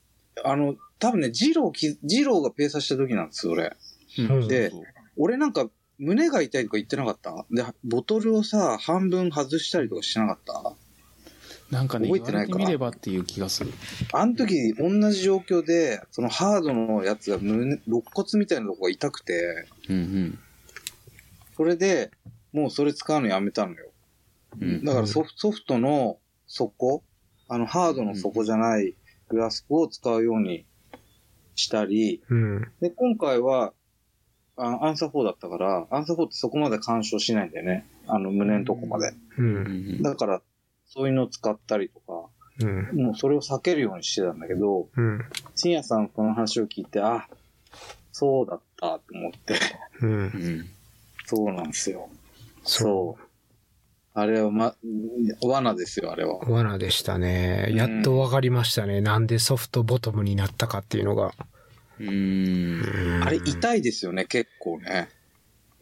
あの、多分ね、ジローき、ジローがペーサーした時なんですよ、俺。うんで俺なんか、胸が痛いとか言ってなかったで、ボトルをさ、半分外したりとかしてなかっなんかね、覚え言てわないれかてみればっていう気がする。たあの時、同じ状況で、そのハードのやつが胸、肋骨みたいなとこが痛くて、うんそれで、もうそれ使うのやめたのよ。うん。うんだからソフソフトの底、あの、ハードの底じゃないグラスプを使うようにしたり、うん。で、今回は、あアンサー4だったから、アンサー4ってそこまで干渉しないんだよね。あの、胸のとこまで。う。うんんだから、そういうのを使ったりとか、うん。もうそれを避けるようにしてたんだけど、うん。深夜さんこの話を聞いて、あ、そうだったと思って、うん。うん。そうなんですよ。そそう。あれは、ま、罠ですよ、あれは。う。罠でしたね。やっとわかりましたね。なんでソフトボトムになったかっていうのが。うん。うんうんあれ痛いですよね、結構ね。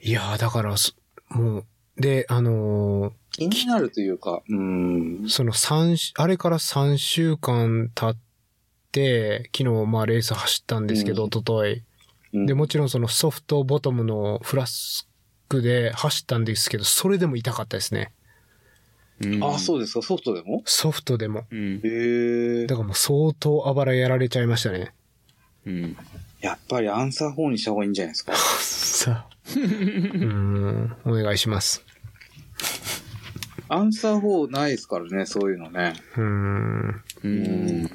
いやーだからそ、もう、で、あのー気になるというか、うん。その三し、あれから3週間経って、昨日まあレース走ったんですけど、うん一昨日で、でもちろんそのソフトボトムのフラスクで走ったんですけど、それでも痛かったですね。うんあ、そうですか、ソフトでもソフトでも。うん。へえだ。からもう相当あばらやられちゃいましたね。うん。やっぱりアンサー4にした方がいいんじゃないですか。さあ。うーん、お願いします。アンサー4ないですからね、そういうのね。うーん。うん。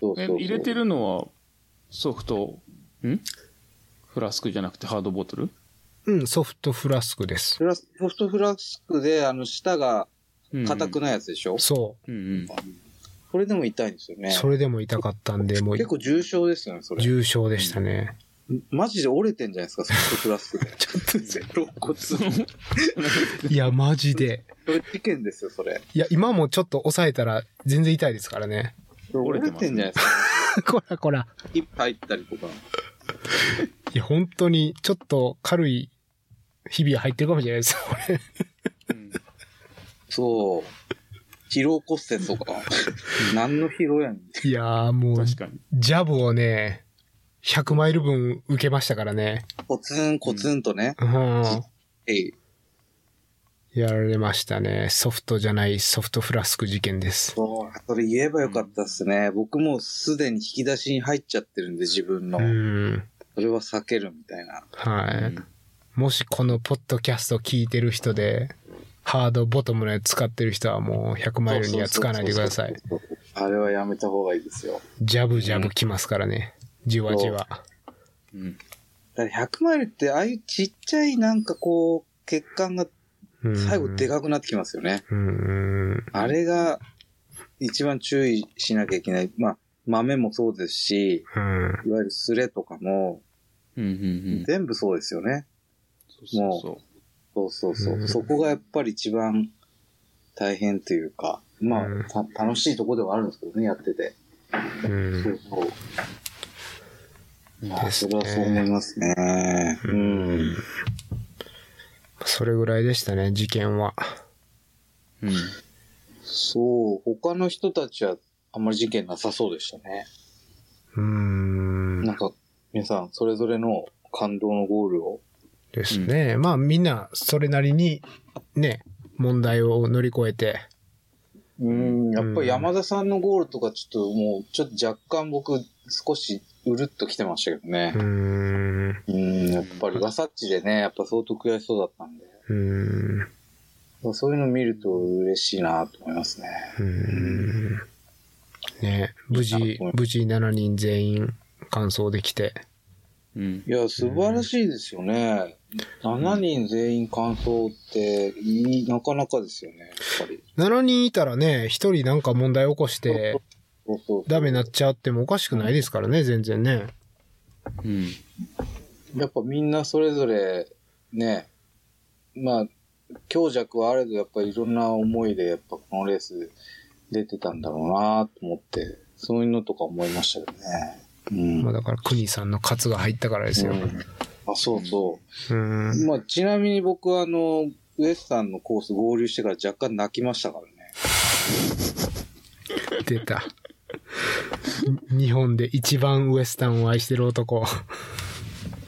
そうそうえそう入れてるのはソフトんフラスクじゃなくてハードボトルうん、ソフトフラスクです。フラスソフトフラスクで、あの、舌が硬くなないやつでしょ、そうんうんそれでも痛いんですよう。ね。それでも痛かったんで、もう結構重症ですよね、それ。重傷でしたね。マジで折れてんじゃないですか、ソフトフラスクで。ちょっとゼ肋骨。そいや、マジで。れ事件ですよ、それ。いや、今もちょっと抑えたら全然痛いですからね。折折れれてますてんじゃないですか。 こらこら。一杯入ったりとか。いや、本当にちょっと軽い日々が入ってるかもしれないです。これうんそう。疲労骨折とか。何の疲労やねん。 いやーもう、確かにジャブをね、100マイル分受けましたからね。コツンコツンとね。うん。えい。やられましたね。ソフトじゃないソフトフラスク事件です。そう、それ言えばよかったっすね。僕もうすでに引き出しに入っちゃってるんで、自分のう。ん。それは避けるみたいな。はうんい。もしこのポッドキャスト聞いてる人で、ハードボトムのやつ使ってる人はもう100マイルにはつかないでください。そうそうそうそう。あれはやめた方がいいですよ。ジャブジャブ来ますからね。じわじわ。うんだから100マイルって、ああいうちっちゃいなんかこう、血管がうん最後でかくなってきますよね。うん。あれが一番注意しなきゃいけない。まあ、豆もそうですし、うん。いわゆるスレとかも、うんうんうん。全部そうですよね。そうそうそう。そうそうそうう。んそこがやっぱり一番大変というか、まうんあ、た楽しいとこではあるんですけどね、やってて。うんそうそう。まあ、ですそねれはそう思いますね。うん。それぐらいでしたね、事件は。うん。そう、他の人たちはあんまり事件なさそうでしたね。うん。なんか、皆さん、それぞれの感動のゴールを。ですね。まあみんなそれなりにね、問題を乗り越えて。うん、やっぱうんり山田さんのゴールとか、ちょっともう、ちょっと若干僕、少し、うるっと来てましたけどねう。ん。ううん、やっぱり、ガサッチでね、やっぱ相当悔しそうだったんで。ん。そういうの見ると嬉しいなと思いますね。うん。ね、無事、無事7人全員完走できて。うんい。や、素晴らしいですよね。7人全員完走って、いい、なかなかですよね、やっぱり。 7人いたらね、1人なんか問題起こして、そうそうダメになっちゃってもおかしくないですからね、全然ね。うん。やっぱみんなそれぞれ、ね、まあ、強弱はあれど、やっぱりいろんな思いで、やっぱこのレース出てたんだろうなと思って、そういうのとか思いましたよね。うん。まあだから、国さんの勝が入ったからですよう。んあ、そうそう。うん。まあ、ちなみに僕はあの、ウエスタンのコース合流してから若干泣きましたからね。出た。日本で一番ウエスタンを愛してる男。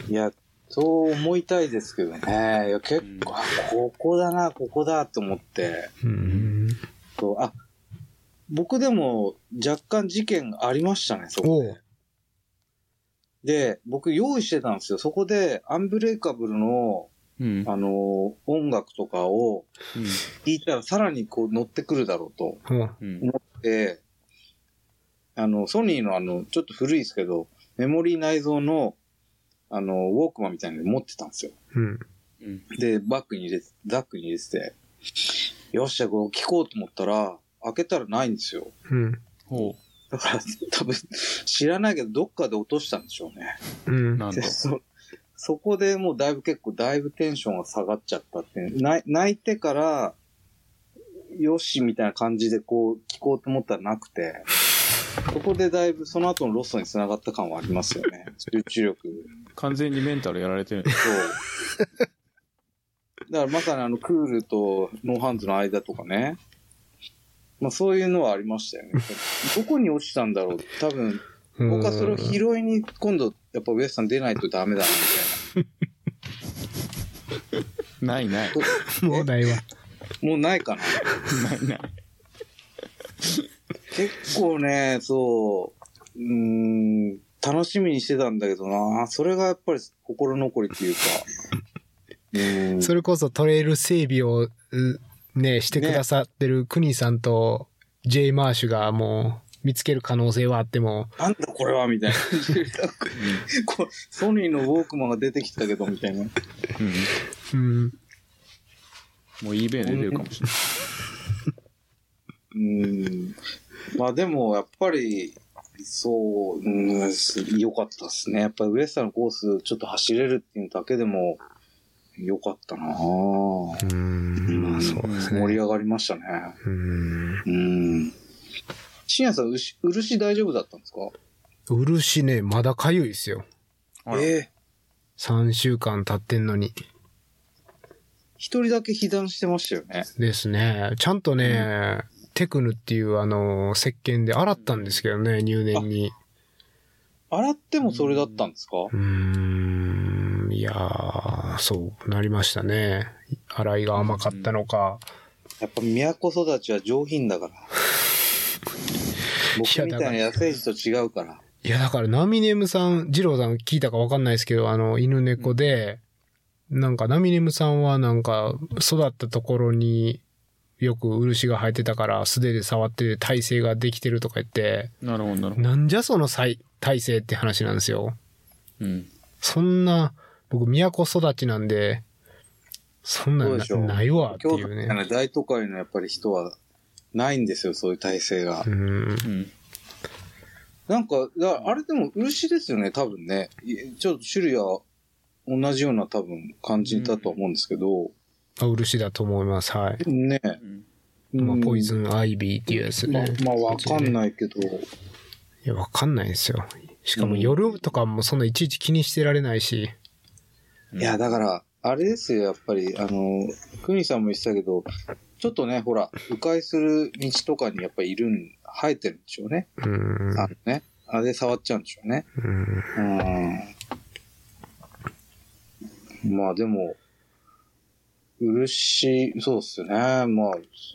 いや、そう思いたいですけどね。いや、結構、あここだな、ここだと思って。うん。そうあ、僕でも若干事件ありましたね、そこおでう。。で、僕用意してたんですよ。そこで、アンブレイカブルの、うん。あの、音楽とかを聴いたらさらにこう乗ってくるだろうと。おううん。思って、あの、ソニーのあの、ちょっと古いですけど、メモリー内蔵の、あの、ウォークマンみたいなの持ってたんですよ。うん。うん。で、バッグに入れて、ザックに入れてて、よっしゃ、これ聞こうと思ったら、開けたらないんですよ。うん。ほだから、多分、知らないけど、どっかで落としたんでしょうね。うう。ん。なんとで、。 そ、そこでもうだいぶ結構、だいぶテンションが下がっちゃったっていう、泣泣いてから、よし、みたいな感じでこう、聞こうと思ったらなくて、そこでだいぶその後のロストにつながった感はありますよ ね。集中力。完全にメンタルやられてる。そう。だからまさにあの、クールとノーハンズの間とかね。まあそういうのはありまし たよね。どこに落ちたんだろう多分、僕はそれを拾いに今度、やっぱウエストさん出ないとダメだな、みたいな。ないない。もうないわ。もうないかな。 ないない。結構ね、そう、うーん、楽しみにしてたんだけどな。それがやっぱり心残りっていうか。う ーん。それこそトレイル整備を、うね、してくださってる国さんと J マーシュがもう見つける可能性はあっても、なんだこれはみたい な。こうソニーのウォークマンが出てきたけど、みたいな。ううん。ん。もう eBay で出るかもしれない。うーん。まあでも、やっぱり、そう、うーん、良かったですね。やっぱりウエスタンのコースちょっと走れるっていうだけでも、良かったなぁうん。まあそうです盛りね。上がりましたね。うん。うん。しんやさん、牛、漆大丈夫だったんですか漆ね、まだかゆいですよ。あらええ3週間経ってんのに。一人だけ被弾してましたよね。ですね。ちゃんとね、テクヌっていうあの、石鹸で洗ったんですけどね、入念に。洗ってもそれだったんですかうーん、いやー、そうなりましたね。洗いが甘かったのか。やっぱ都育ちは上品だから。僕みたいな野生児と違うから。いや、だから、ナミネムさん、ジローさん聞いたかわかんないですけど、あの、犬猫で、なんか、ナミネムさんはなんか、育ったところによく漆が生えてたから、素手で触ってて体勢ができてるとか言って、なるほど、なるほど。なんじゃその体体勢って話なんですよ。うん。そんな、僕、都育ちなんで、そんなそんうでしょうなないわって京い都うみねたい。な大都会のやっぱり人はないんですよ、そういう体制がう。ん。うん。なんか、だあれでも漆ですよね、多分ね。いちょっと種類は同じような多分感じだとは思うんですけど、あ、漆だと思います。はい。ね。うんまあ、ポインズンアイビーっていうやつまあね。、まあ、わかんないけど、いや、わかんないですよ。しかもうん夜とかもそんないちいち気にしてられないし。うんいや、だから、あれですよ、やっぱり、あの、クニさんも言ってたけど、ちょっとね、ほら、迂回する道とかにやっぱりいるん、生えてるんでしょうね。うん。あのね。あれで触っちゃうんでしょうね。うん。うん。まあでも、漆、そうっすね。まあ、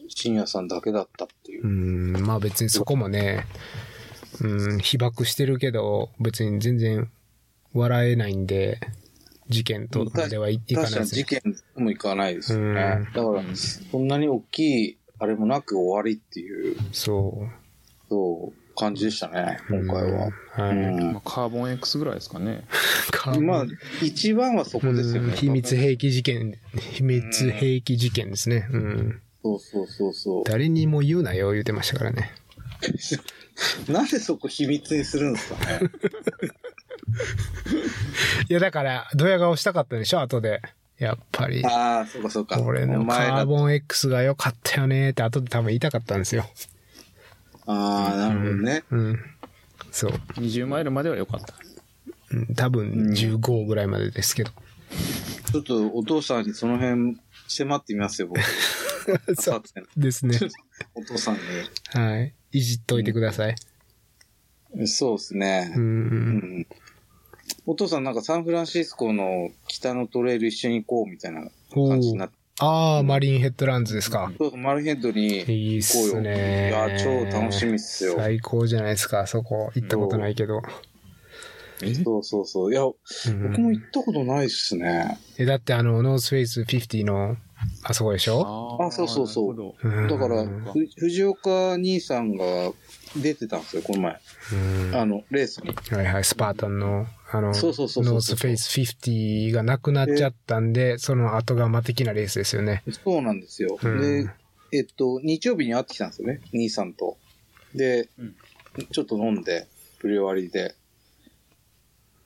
深夜さんだけだったっていうう。ん。まあ別にそこもね、うん、被爆してるけど、別に全然笑えないんで、事件とまではいいかない確かでにす事ね。件もいかないですよね。うんだから、そんなに大きい、あれもなく終わりっていう、そそう、感じでしたね、う。今回は。はうい。んまあ、カーボン X ぐらいですかね。かまあ、一番はそこですようんね。秘密兵器事件、秘密兵器事件ですね。うん。そうそうそうそ誰にも言うなよ、言うてましたからね。う。なんでそこ秘密にするんですか ね。いや、だから、ドヤ顔したかったでしょ、後で。やっぱり。ああ、そうかそうか。俺おのカ前だーボン X が良かったよねって後で多分言いたかったんですよ。ああ、なるほどね。うん。そう。 20マイルまでは良かった。うん多分15ぐらいまでですけ ど。ちょっとお父さんにその辺迫ってみますよ、僕。 そ明う後日のですね。お父さんはい。いじっといてください。に。そうですねう。。うんん。お父さんなんかサンフランシスコの北のトレイル一緒に行こうみたいなお感じになっーて。ああ、マリンヘッドランズですか。そうマルヘッドに行いいっこうすよ。ね。いや、超楽しみっすよ。最高じゃないですか、あそこ。行ったことないけど。そうそうそう。いや、うん僕も行ったことないっすね。え、だってあの、ノースフェイス50の、あそこでしょああそうそうそうう。うんだから、うんふ藤岡兄さんが出てたんですよ、この前。あの、レースに。はいはい、スパータンの、あの、ノそうそうそうそうースフェイス50がなくなっちゃったんで、その後釜的なレースですよね。そうなんですよ。うんで、えっと、日曜日に会ってきたんですよね、兄さんと。で、うんちょっと飲んで、プレ終わりで。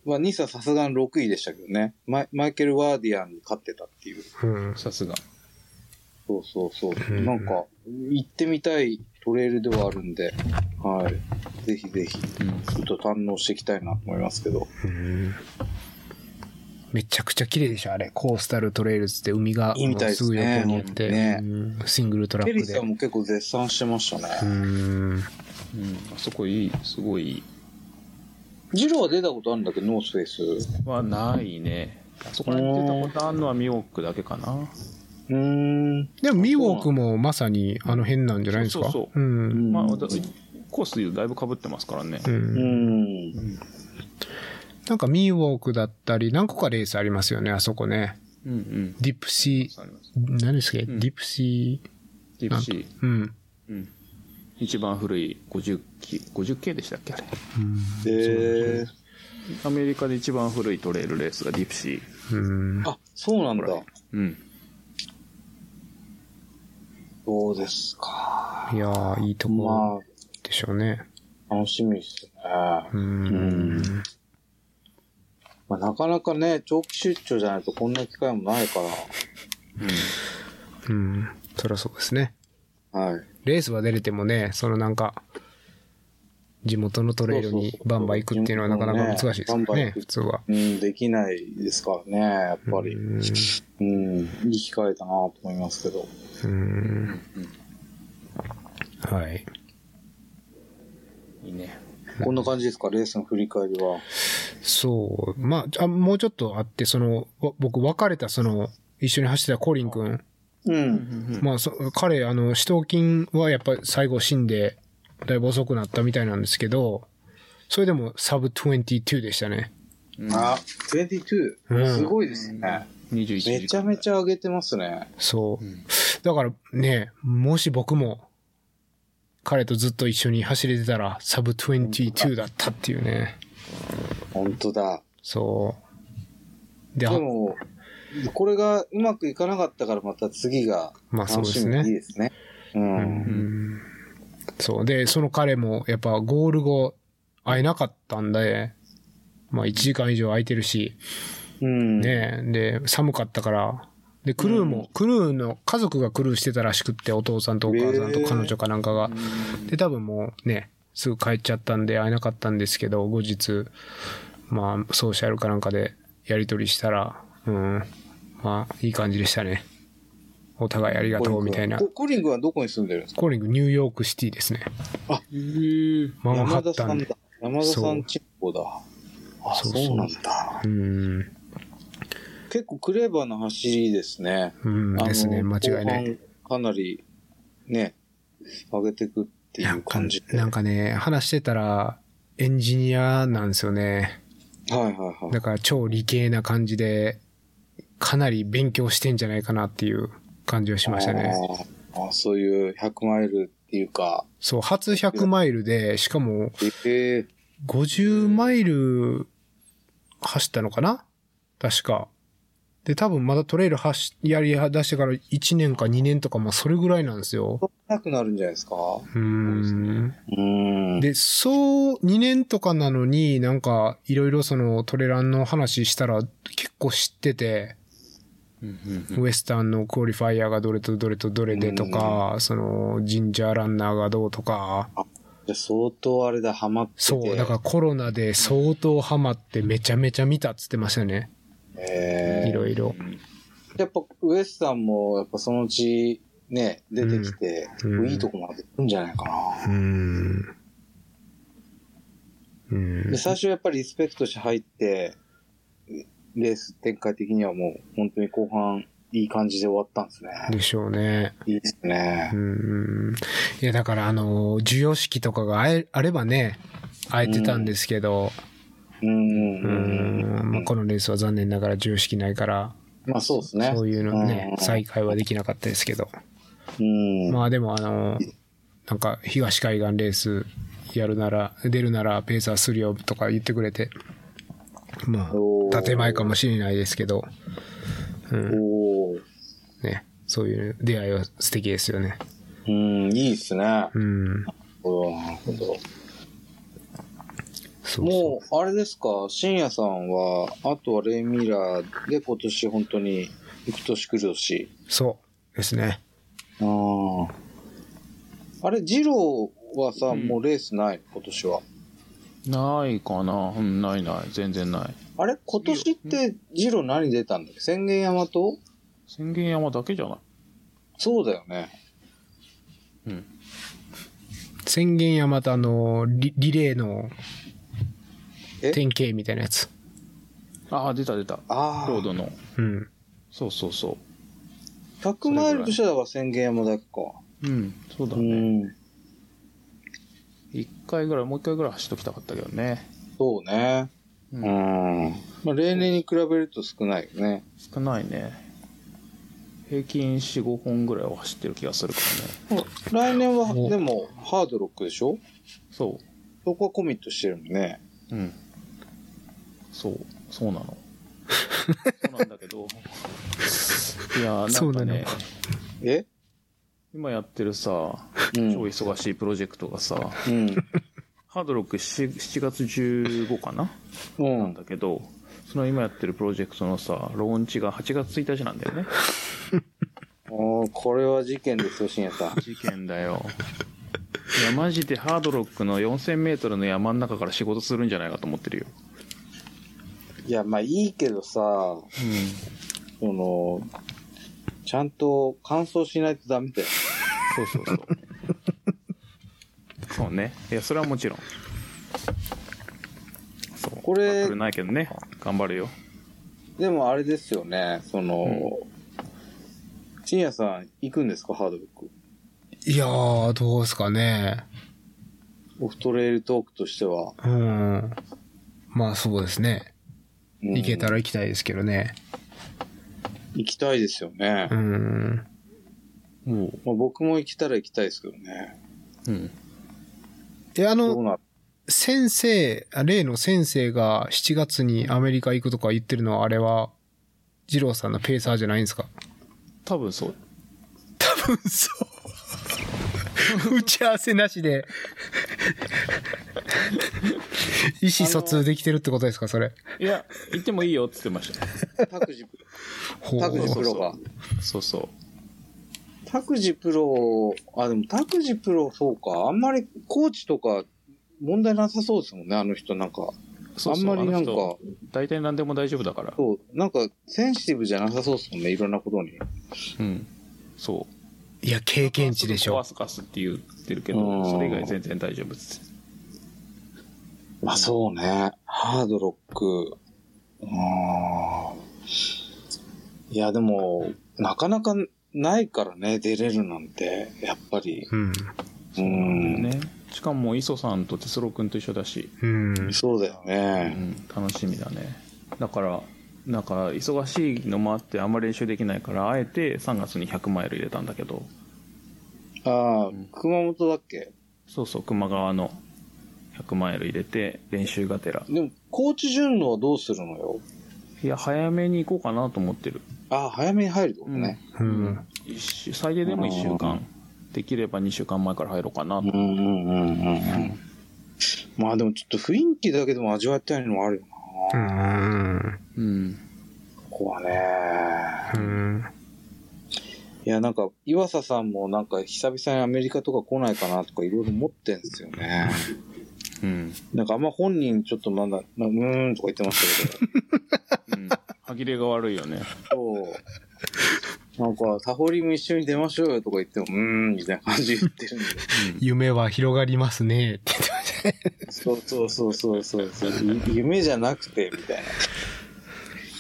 まあ、兄さんさすがの6位でしたけどね。マイマイケル・ワーディアンに勝ってたっていう。うん。さすが。そうそうそう。んなんか、行ってみたいトレイルではあるんで、はい。ぜひぜひ、ちうん。ょっと堪能していきたいなと思いますけど。うんめちゃくちゃ綺麗でしょ、あれ。コースタルトレイルズって海がいいみたいですすぐね横にあって、ねうんシングルトラッペクリさでん。も結構絶賛してましたうね。ん。うん。あそこいい、すごいいい。ジローは出たことあるんだけど、ノースフェイス。はないね。あそこら辺出たことあるのはミオークだけかな。うーん。でも、ミウォークもまさにあの辺なんじゃないですかそうそうそうん。まあ、だコースで言うとだいぶ被ってますからね。う。うんん。なんかミーウォークだったり、何個かレースありますよね、あそこね。うんうん。ディプシありますー、何ですか、んディプシディープシー。ー、うん。うん。一番古い 50K、50K でしたっけあれ。えー、アメリカで一番古いトレイルレースがディプシー。うん。あ、そうなんだ。うん。そうですか。いやー、いいとこまでしょうね。あ、楽しみですね。うん。まあ、なかなかね、長期出張じゃないとこんな機会もないかうん。そりゃそうですね。ら。はい。レースは出れてもね、そのなんか、地元のトレイルそうそうにそうバンバン行くっていうのはなかなか難しいですよ地元のねね、普通は。うん、できないですからね、やっぱり。うんうん、いい機会だなと思いますけど。うん。はい。いいね。こんな感じですか、レースの振り返りは。そう。まあ、あもうちょっとあって、その、わ僕別れたその、一緒に走ってたコリン君。うん。まあそ、彼、あの、死闘筋はやっぱり最後死んで、だいぶ遅くなったみたいなんですけど、それでもサブ22でしたね。あ、22。うんすごいですね。 21時間。めちゃめちゃ上げてますね。そう。だからね、もし僕も、彼とずっと一緒に走れてたら、サブ22だったっていうね。本当だ。そう。で、であも、これがうまくいかなかったからまた次がまあそう楽でしすみでいいね。ですね。う。うんんそう。で、その彼もやっぱゴール後会えなかったんで、まあ1時間以上空いてるし、うん。ねで、寒かったから、で、クルーも、うんクルーの家族がクルーしてたらしくって、お父さんとお母さんと彼女かなんかが。で、多分もうね、すぐ帰っちゃったんで会えなかったんですけど、後日、まあ、ソーシャルかなんかでやり取りしたら、うん、まあ、いい感じでしたね。お互いありがとうみたいなコ。コリングはどこに住んでるんですかコーリング、ニューヨークシティですね。マンハ山ッ田タさンんだで。。山田さんチッポだ。あ、そうそうそうなんだ。うん、結構クレバーな走りですね。うんですあね、の間違いない。。後半かなり、ね、上げてくっていなうんか感じで。なんかね、話してたら、エンジニアなんですよね。はいはいはい。だから超理系な感じで、かなり勉強してんじゃないかなっていう感じはしましたね。あーあーそういう100マイルっていうか、そう、初100マイルで、しかもええ50マイル走ったのかな確か。で、多分まだトレイル走、やり出してから1年か2年とか、まあそれぐらいなんですよ。なくなるんじゃないですかううーん。ーん。で、そう、2年とかなのに、なんか、いろいろそのトレランの話したら、結構知ってて、ウエスタンのクオリファイアがどれとどれとどれでとか、その、ジンジャーランナーがどうとか、じゃあ相当あれだ、ハマってて。そう、だからコロナで相当ハマってめちゃめちゃ見たっつってましたね。ええいろいろ。やっぱ、ウエスさんも、やっぱそのうち、ね、出てきて、うん結構いいとこまで行くんじゃないかな。うん。うんで、。最初やっぱりリスペクトして入って、レース展開的にはもう、本当に後半、いい感じで終わったんですね。でしょうね。いいですうね。ん。いや、だからあの、授与式とかがあえあればね、会えてたんですけど、うん。ううんんまあ、このレースは残念ながら重式ないから、まあそうですね。そういうのね、うん再開はできなかったですけど。うん。まあでもあの、なんか東海岸レースやるなら、出るならペーサーするよとか言ってくれて、まおあ、ー建前かもしれないですけど、うん、おーね、そういう出会いは素敵ですよね。うん、いいですね。うん。うんなるほど。そうそもう、あれですか、深夜さんは、あとはレイミラーで今年本当に、行く年来る年。う。そうですね。ああ。あれ、ジローはさ、んもうレースない、今年は。ないかな、うん、ないない、全然ない。あれ、今年って、ジロー何出たんだっけ宣言山と宣言山だけじゃない。そうだよね。うん。宣言やまたあの、リリレーのえ典型みたいなやつ。ああ、出た出た。あローあ。ドの。うん。そうそうそ100マイルとしては宣言山だけか。う。うん、そうだうね。ん。一回ぐらい、もう一回ぐらい走っときたかったけどね。そうね。ううんん。まあ、例年に比べると少ないよね。少ないね。平均4、5本ぐらいは走ってる気がするからね。来年は、おでも、ハードロックでしょそそこはコミットしてるもんね。う。うん。そう、そうなの。そうなんだけど。いやそー、うなんなのかね、 え今やってるさ、う超ん。忙しいプロジェクトがさ、うん。ハードロック 7, 7月15かなうなんん。だけど、その今やってるプロジェクトのさ、ローンチが8月1日なんだよね。おーこれは事件ですよ、深夜さん。事件だよ。いや、マジでハードロックの4000メートルの山の中から仕事するんじゃないかと思ってるよ。いや、まあいいけどさ、うん。その、ちゃんと乾燥しないとダメだよ。そうそうそう。そうね。いや、それはもちろん。そう。これバトルないけどね。頑張るよ。でもあれですよね、その、深夜さん行くんですか、ハードロック。いやー、どうですかね。オフトレイルトークとしては。うん。まあそうですね。うん行けたら行きたいですけどね。行きたいですよねう。ん。もまあ、僕も行けたら行きたいですけどね。う。うん。で、あどうの、なる先生、例の先生が7月にアメリカ行くとか言ってるのは、あれは、二郎さんのペーサーじゃないんですか多分そう。多分そう。打ち合わせなしで、意思疎通できてるってことですか、それ。いや、行ってもいいよって言ってました。拓司、ほ拓司う。プロが。そうそう。拓司プロ、あ、でも拓司プロ、そうか。あんまりコーチとか問題なさそうですもんね、あの人なんか。そうそうあんまりなんかあの人大体何でも大丈夫だから。そう、なんかセンシティブじゃなさそうですもんね、いろんなことに。うん。そう。いや、経験値でしょ壊。すかすって言ってるけうど、んそれ以外全然大丈夫っつって。まあそうね。ハードロック。うーん。いや、でも、なかなかないからね、出れるなんて、やっぱり。うん。うそうなんん。だよね。しかも、磯さんと哲郎君と一緒だし、うん。そうだようね。ん、楽しみだね。だから、なんか、忙しいのもあって、あんまり練習できないから、あえて3月に100マイル入れたんだけど、ああん、熊本だっけそうそう、熊川の100マイル入れて、練習がてら。でも、高知順応はどうするのよいや、早めに行こうかなと思ってる。ああ、早めに入るってことね。うん。一週最低でも1週う間。できれば2週間前から入ろうかなうんと。うんうんうんうん。まあでもちょっと雰囲気だけでも味わいたいのもあるよな。うん。うん。ここはね。うん。いや、なんか、岩佐さんもなんか久々にアメリカとか来ないかなとかいろいろ持ってんですよね。うん。なんかあんま本人ちょっとまだ、まあうーんとか言ってましたけど。うん。歯切れが悪いよね。そう。なんか、サフォリも一緒に出ましょうよとか言っても、うーん、みたいな感じ言ってるんで。夢は広がりますね。って言ってましたね。そうそうそうそうそうそう。ゆ夢じゃなくて、みたいな。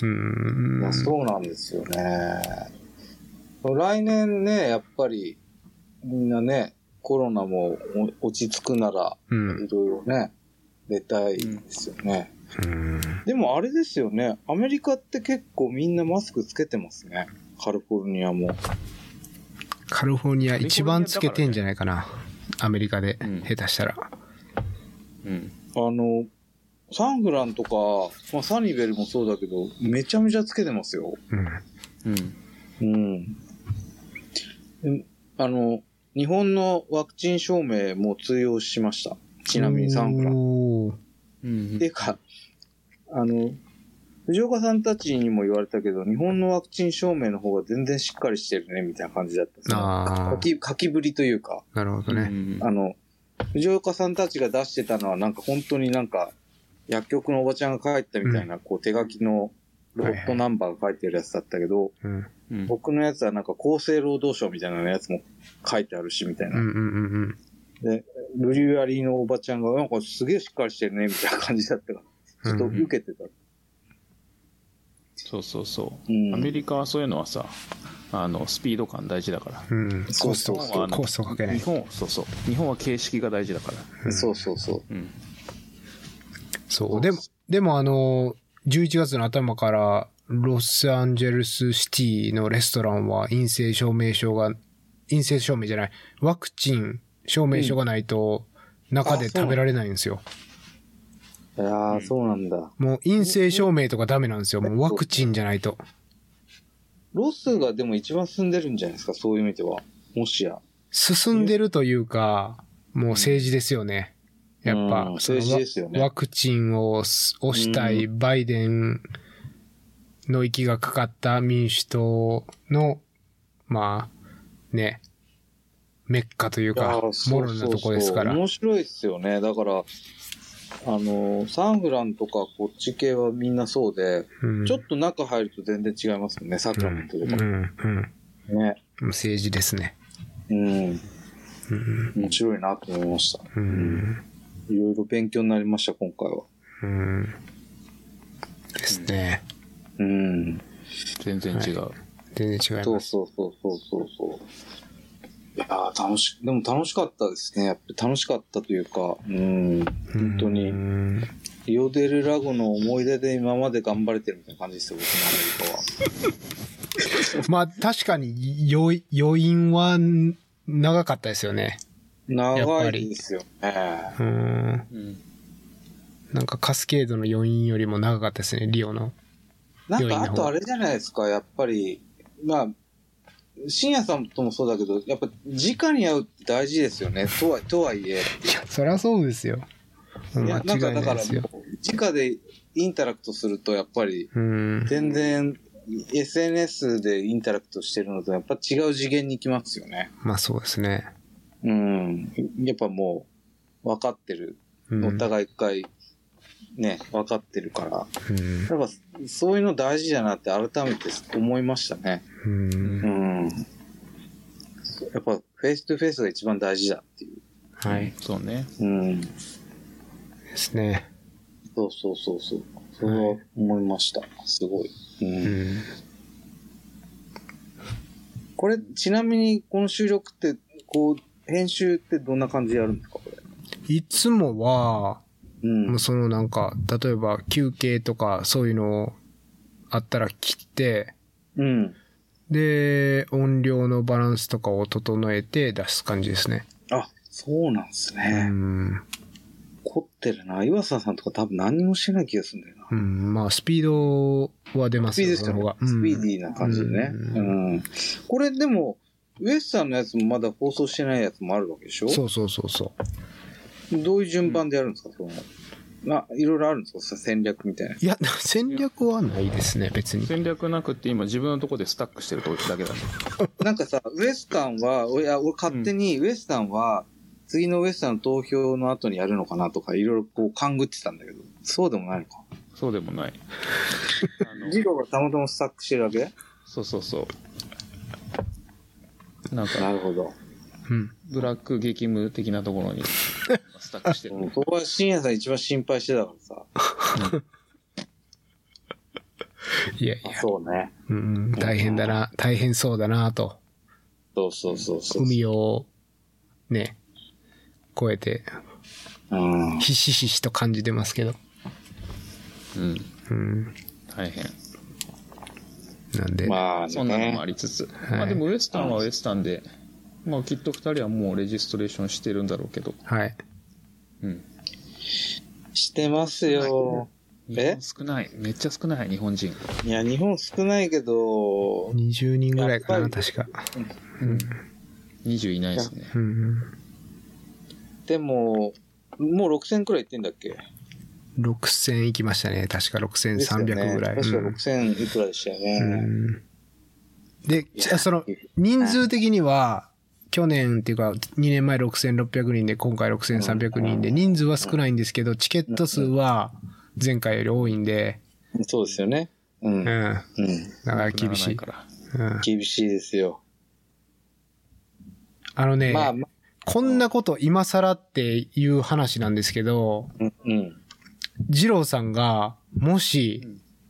うん。まあ、そうなんですよね。来年ね、やっぱり、みんなね、コロナもお落ち着くなら、うん。いろいろね、出たいですよね。うん。でもあれですよね、アメリカって結構みんなマスクつけてますね。カリフォルニアも。カリフォルニア一番つけてんじゃないかな。アメリカでうん、下手したら。うん。あの、サンフランとか、まあ、サニーベルもそうだけど、めちゃめちゃつけてますよ。うん。うん。うん。であの、日本のワクチン証明も通用しました。ちなみにサンフラン。おーうんていうか、あの、藤岡さんたちにも言われたけど、日本のワクチン証明の方が全然しっかりしてるね、みたいな感じだった。あー書き、書きぶりというか、なるほどうね。んあの、藤岡さんたちが出してたのは、なんか本当になんか、薬局のおばちゃんが書いたみたいな、こう手書きのロットナンバーが書いてるやつだったけど、うん。うん僕のやつはなんか厚生労働省みたいなやつも書いてあるし、みたいうんうな。んうんうん。ブリュワリーのおばちゃんが、なんかすげえしっかりしてるね、みたいな感じだったから、ちょっと受けてた。そうそうそう。うんアメリカはそういうのはさ、あの、スピード感大事だから。うん。そうコスそト、うコそうストかけない日。本、そうそう。日本は形式が大事だから。そうそうそうう。ん。そう。でも、でもあの、11月の頭から、ロサンゼルスシティのレストランは陰性証明書が、陰性証明じゃない、ワクチン証明書がないと、中で食べられないんですよ。いやー、そうなんだ。もう陰性証明とかダメなんですよ。もうワクチンじゃないと。ロスがでも一番進んでるんじゃないですか、そういう意味では。もしや。進んでるというか、もう政治ですよね。やっぱう、んその政治ですよねワクチンをす押したいバイデンの息がかかった民主党の、まあ、ね、メッカといういやかー、そモうロそうなそうとこですから。面白いっすよね。だから、あのー、サンフランとかこっち系はみんなそうで、うんちょっと中入ると全然違いますもんね、サクうラメンん、トうとん、か。うん。ね。政治ですね。うん。うん、面白いなと思いました。うん、いろいろ勉強になりました、今回は。うん。ですね。うん。全然違う。全然違いそまうす。そうそうそうそうそう。いやー楽し、でも楽しかったですね。やっぱ楽しかったというか、うん、本当うに。んリオデルラゴの思い出で今まで頑張れてるみたいな感じですよ、僕のアメリカは。まあ確かに余余韻は長かったですよね。長いですよね。うん。うん。なんかカスケードの余韻よりも長かったですね、リオの。なん病院か、のあ方とあれじゃないですか、やっぱり、まあ、深夜さんともそうだけど、やっぱ、直に会うって大事ですよね。と は、とはいえ。いや、そりゃそうですよ。い間やなん違か、いなだいかでら、すよ。直でインタラクトすると、やっぱり、うん。全然、SNS でインタラクトしてるのと、やっぱ違う次元に行きますよね。まあそうですね。うん。やっぱもう、分かってる。うん。お互い一回、ね、分かってるから。うんやっぱ、そういうの大事だなって改めて思いましたね。うん。うん。やっぱ、フェイストゥフェイスが一番大事だっていう。はい。そうね。うん。ですね。そうそうそうそう。それは思いました。すごい。ううん。ん。これ、ちなみに、この収録って、こう、編集ってどんな感じでやるんですかこれ。いつもは、うん。もうそのなんか、例えば休憩とかそういうのあったら切って、うん。で、音量のバランスとかを整えて出す感じですね。あ、そうなんですうね。ん。凝ってるな。岩佐さんとか多分何にもしてない気がするんだよな。うん。まあ、スピードは出まスすピーよディーですよその方ねが。。スピーディーな感じでね。ううんん。これ、でも、ウエスさんのやつもまだ放送してないやつもあるわけでしょそうそうそうそう。どういう順番でやるんですか、その。まあ、いろいろあるんですかその戦略みたいな。いや、戦略はないですね、別に。戦略なくって今自分のとこでスタックしてるとこだけだね。なんかさ、ウエスタンは、おいや、俺勝手にウエスタンは、次のウエスタンの投票の後にやるのかなとか、いろいろこう勘ぐってたんだけど、そうでもないのか。そうでも ない。あのジローがたまたまスタックしてるわけそうそうそう。なんなか、るほど。うん。ブラック激務的なところにスタックし てる。そこは深夜さん一番心配してたからさ。いやいや。そうね。うん、大変だな、大変そうだなと。そうそうそうそう。海を、ね、越えて、うん。ひしひしと感じてますけど。うん。うん。大変。なんで、まあそんなのもあね。りつつ。いまあでもウエスタンはウエスタンで、まあきっと二人はもうレジストレーションしてるんだろうけど。はい。うん。してますよ。日え本少ない。めっちゃ少ない、日本人。いや、日本少ないけど、 20人ぐらいかやな、っぱり確か。 20いないですね。うん。でも、もう6000くらい行ってんだっけ6000行きましたね。確か6300ぐらい。ですようねん確か6000いくらでしたよね。うんで、いやじゃあその、人数的には、去年っていうか、2年前6600人で、今回6300人で、人数は少ないんですけど、チケット数は前回より多いんで、そうですよね。う。うんん。うん。だから厳しい。ならないかうん厳しいですよ。あのね、まあ、まこんなこと今更っていう話なんですけど、あ、うん。二郎さんが、もし、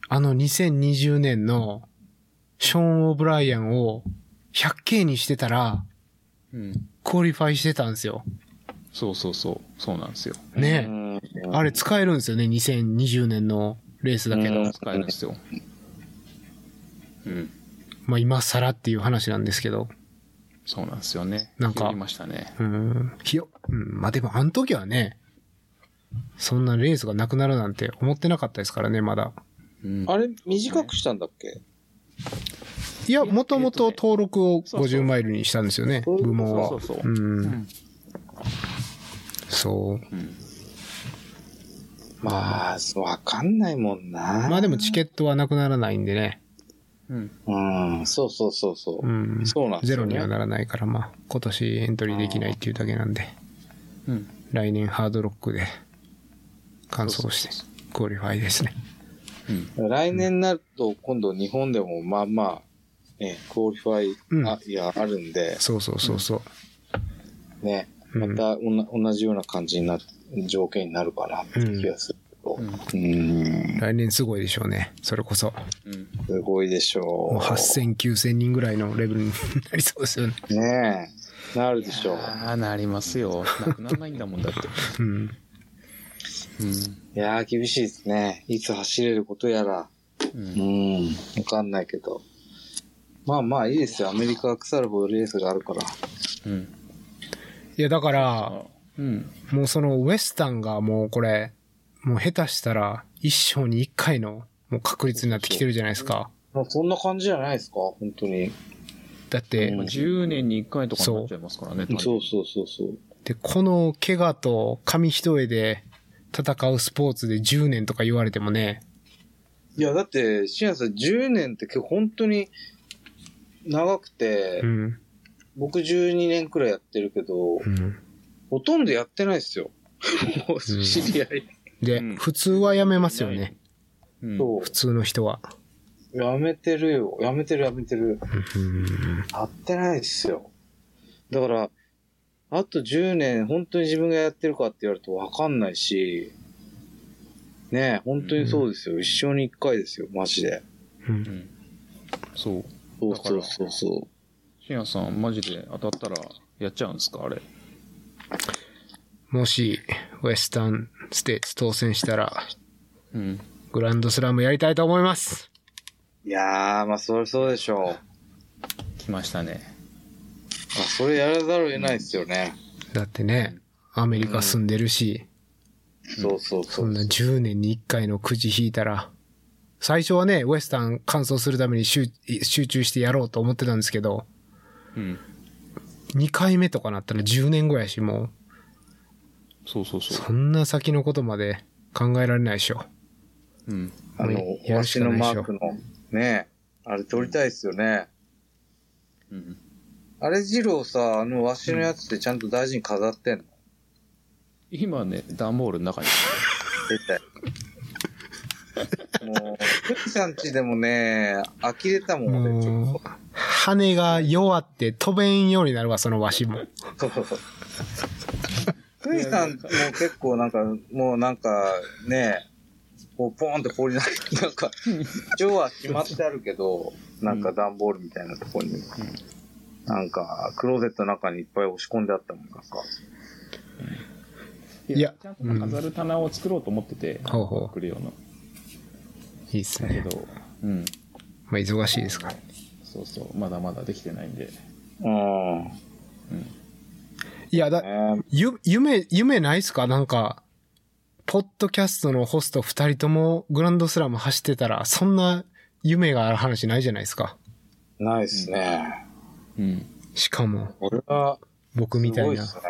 あの2020年の、ショーン・オブライアンを 100K にしてたら、ら。うん。クオリファイしてたんですよ。そうそうそう。そうなんですよ。ね、うんあれ使えるんですよね、2020年のレースだけど。うん使えるんですよ。うん。まあ今更っていう話なんですけど。そうなんですよね。なんか広げましたね。うん、ひよ、うん、まあでもあの時はね、そんなレースがなくなるなんて思ってなかったですからね、まだ。うんあれ、短くしたんだっけいや、もともと登録をそうそう50マイルにしたんですよね、そういうこと部門は。そうそうそううん。そう。うんまあ、そうわかんないもんな。まあでもチケットはなくならないんでね。うん。うん、そうそうそうそうう。ん。そうなんですゼロよにねはならないから、まあ、今年エントリーできないっていうだけなんで、うん。来年ハードロックで完走して、クオリファイですね。うん。来年になると、今度日本でも、まあまあ、ね、クオリファイ、うんあいや、あるんで、そうそうそうそう。ね、うまんたおな同じような感じになる、条件になるかなって気がするけど、うん、来年すごいでしょうね。それこそ。うん。すごいでしょう。もう8000、9000人ぐらいのレベルになりそうですよね。ねえ、なるでしょう。ああ、なりますよ。なくならないんだもんだって。うん。うん。いやー、厳しいですね。いつ走れることやら。う。うんん、わかんないけど。まあまあいいですよ。アメリカは腐るほどレースがあるから。うん。いや、だから、うん。もうそのウエスタンがもうこれ、もう下手したら一生に一回の、もう確率になってきてるじゃないですか。もうそんな感じじゃないですか、本当に。だって、うん10年に1回とかになっちゃいますからね。そうそうそうそう。で、この怪我と紙一重で戦うスポーツで10年とか言われてもね、いや、だって、シアさん10年って結構本当に長くて、うん。僕12年くらいやってるけど、うん、ほとんどやってないですよ。もう知り合い。で、うん普通はやめますよないね。うんそ普通の人は。う。やめてるよ。やめてるやめてる。うんやってないですよ。だから、あと10年本当に自分がやってるかって言われるとわかんないし、ねえ、本当にそうですよ。一生に一回ですよ、マジで。うんうんそう。そうそうそうそう。信也さん、マジで当たったらやっちゃうんですかあれ。もし、ウェスタンステーツ当選したら、うん。グランドスラムやりたいと思います。いやー、まあそれそうでしょう。ま来ましたね。あそれやらざるを得ないですよね。だってね、アメリカ住んでるし、そうそうそそ。うんな10年に1回のくじ引いたら、最初はね、ウェスタン完走するために集集中してやろうと思ってたんですけど、うん。 2回目とかなったら10年後やし、もそうそうう、そう。そんな先のことまで考えられないでしょ。うん。あの、もうやるし星かのないでマしょークの、ねあれ撮りたいですよね。うん。あれ、ジローさ、あの、わしのやつってちゃんと大事に飾ってんの今ね、段ボールの中に。絶対。もう、ふきさんちでもね、呆れたもん、俺ちょもう、羽が弱って飛べんようになるわ、そのわしも。っと。ふきさんも結構なんか、もうなんか、ねこう、ポーンって放り投げて、なんか、一応は決まってあるけど、なんか段ボールみたいなとこに、なんか、クローゼットの中にいっぱい押し込んであったもん、なんか。いやちゃんと飾る棚を作ろうと思ってて、ほうほ送るような。う。いいっすだけね。ど、うん。まあ、忙しいですから。そうそう。まだまだできてないんで。うん。うん。いや、だ、ねゆ、夢、夢ないっすかなんか、ポッドキャストのホスト二人ともグランドスラム走ってたら、そんな夢がある話ないじゃないですか。ないっすね。うん。しかも、これは、僕すみたいごいっなす、ね。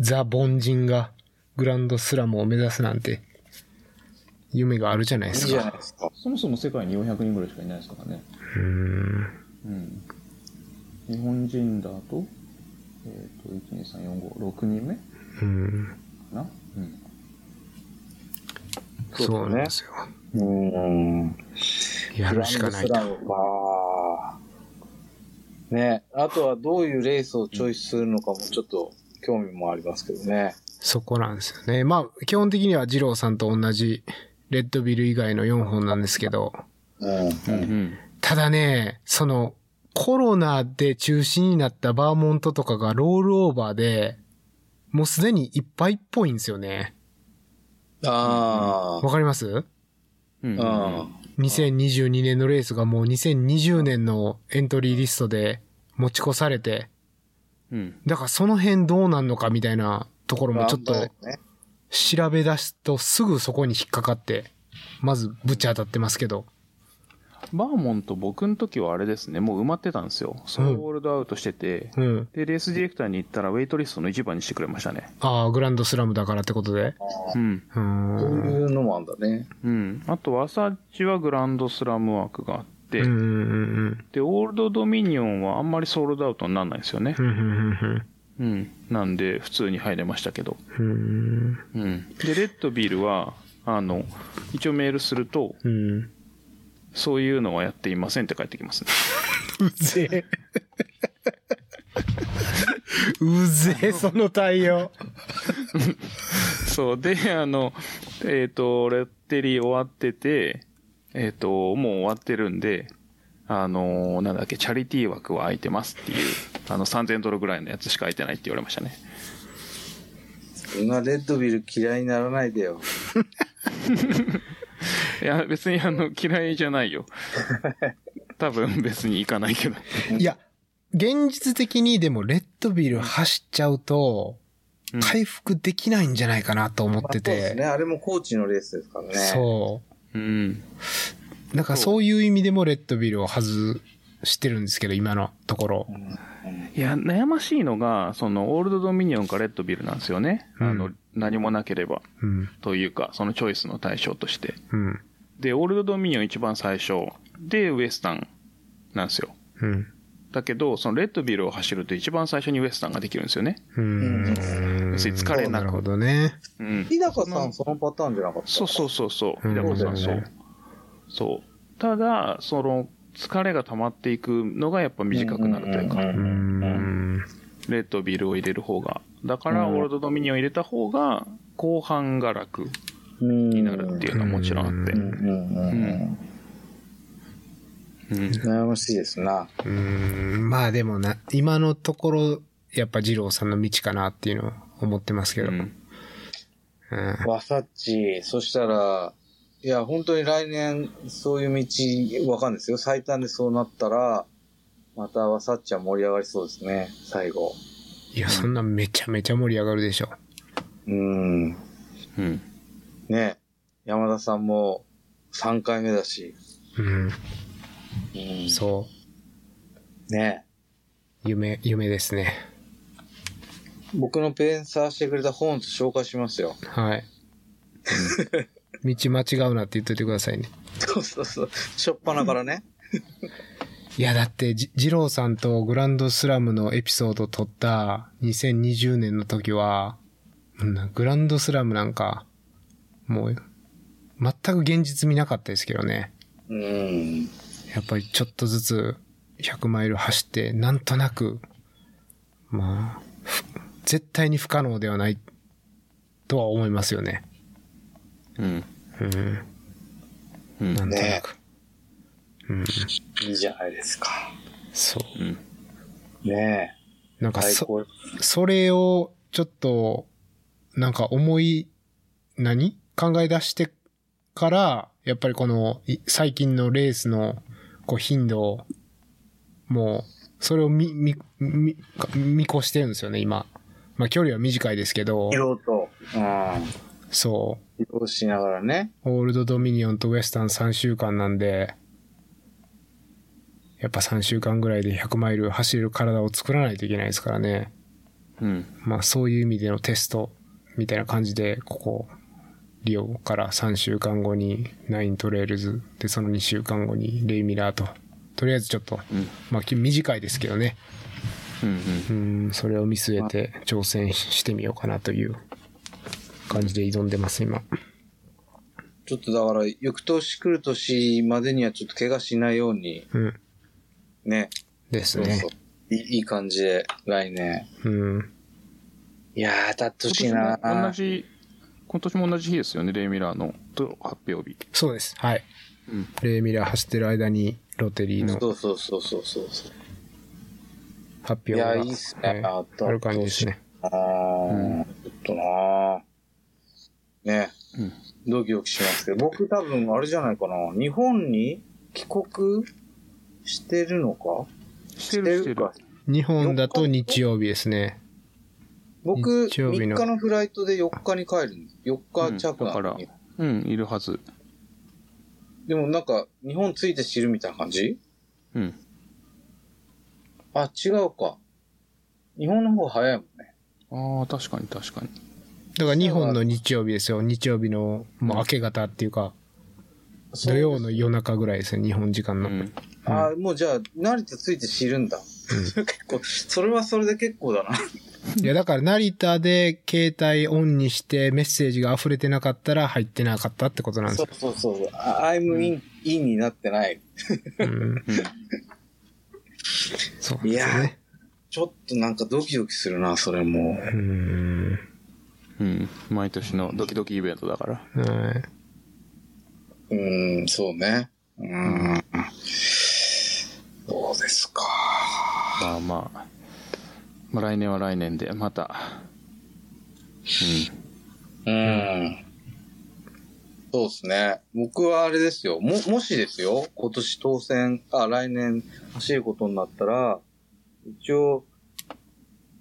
ザ・凡人がグランドスラムを目指すなんて、夢があるじゃないいでいすじゃないか。ですか。そもそも世界に400人ぐらいしかいないですからね。うーん。うん。日本人だと、えっ、と、1、2、3、4、5、6人目かうん。なうん。そうなんですよ。うん。やるしかないグランドスラムか。ねあとはどういうレースをチョイスするのかもちょっと興味もありますけどね。そこなんですよね。まあ、基本的には二郎さんと同じ、レッドビル以外の4本なんですけど、うん。うん。ただね、その、コロナで中止になったバーモントとかがロールオーバーで、もうすでにいっぱいっぽいんですよね。あわかりますうん。あ。うん。 ?2022 年のレースがもう2020年のエントリーリストで持ち越されて、うん。だからその辺どうなんのかみたいなところもちょっとまああんまりね調べ出すとすぐそこに引っかかって、まずぶち当たってますけど。バーモンと僕の時はあれですね、もう埋まってたんですよ。ソールドアウトしてて、うん。で、レースディレクターに行ったら、ウェイトリストの一番にしてくれましたね。ああ、グランドスラムだからってことで。うん。うー。そうんいうのもあんだね。うん。あと、ワサッチはグランドスラム枠があって、うんうんうんで、オールドドミニオンはあんまりソールドアウトにならないですよねうん。う。んうんうんうん。なんで、普通に入れましたけど。うんうん。で、レッドビールは、あの、一応メールすると、うんうん。そういうのはやっていませんって返ってきますね。うぜえ。うぜえ、その対応。 そう。で、あの、えっ、と、レッテリー終わってて、えっ、と、もう終わってるんで、あの、なんだっけ、チャリティー枠は空いてますっていう、あの、3000ドルぐらいのやつしか空いてないって言われましたね。そんなレッドビル嫌いにならないでよ。いや、別にあの、嫌いじゃないよ。多分別に行かないけど。いや、現実的にでもレッドビル走っちゃうと、うん回復できないんじゃないかなと思っまあてそうですね。て。あれもコーチのレースですからね。そう。うん。だからそういう意味でもレッドビルを外してるんですけど、今のところ。いや、悩ましいのが、その、オールドドミニオンかレッドビルなんですよね。うんあの、何もなければ。うん。というか、そのチョイスの対象として。うん。で、オールドドミニオン一番最初。で、ウエスタンなんですよ。うん。だけど、そのレッドビルを走ると一番最初にウエスタンができるんですよね。うん。別に疲れななくるほどね。うん。日高さん、そのパターンじゃなかったそうそうそうそう。うん平子さん、そそうだうね。そう。ただ、その、疲れが溜まっていくのがやっぱ短くなるというか、うーん。レッドビルを入れる方が。だから、うオんールドドミニオン入れた方が、後半が楽になるっていうのはもちろんあってうう。んうんうんうんうん悩ましいですな。うーん。まあでもな、今のところ、やっぱ二郎さんの道かなっていうのを思ってますけど。ううん。んわさっち、そしたら、いや、本当に来年、そういう道、わかんないですよ。最短でそうなったら、またわさっちは盛り上がりそうですね、最後。いや、そんなめちゃめちゃ盛り上がるでしょ。うん。うん。ね山田さんも3回目だし。うん。うんそう。ね夢、夢ですね。僕のペンサーしてくれた本紹介しますよ。はい。道間違うなって言っといてくださいね。そうそうそう。しょっぱなからね。いや、だって、じ二郎さんとグランドスラムのエピソード撮った2020年の時は、もうなグランドスラムなんか、もう、全く現実見なかったですけどね。うん。やっぱりちょっとずつ100マイル走って、なんとなく、まあ、ふ絶対に不可能ではないとは思いますよね。うん。うん。うんなんとなく。うん。いいじゃないですか。そう。うん。ねなんえ。か最そ、高。それを、ちょっと、なんか思い、何考え出してから、やっぱりこの、い最近のレースの、こう、頻度を、もう、それを見、見、見、見越してるんですよね、今。まあ、距離は短いですけど、色と、うん。そ移動しながらね。う、オールドドミニオンとウエスタン3週間なんで、やっぱ3週間ぐらいで100マイル走れる体を作らないといけないですからね。うん。まあそういう意味でのテストみたいな感じで、ここ、リオから3週間後にナイントレールズ、で、その2週間後にレイミラーと、とりあえずちょっと、うん。まあき短いですけどね、ううん。ん、それを見据えて挑戦してみようかなという感じで挑んでます、今。ちょっとだから、翌年来る年までにはちょっと怪我しないように、うん。ね。ですうね。う。いいいい感じで、来年。うん。いやー、当たってほしい今な年も同じ、今年も同じ日ですよね、レイ・ミラーのと発表日。そうです。はい。うんレイミラー走ってる間に、ロテリーのそうそうそうそうそう。発表いが、や、いいっすね。はい当たあっるて感じほでしすいね。あー、ちょっとなーね、うんドキドキしますけど、僕多分あれじゃないかな、日本に帰国してるのかしてる、してるか。。日本だと日曜日ですね。僕、日曜日3の日のフライトで4日に帰るんです。4日着なだのかに、うん、いるはず。でもなんか、日本着いて知るみたいな感じうん。あ、違うか。日本の方が早いもんね。ああ、確かに確かに。だから日本の日曜日ですよ。日曜日の、もう明け方っていうか、土曜の夜中ぐらいですね、日本時間うの。ん。あーもうじゃあ、成田ついて知るんだ。 結構、それはそれで結構だな。いや、だから成田で携帯オンにしてメッセージが溢れてなかったら入ってなかったってことなんですそうよ。そうそう。あ I'm in, in になってない。うんそうなんいでやすよね。ちょっとなんかドキドキするな、それも。うん。うん。毎年のドキドキイベントだから。はい。うーん、そうね。うーん。どうですか。まあまあ。まあ来年は来年で、また。うん。そうですね。僕はあれですよ。も、もしですよ。今年当選、あ、来年走ることになったら、一応、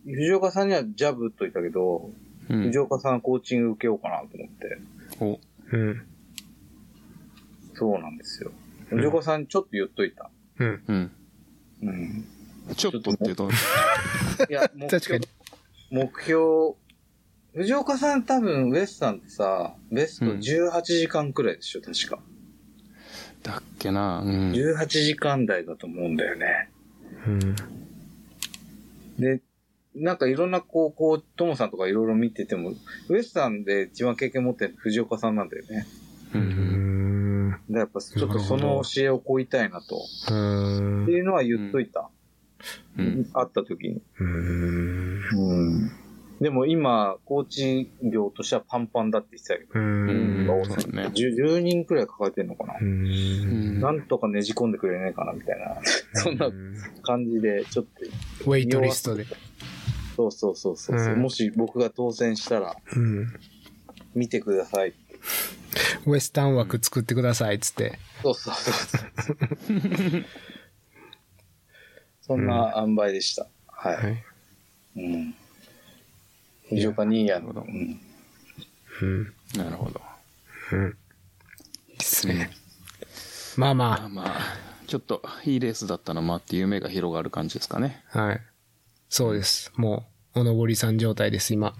藤岡さんにはジャブ打っといたけど、うん。うん藤岡さんコーチング受けようかなと思って。お、うん。そうなんですよ。藤子さんにちょっと言っといた。うん。うん。うん。ちょっとっていうと、いや、目標確かに。目標、藤岡さん多分、ウエスさんってさ、ベストうん18時間くらいでしょ、確か。だっけな、うん。 18時間台だと思うんだよね。うん。で、なんかいろんな高校、ともさんとかいろいろ見てても、ウエスさんで一番経験持ってるの藤岡さんなんだよね。う。うんん。うでやっぱちょっなるとそほどの教えを乞いたいなと。んっていうのは言っといた。うん。会った時に。うん。うん。でも今、コーチ業としてはパンパンだって言ってたけど、ううん。ん。そうだね。 10, 10人くらい抱えてんのかな。うんうなんんとかねじ込んでくれないかな、みたいなそんな感じで、ちょっと、ウェイトリストで。そうそうそうそうそう、うんもし僕が当選したら、うん。見てください。ウエスタン枠作ってください、つって。そうそうそうそう。そんな塩梅でした。は。はいい。うん。藤岡兄やの。うん。うん。なるほど。うん。いいっすうんね。まあまあままあ、ちょっといいレースだったな、まあっていう夢が広がる感じですかね。あ、はい。そうです。もう、おのぼりさん状態です、今。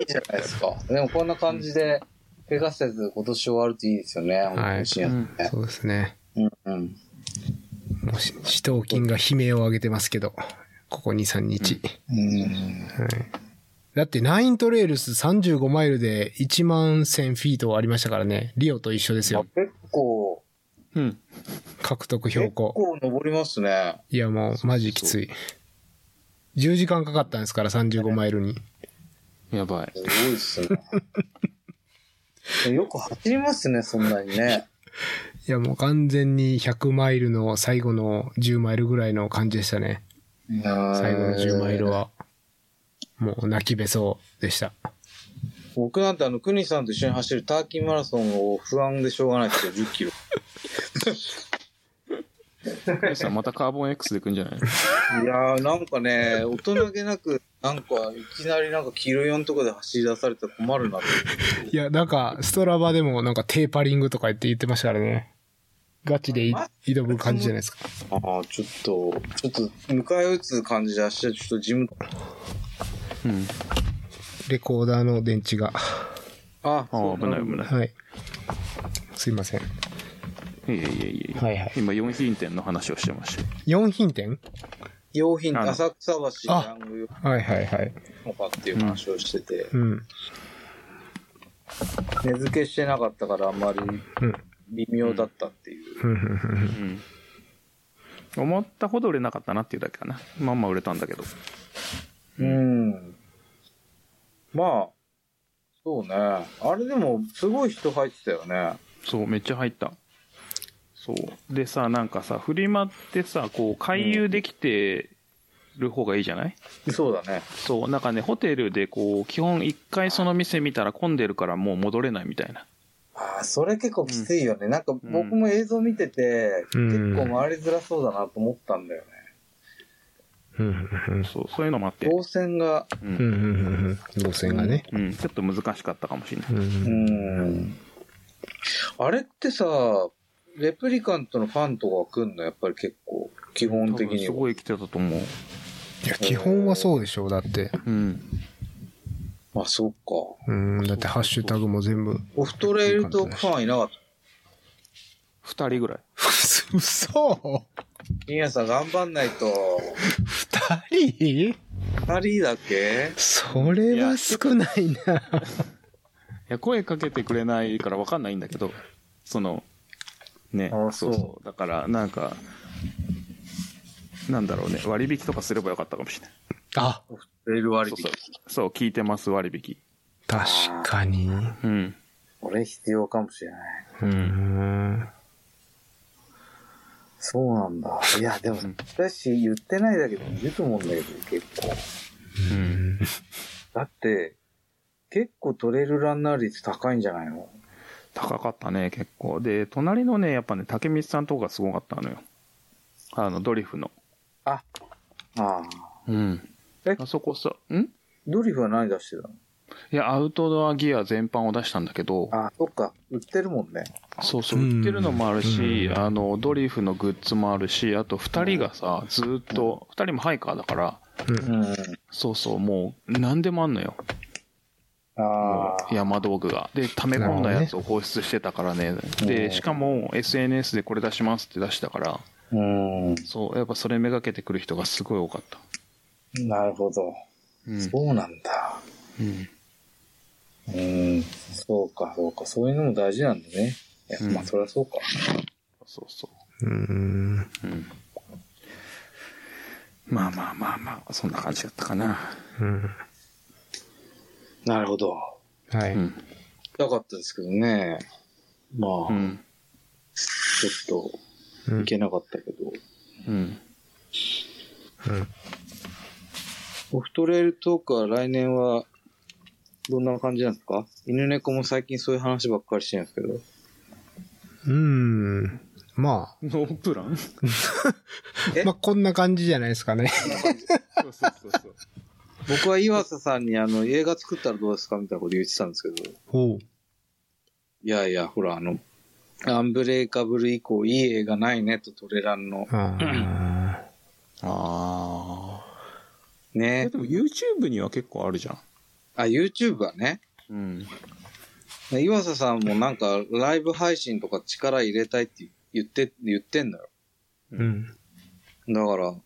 いいじゃないですか。でもこんな感じで、怪我せず今年終わるといいですよね。い本当にねそうですね。うんうん。もう、し死闘金が悲鳴を上げてますけど、ここ2、3日。うん。はい。だって、ナイントレイルス35マイルで1万1000フィートありましたからね。リオと一緒ですまあよ。結構、うん。獲得標結高。構登りますね。いやもう、マジきつい。10時間かかったんですから、35マイルに。やばい。すごいっす ね。よく走りますね、そんなにね。いやもう完全に100マイルの最後の10マイルぐらいの感じでしたね。最最後の10マイル。は。もう泣きべそうでした。僕なんてあの、クニさんと一緒に走るターキンマラソンを不安でしょうがないですよ、10キロ。クリスさんまたカーボン X で行くんじゃないいやー、なんかね、 大人げなく、なんか、いきなりなんか黄色い4とかで走り出されたら困るなって。いや、なんか、ストラバでもなんかテーパリングとか言って言ってましたからね。ガチでい挑む感じじゃないですか。ああ、ちょっと、ちょっと、迎え撃つ感じで走って、ちょっとジム、うん。レコーダーの電池が。あ、ああ、危ない危ない。はい。すいません。いやいやいやはいはい今4品店の話をしてました。 4品店用品、あの浅草橋ヤングヨはいはいはい。のかっていう話をしてて、うん。値付けしてなかったからあんまりうん。微妙だったっていうう。んうんうんうん。思ったほど売れなかったなっていうだけかな。まあまあ売れたんだけど。うん。まあ、そうね。あれでも、すごい人入ってたよね。そう、めっちゃ入った。そう。でさ、なんかさ、フリマってさ、こう、回遊できてる方がいいじゃない、そうだね。そう、なんかね、ホテルでこう、基本一回その店見たら混んでるからもう戻れないみたいな。ああ、それ結構きついよね。なんかん僕も映像見てて、うん結構回りづらそうだなと思ったんだよね。うんうんそう、そういうのもあって。当選が、う。うんんうんうん。動線がね。うん、ちょっと難しかったかもしれない。う。うんあれってさ、レプリカントのファンとかが来んのやっぱり結構、基本多的分にすは。ごい来てたと思う。いや、基本はそうでしょう。だって。うん。あ、そううか。ん。だってハッシュタグも全部。オフトレイルトークファンいなかっ二人ぐらい。嘘た。ニーヤさん頑張んないと。二人二人だっけそれは少ないな。いや、声かけてくれないから分かんないんだけど、その、ね、あそうう。だから、なんか、なんだろうね、割引とかすればよかったかもしれない。あ、レール割そう引そう。そう、聞いてます、割引。確かに。うん。これ必要かもしれない。うん。ん。そうなんだ。いや、でもうん、私言ってないだけでもいると思うんだけど、結構。うん。だって、結構トレイルランナー率高いんじゃないの高かったね、結構。で、隣のね、やっぱね、竹光さんとかがすごかったのよ。あの、ドリフの。ああ。うん。えあそこさ、んドリフは何出してたのいや、アウトドアギア全般を出したんだけど、あ、そっか。売ってるもんね。そうそう、うん売ってるのもあるし、うんあの、ドリフのグッズもあるし、あと二人がさ、ずーっと、二人もハイカーだから、うん。ん。そうそう、もう、何でもあんのよ。ああ。山道具が。で、溜め込んだやつを放出してたからね。うで、んしかも SNS でこれ出しますって出したから、うん。そう、やっぱそれめがけてくる人がすごい多かった。なるほど。うん。そうなんだ。うんうん。そうか、そうか。そういうのも大事なんだね。いやうんまあ、そりゃそうか。そうそうん。う。うん。まあまあまあまあ、そんな感じだったかな。うん。なるほど。はうい。ん。痛かったですけどね。まあ、うん。ちょうっと、んいけなかったけど。うん。うんオフトレイルトークは来年は、どんな感じなんですか犬猫も最近そういう話ばっかりしてるんですけど。うん。まノープラン そあ、まあこんな感じじゃないですかね。うそうそうそう。僕は岩佐さんにあの映画作ったらどうですかみたいなこと言ってたんですけど。ほう。いやいや、ほら、あの、アンブレイカブル以降、いい映画ないねとトレランの。あああ。ね。でも YouTube には結構あるじゃん。あ、YouTube はね。うん。岩佐さんもなんか、ライブ配信とか力入れたいって言って、言ってんだよ。ーうん。だから、う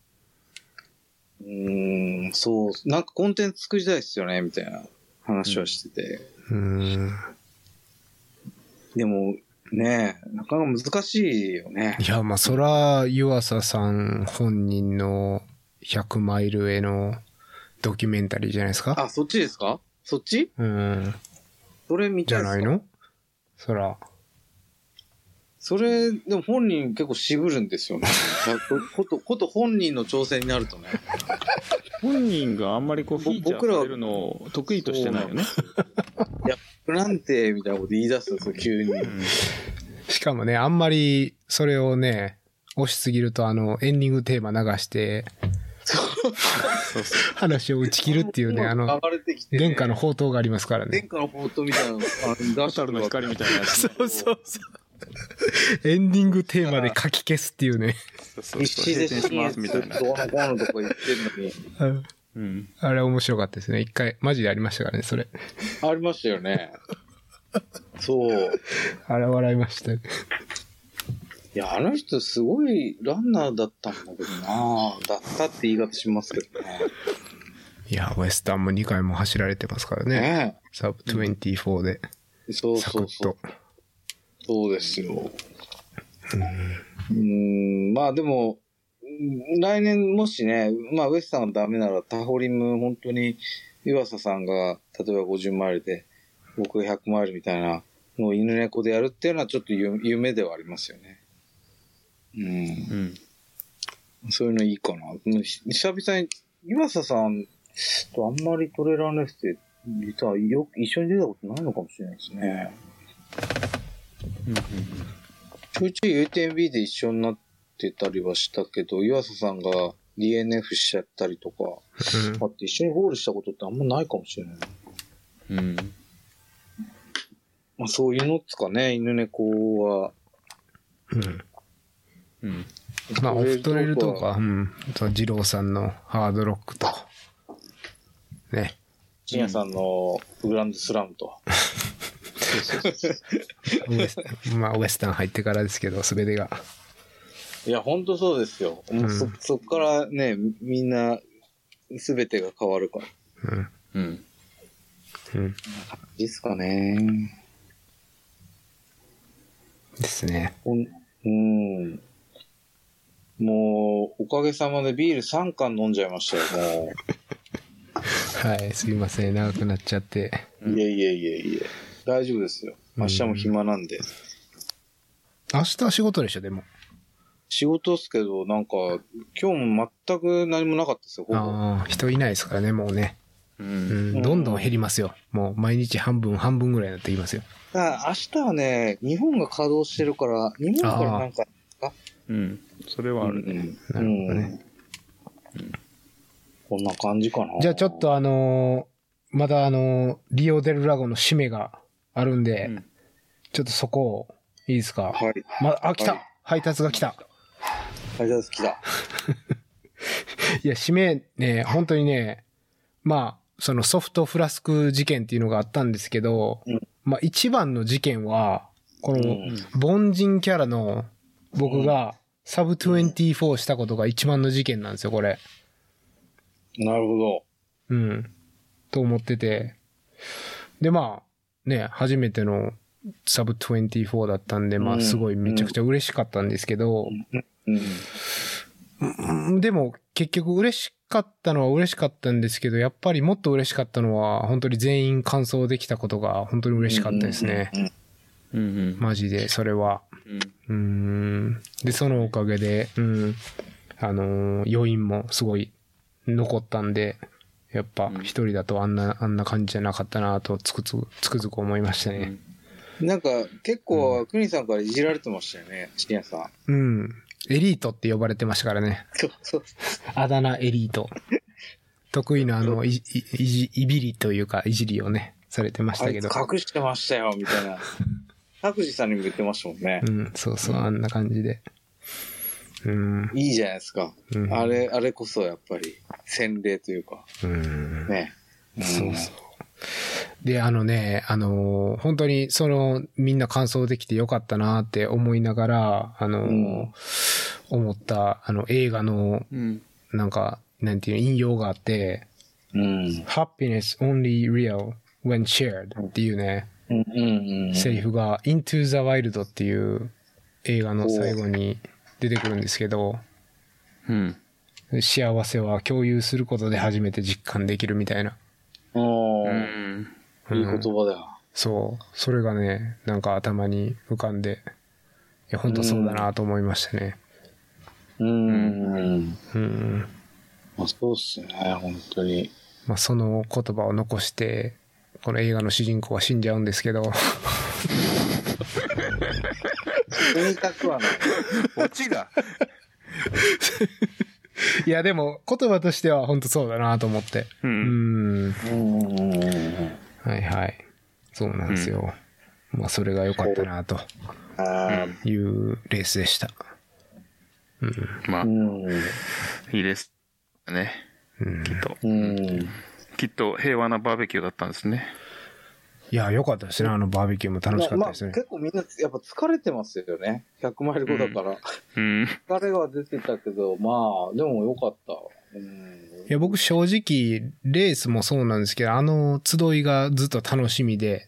ーん、そう、なんかコンテンツ作りたいっすよね、みたいな話はしてて。うん。でも、ねなかなか難しいよね。いや、まあ、そら、湯浅さん本人の100マイルへのドキュメンタリーじゃないですか。あ、そっちですかそっちうん。それ見じたいゃっすかないのそら。それ、でも本人結構渋るんですよね。 こと、こと本人の挑戦になるとね。本人があんまりこう、フィーチャーされるのを得意としてないよね。なんて、みたいなこと言い出すんですよ、急に。しかもね、あんまり、それをね、押しすぎると、あの、エンディングテーマ流して、そうそう。話を打ち切るっていう ね、あの、暴れてきてね殿下の宝刀がありますからね殿。下の宝刀みたいなの、あ出ホタルの光みたいなやつ。そうそうそう。エンディングテーマで書き消すっていうね。そうそう必死閉で店しますみたいなど。うのこうのとか言ってるのうに。んうん。あれ面白かったですね。一回、マジでありましたからね、それ。ありましたよね。そう。あれ笑いましたね。いや、あの人すごいランナーだったんだけどなだったって言い方しますけどね。いや、ウエスタンも2回も走られてますからね。ねサブ24で、え。そうサクそうッそうと。。そうですよ。うーん、まあでも、うん来年もしね、まあウエスタンがダメならタホリム、本当に岩佐さんが、例えば50マイルで、僕が100マイルみたいなのを犬猫でやるっていうのはちょっと夢夢ではありますよね。ううん。ん、そういうのいいかな。うんひ久々に岩佐さんとあんまりトレーラーのやつって、実はよく一緒に出たことないのかもしれないですね。ちょいちょい UTMB で一緒になってたりはしたけど、岩佐さんが DNF しちゃったりとか、あって一緒にゴールしたことってあんまないかもしれない。うん。まあそういうのっつかね、犬猫は。うん。うん。うん。まあ、オフトレイルとか、うん。そう、二郎さんのハードロックと、ね。深夜さんのグランドスラム と。ウエスまあ、ウエスタン入ってからですけど、すべてが。いや、ほんとそうですよ。もうそ、うんそっからね、みんな、すべてが変わるから。うん。うん。うん。いいっすかね。ですね。ほんうん。もう、おかげさまでビール3缶飲んじゃいましたよ、もう。はい、すいません。長くなっちゃって。うんいえいえいえいえ。大丈夫ですよ。明日も暇なんで。明日は仕事でしょ、でも。仕事っすけど、なんか、今日も全く何もなかったですよ、ほぼ。ああ、人いないですからね、もうね。う。うんん、どんどん減りますよ。もう毎日半分、半分ぐらいになってきますよ。だから明日はね、日本が稼働してるから、日本からなんか、うん。それはあるね。うなんるほどねうんこんな感じかな。じゃあちょっ。とあのーまだあの、リオデルラゴの締めがあるんで、うんちょっとそこを、いいですか。はい。まあ、来た、はい配達が来た。ありがとうございます。来た。いや、締めね、本当にね、まあ、そのソフトフラスク事件っていうのがあったんですけど、うんまあ一番の事件は、こうのん凡人キャラの僕がサブ24したことが一番の事件なんですよ、これ。なるほど。うん。と思ってて。で、まあ、ね、初めてのサブ24だったんで、まうあんすごいめちゃくちゃ嬉しかったんですけど、うん。うんでも結局嬉しかったのは嬉しかったんですけど、やっぱりもっと嬉しかったのは本当に全員完走できたことが本当に嬉しかったですね。ううん。んうん。マジで、それは。ううんん。で、そのおかげで、うん。あのー余韻もすごい残ったんで、やっぱうん一人だとあんな、あんな感じじゃなかったなとつくつく、つくづく思いましたね。なんか、結構、クニさんからいじられてましたよね、シニアさん。うん。エリートって呼ばれてましたからね。そうそう。あだ名エリート。得意のあの、い、い、いじ、いびりというか、いじりをね、されてましあたいけつど。隠してましたよ、みたいな。タクシーさんに向けてましたもんねう。ん、そうそう、あんな感じで。うん。いいじゃないですか。うんあれ、あれこそやっぱり、洗礼というか、うん。ね。そうそう。で、あのね、あのー本当に、その、みんな感想できてよかったなって思いながら、あのーうん思った、あの、映画の、うん。なんか、なんていうの引用があって、うん。 happiness only real when shared っていうね、うんうんうん。セリフが Into the Wild っていう映画の最後に出てくるんですけど、うん。幸せは共有することで初めて実感できるみたいな。おうーん。うんいい言葉だよ。そう。それがね、なんか頭に浮かんで、いや、本当そうだなと思いましたね。うん。うんうん。まあ、そうっすね、本当に。まあ、その言葉を残して、この映画の主人公は死んじゃうんですけど、 死にたくはない。落ちが。いや、でも言葉としては本当そうだなと思って。う。うんん。うんうんうんうん。はいはい。そうなんですよ。まあ、それが良かったなと。あいうレースでした。まあ。あう、ん。いいです。ね。うん、きっと。うん。きっと平和なバーベキューだったんですね。いや、良かったですね。あのバーベキューも楽しかったですねまあ。結構みんな、やっぱ疲れてますよね。100マイル後だから。うん。疲れは出てたけど、まあ、でもよかった。うん。いや、僕正直、レースもそうなんですけど、あの集いがずっと楽しみで、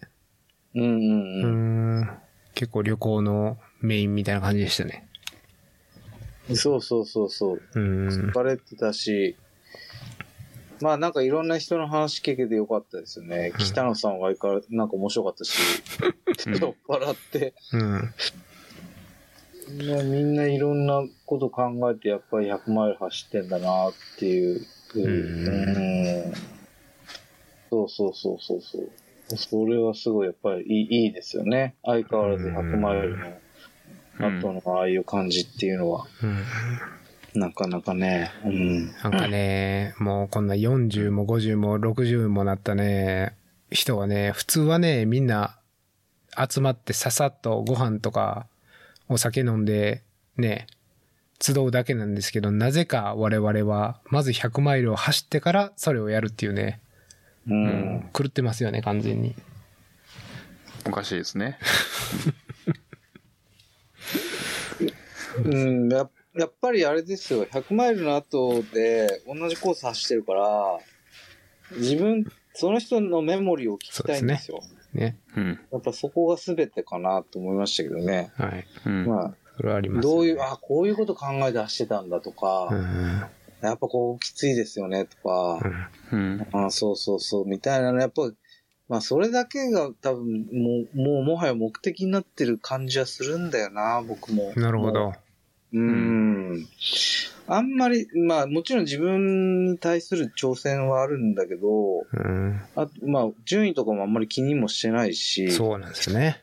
うんうんうーうんん、結構旅行のメインみたいな感じでしたね。そうそうそうそう。うーん。疲れてたし、まあなんかいろんな人の話聞けてよかったですよね。うん北野さんは相変わらずなんか面白かったし、うん 酔っ払って、うん。みんなみんないろんなこと考えてやっぱり100マイル走ってんだなっていう。うんん。そうそうそうそうそう。それはすごいやっぱりいいいいですよね。相変わらず100マイルの後のああいう感じっていうのは、うん。なかなかね。うん。なんかね、もうこんな40も50も60もなったね、人はね、普通はね、みんな集まってささっとご飯とかお酒飲んでね、集うだけなんですけど、なぜか我々は、まず100マイルを走ってからそれをやるっていうね、うん。狂ってますよね、完全に。おかしいですね。うん、ややっぱりあれですよ、100マイルの後で同じコース走ってるから、自分、その人のメモリーを聞きたいんですよ。ね。うん。やっぱそこが全てかなと思いましたけどね。はい。うん。まそれはありあ、ます、どういう、あ、こういうこと考えて走ってたんだとか、うん。やっぱこうきついですよねとうか、ん。うん。あそうそうそう、みたいなの、やっぱ、まあそれだけが多分、もう、もうもはや目的になってる感じはするんだよな、僕も。なるほど。うーんあんまり、まあもちろん自分に対する挑戦はあるんだけど、うん。あまあ順位とかもあんまり気にもしてないし、そうなんですよね。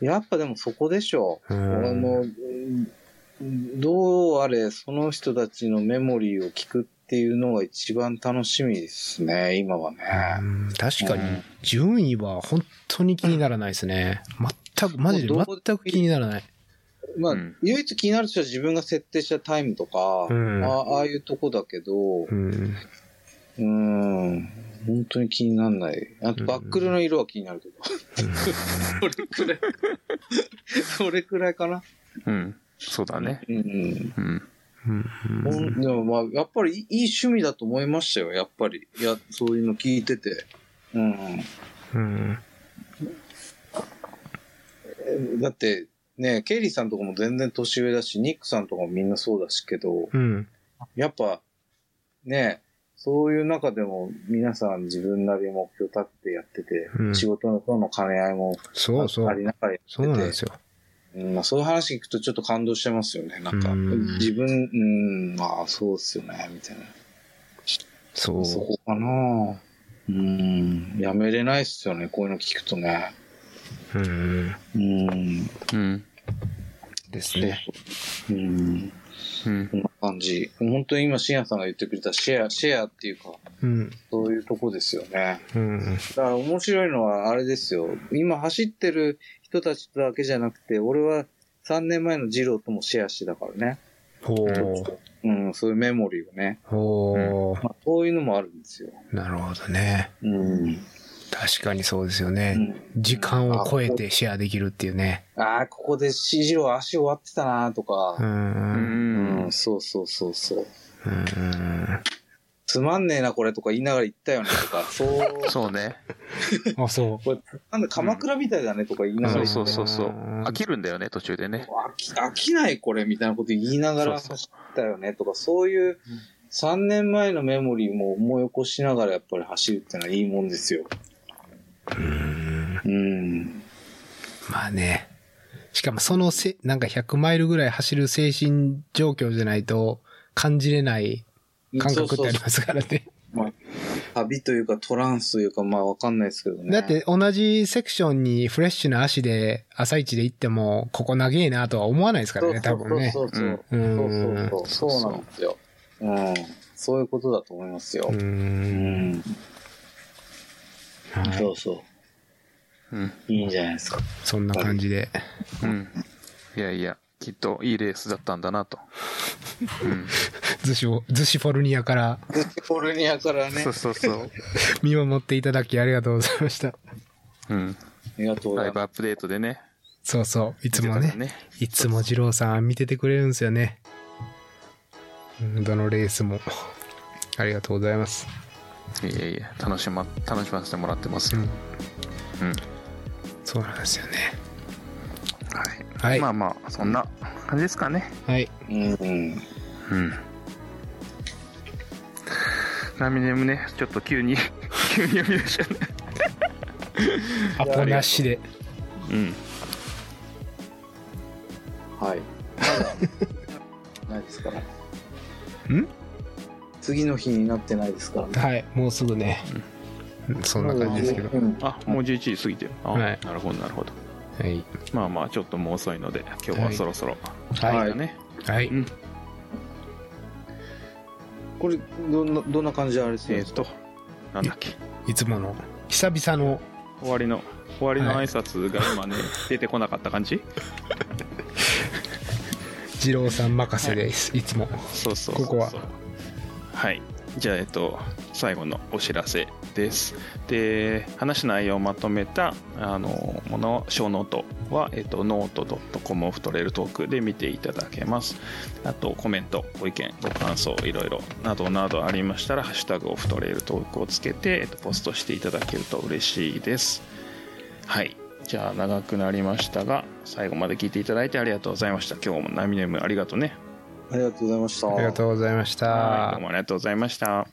やっぱでもそこでしょ。うあん。のうんどうあれ、その人たちのメモリーを聞くってっていうのが一番楽しみですね、今はね。うん確かに、順位は本当に気にならないですね。全く、マジで全く気にならない。まあ、うん唯一気になる人は自分が設定したタイムとか、うんあああいうとこだけど、うん。うん、本当に気にならない。あと、バックルの色は気になるけど。 それくらい。それくらいかな。うん。そうだね。うん。うん。うんほんでもまあ、やっぱりいいいい趣味だと思いましたよ、やっぱり。いや、そういうの聞いてて。うん。うん。だって、ね、ケイリーさんとかも全然年上だし、ニックさんとかもみんなそうだしけど、うん。やっぱ、ね、そういう中でも皆さん自分なりに目標立ってやってて、うん仕事のとの兼ね合いもそうそありう。ながらやってて、そうなんですよ。うんまあ、そういう話聞くとちょっと感動してますよね、なんか。うん自分、うん、まあそうっすよね、みたいな。そ。そうこかなうん、やめれないっすよね、こういうの聞くとね。うん。うん、うん。ですね。うん、うんこ。んな感じ。本当に今、深夜さんが言ってくれたシェア、シェアっていうか、うん。そういうとこですよね。うん。だから面白いのはあれですよ。今走ってる人たちだけじゃなくて、俺は3年前の二郎ともシェアしてたからね。ほう。うん、そういうメモリーをね。ほまあ、そういうのもあるんですよ。う。なるほどね。うん。確かにそうですようね。ん時間を超えてシェアできるっていうね。ああ、ここで二郎足終わってたなとか。うん。うん。うん、そうそうそうそう。うんつまんねえな、これとか言いながら言ったよねとか、 そう、そうね。あ、そなんだ、鎌倉みたいだねとか言いながそら言うって、そうそうそう。うん飽きるんだよね、途中でね。飽き飽きないこれみたいなこと言いながらそう走ったよねとか、そういう3年前のメモリーも思い起こしながらやっぱり走るってのはいいもんですよ。うん。う。まあね。しかもそのせ、なんか100マイルぐらい走る精神状況じゃないと感じれない感覚ってありますからね。旅というかトランスというか、まあわかんないですけどね。だって同じセクションにフレッシュな足で朝一で行っても、ここ長えなとは思わないですからね、多分ね。そうそうそうそうう。んそうそうそう。そうなんですよ。うん。そういうことだと思いますよう。ん。はいそうそう。うん。いいんじゃない ですか。そんな感じで。うん。いやいや、きっといいレースだったんだなと。うん。ズシを、ズシフォルニアからカルニアからねそう。そうそう。見守っていただきありがとうございました。うん。ありがとうごラざイいブまアップデートでね。そうそう。いつも出たからね。いつも二郎さん見ててくれるんですよね。うんどのレースも。ありがとうございます。いやいや、楽しま、楽しませてもらってますうよ。ん。うん。はそうなんですよね。い。はいまあまあ、そんな感じですかね。はい。す。うん。うん。ラミネームね、ちょっと急に、 急に読み出しちゃうね。アポなしで。うん。はい。ま だ、ないですから。ん次の日になってないですからね。はい。もうすぐね。うんそんな感じですけど。うんあ、もう11時過ぎてる。あ、はいなるほど、なるほど。はい。まあまあ、ちょっともう遅いので、今日はそろそろ。は。はいいだね。はい。うん。これ、どんな、どんな感じであれですえねっ、。と、なんだっけ。いつもの、久々の、終わりの、終わりの挨拶が今ね、出てこなかった感じ二郎さん任せです。いつも。そうそうここははいじゃあえっと最後のお知らせですで話の内容をまとめたあのもの小ノートは、えっと、ノート .com オフトレールトークで見ていただけますあとコメントご意見ご感想いろいろなどなどありましたら「ハッシュタグオフトレールトーク」をつけて、えっと、ポストしていただけると嬉しいですはいじゃあ長くなりましたが最後まで聞いていただいてありがとうございました今日もナミネームありがとうねありがとうございました。ありがとうございましはい、どたう。もありがとうございました。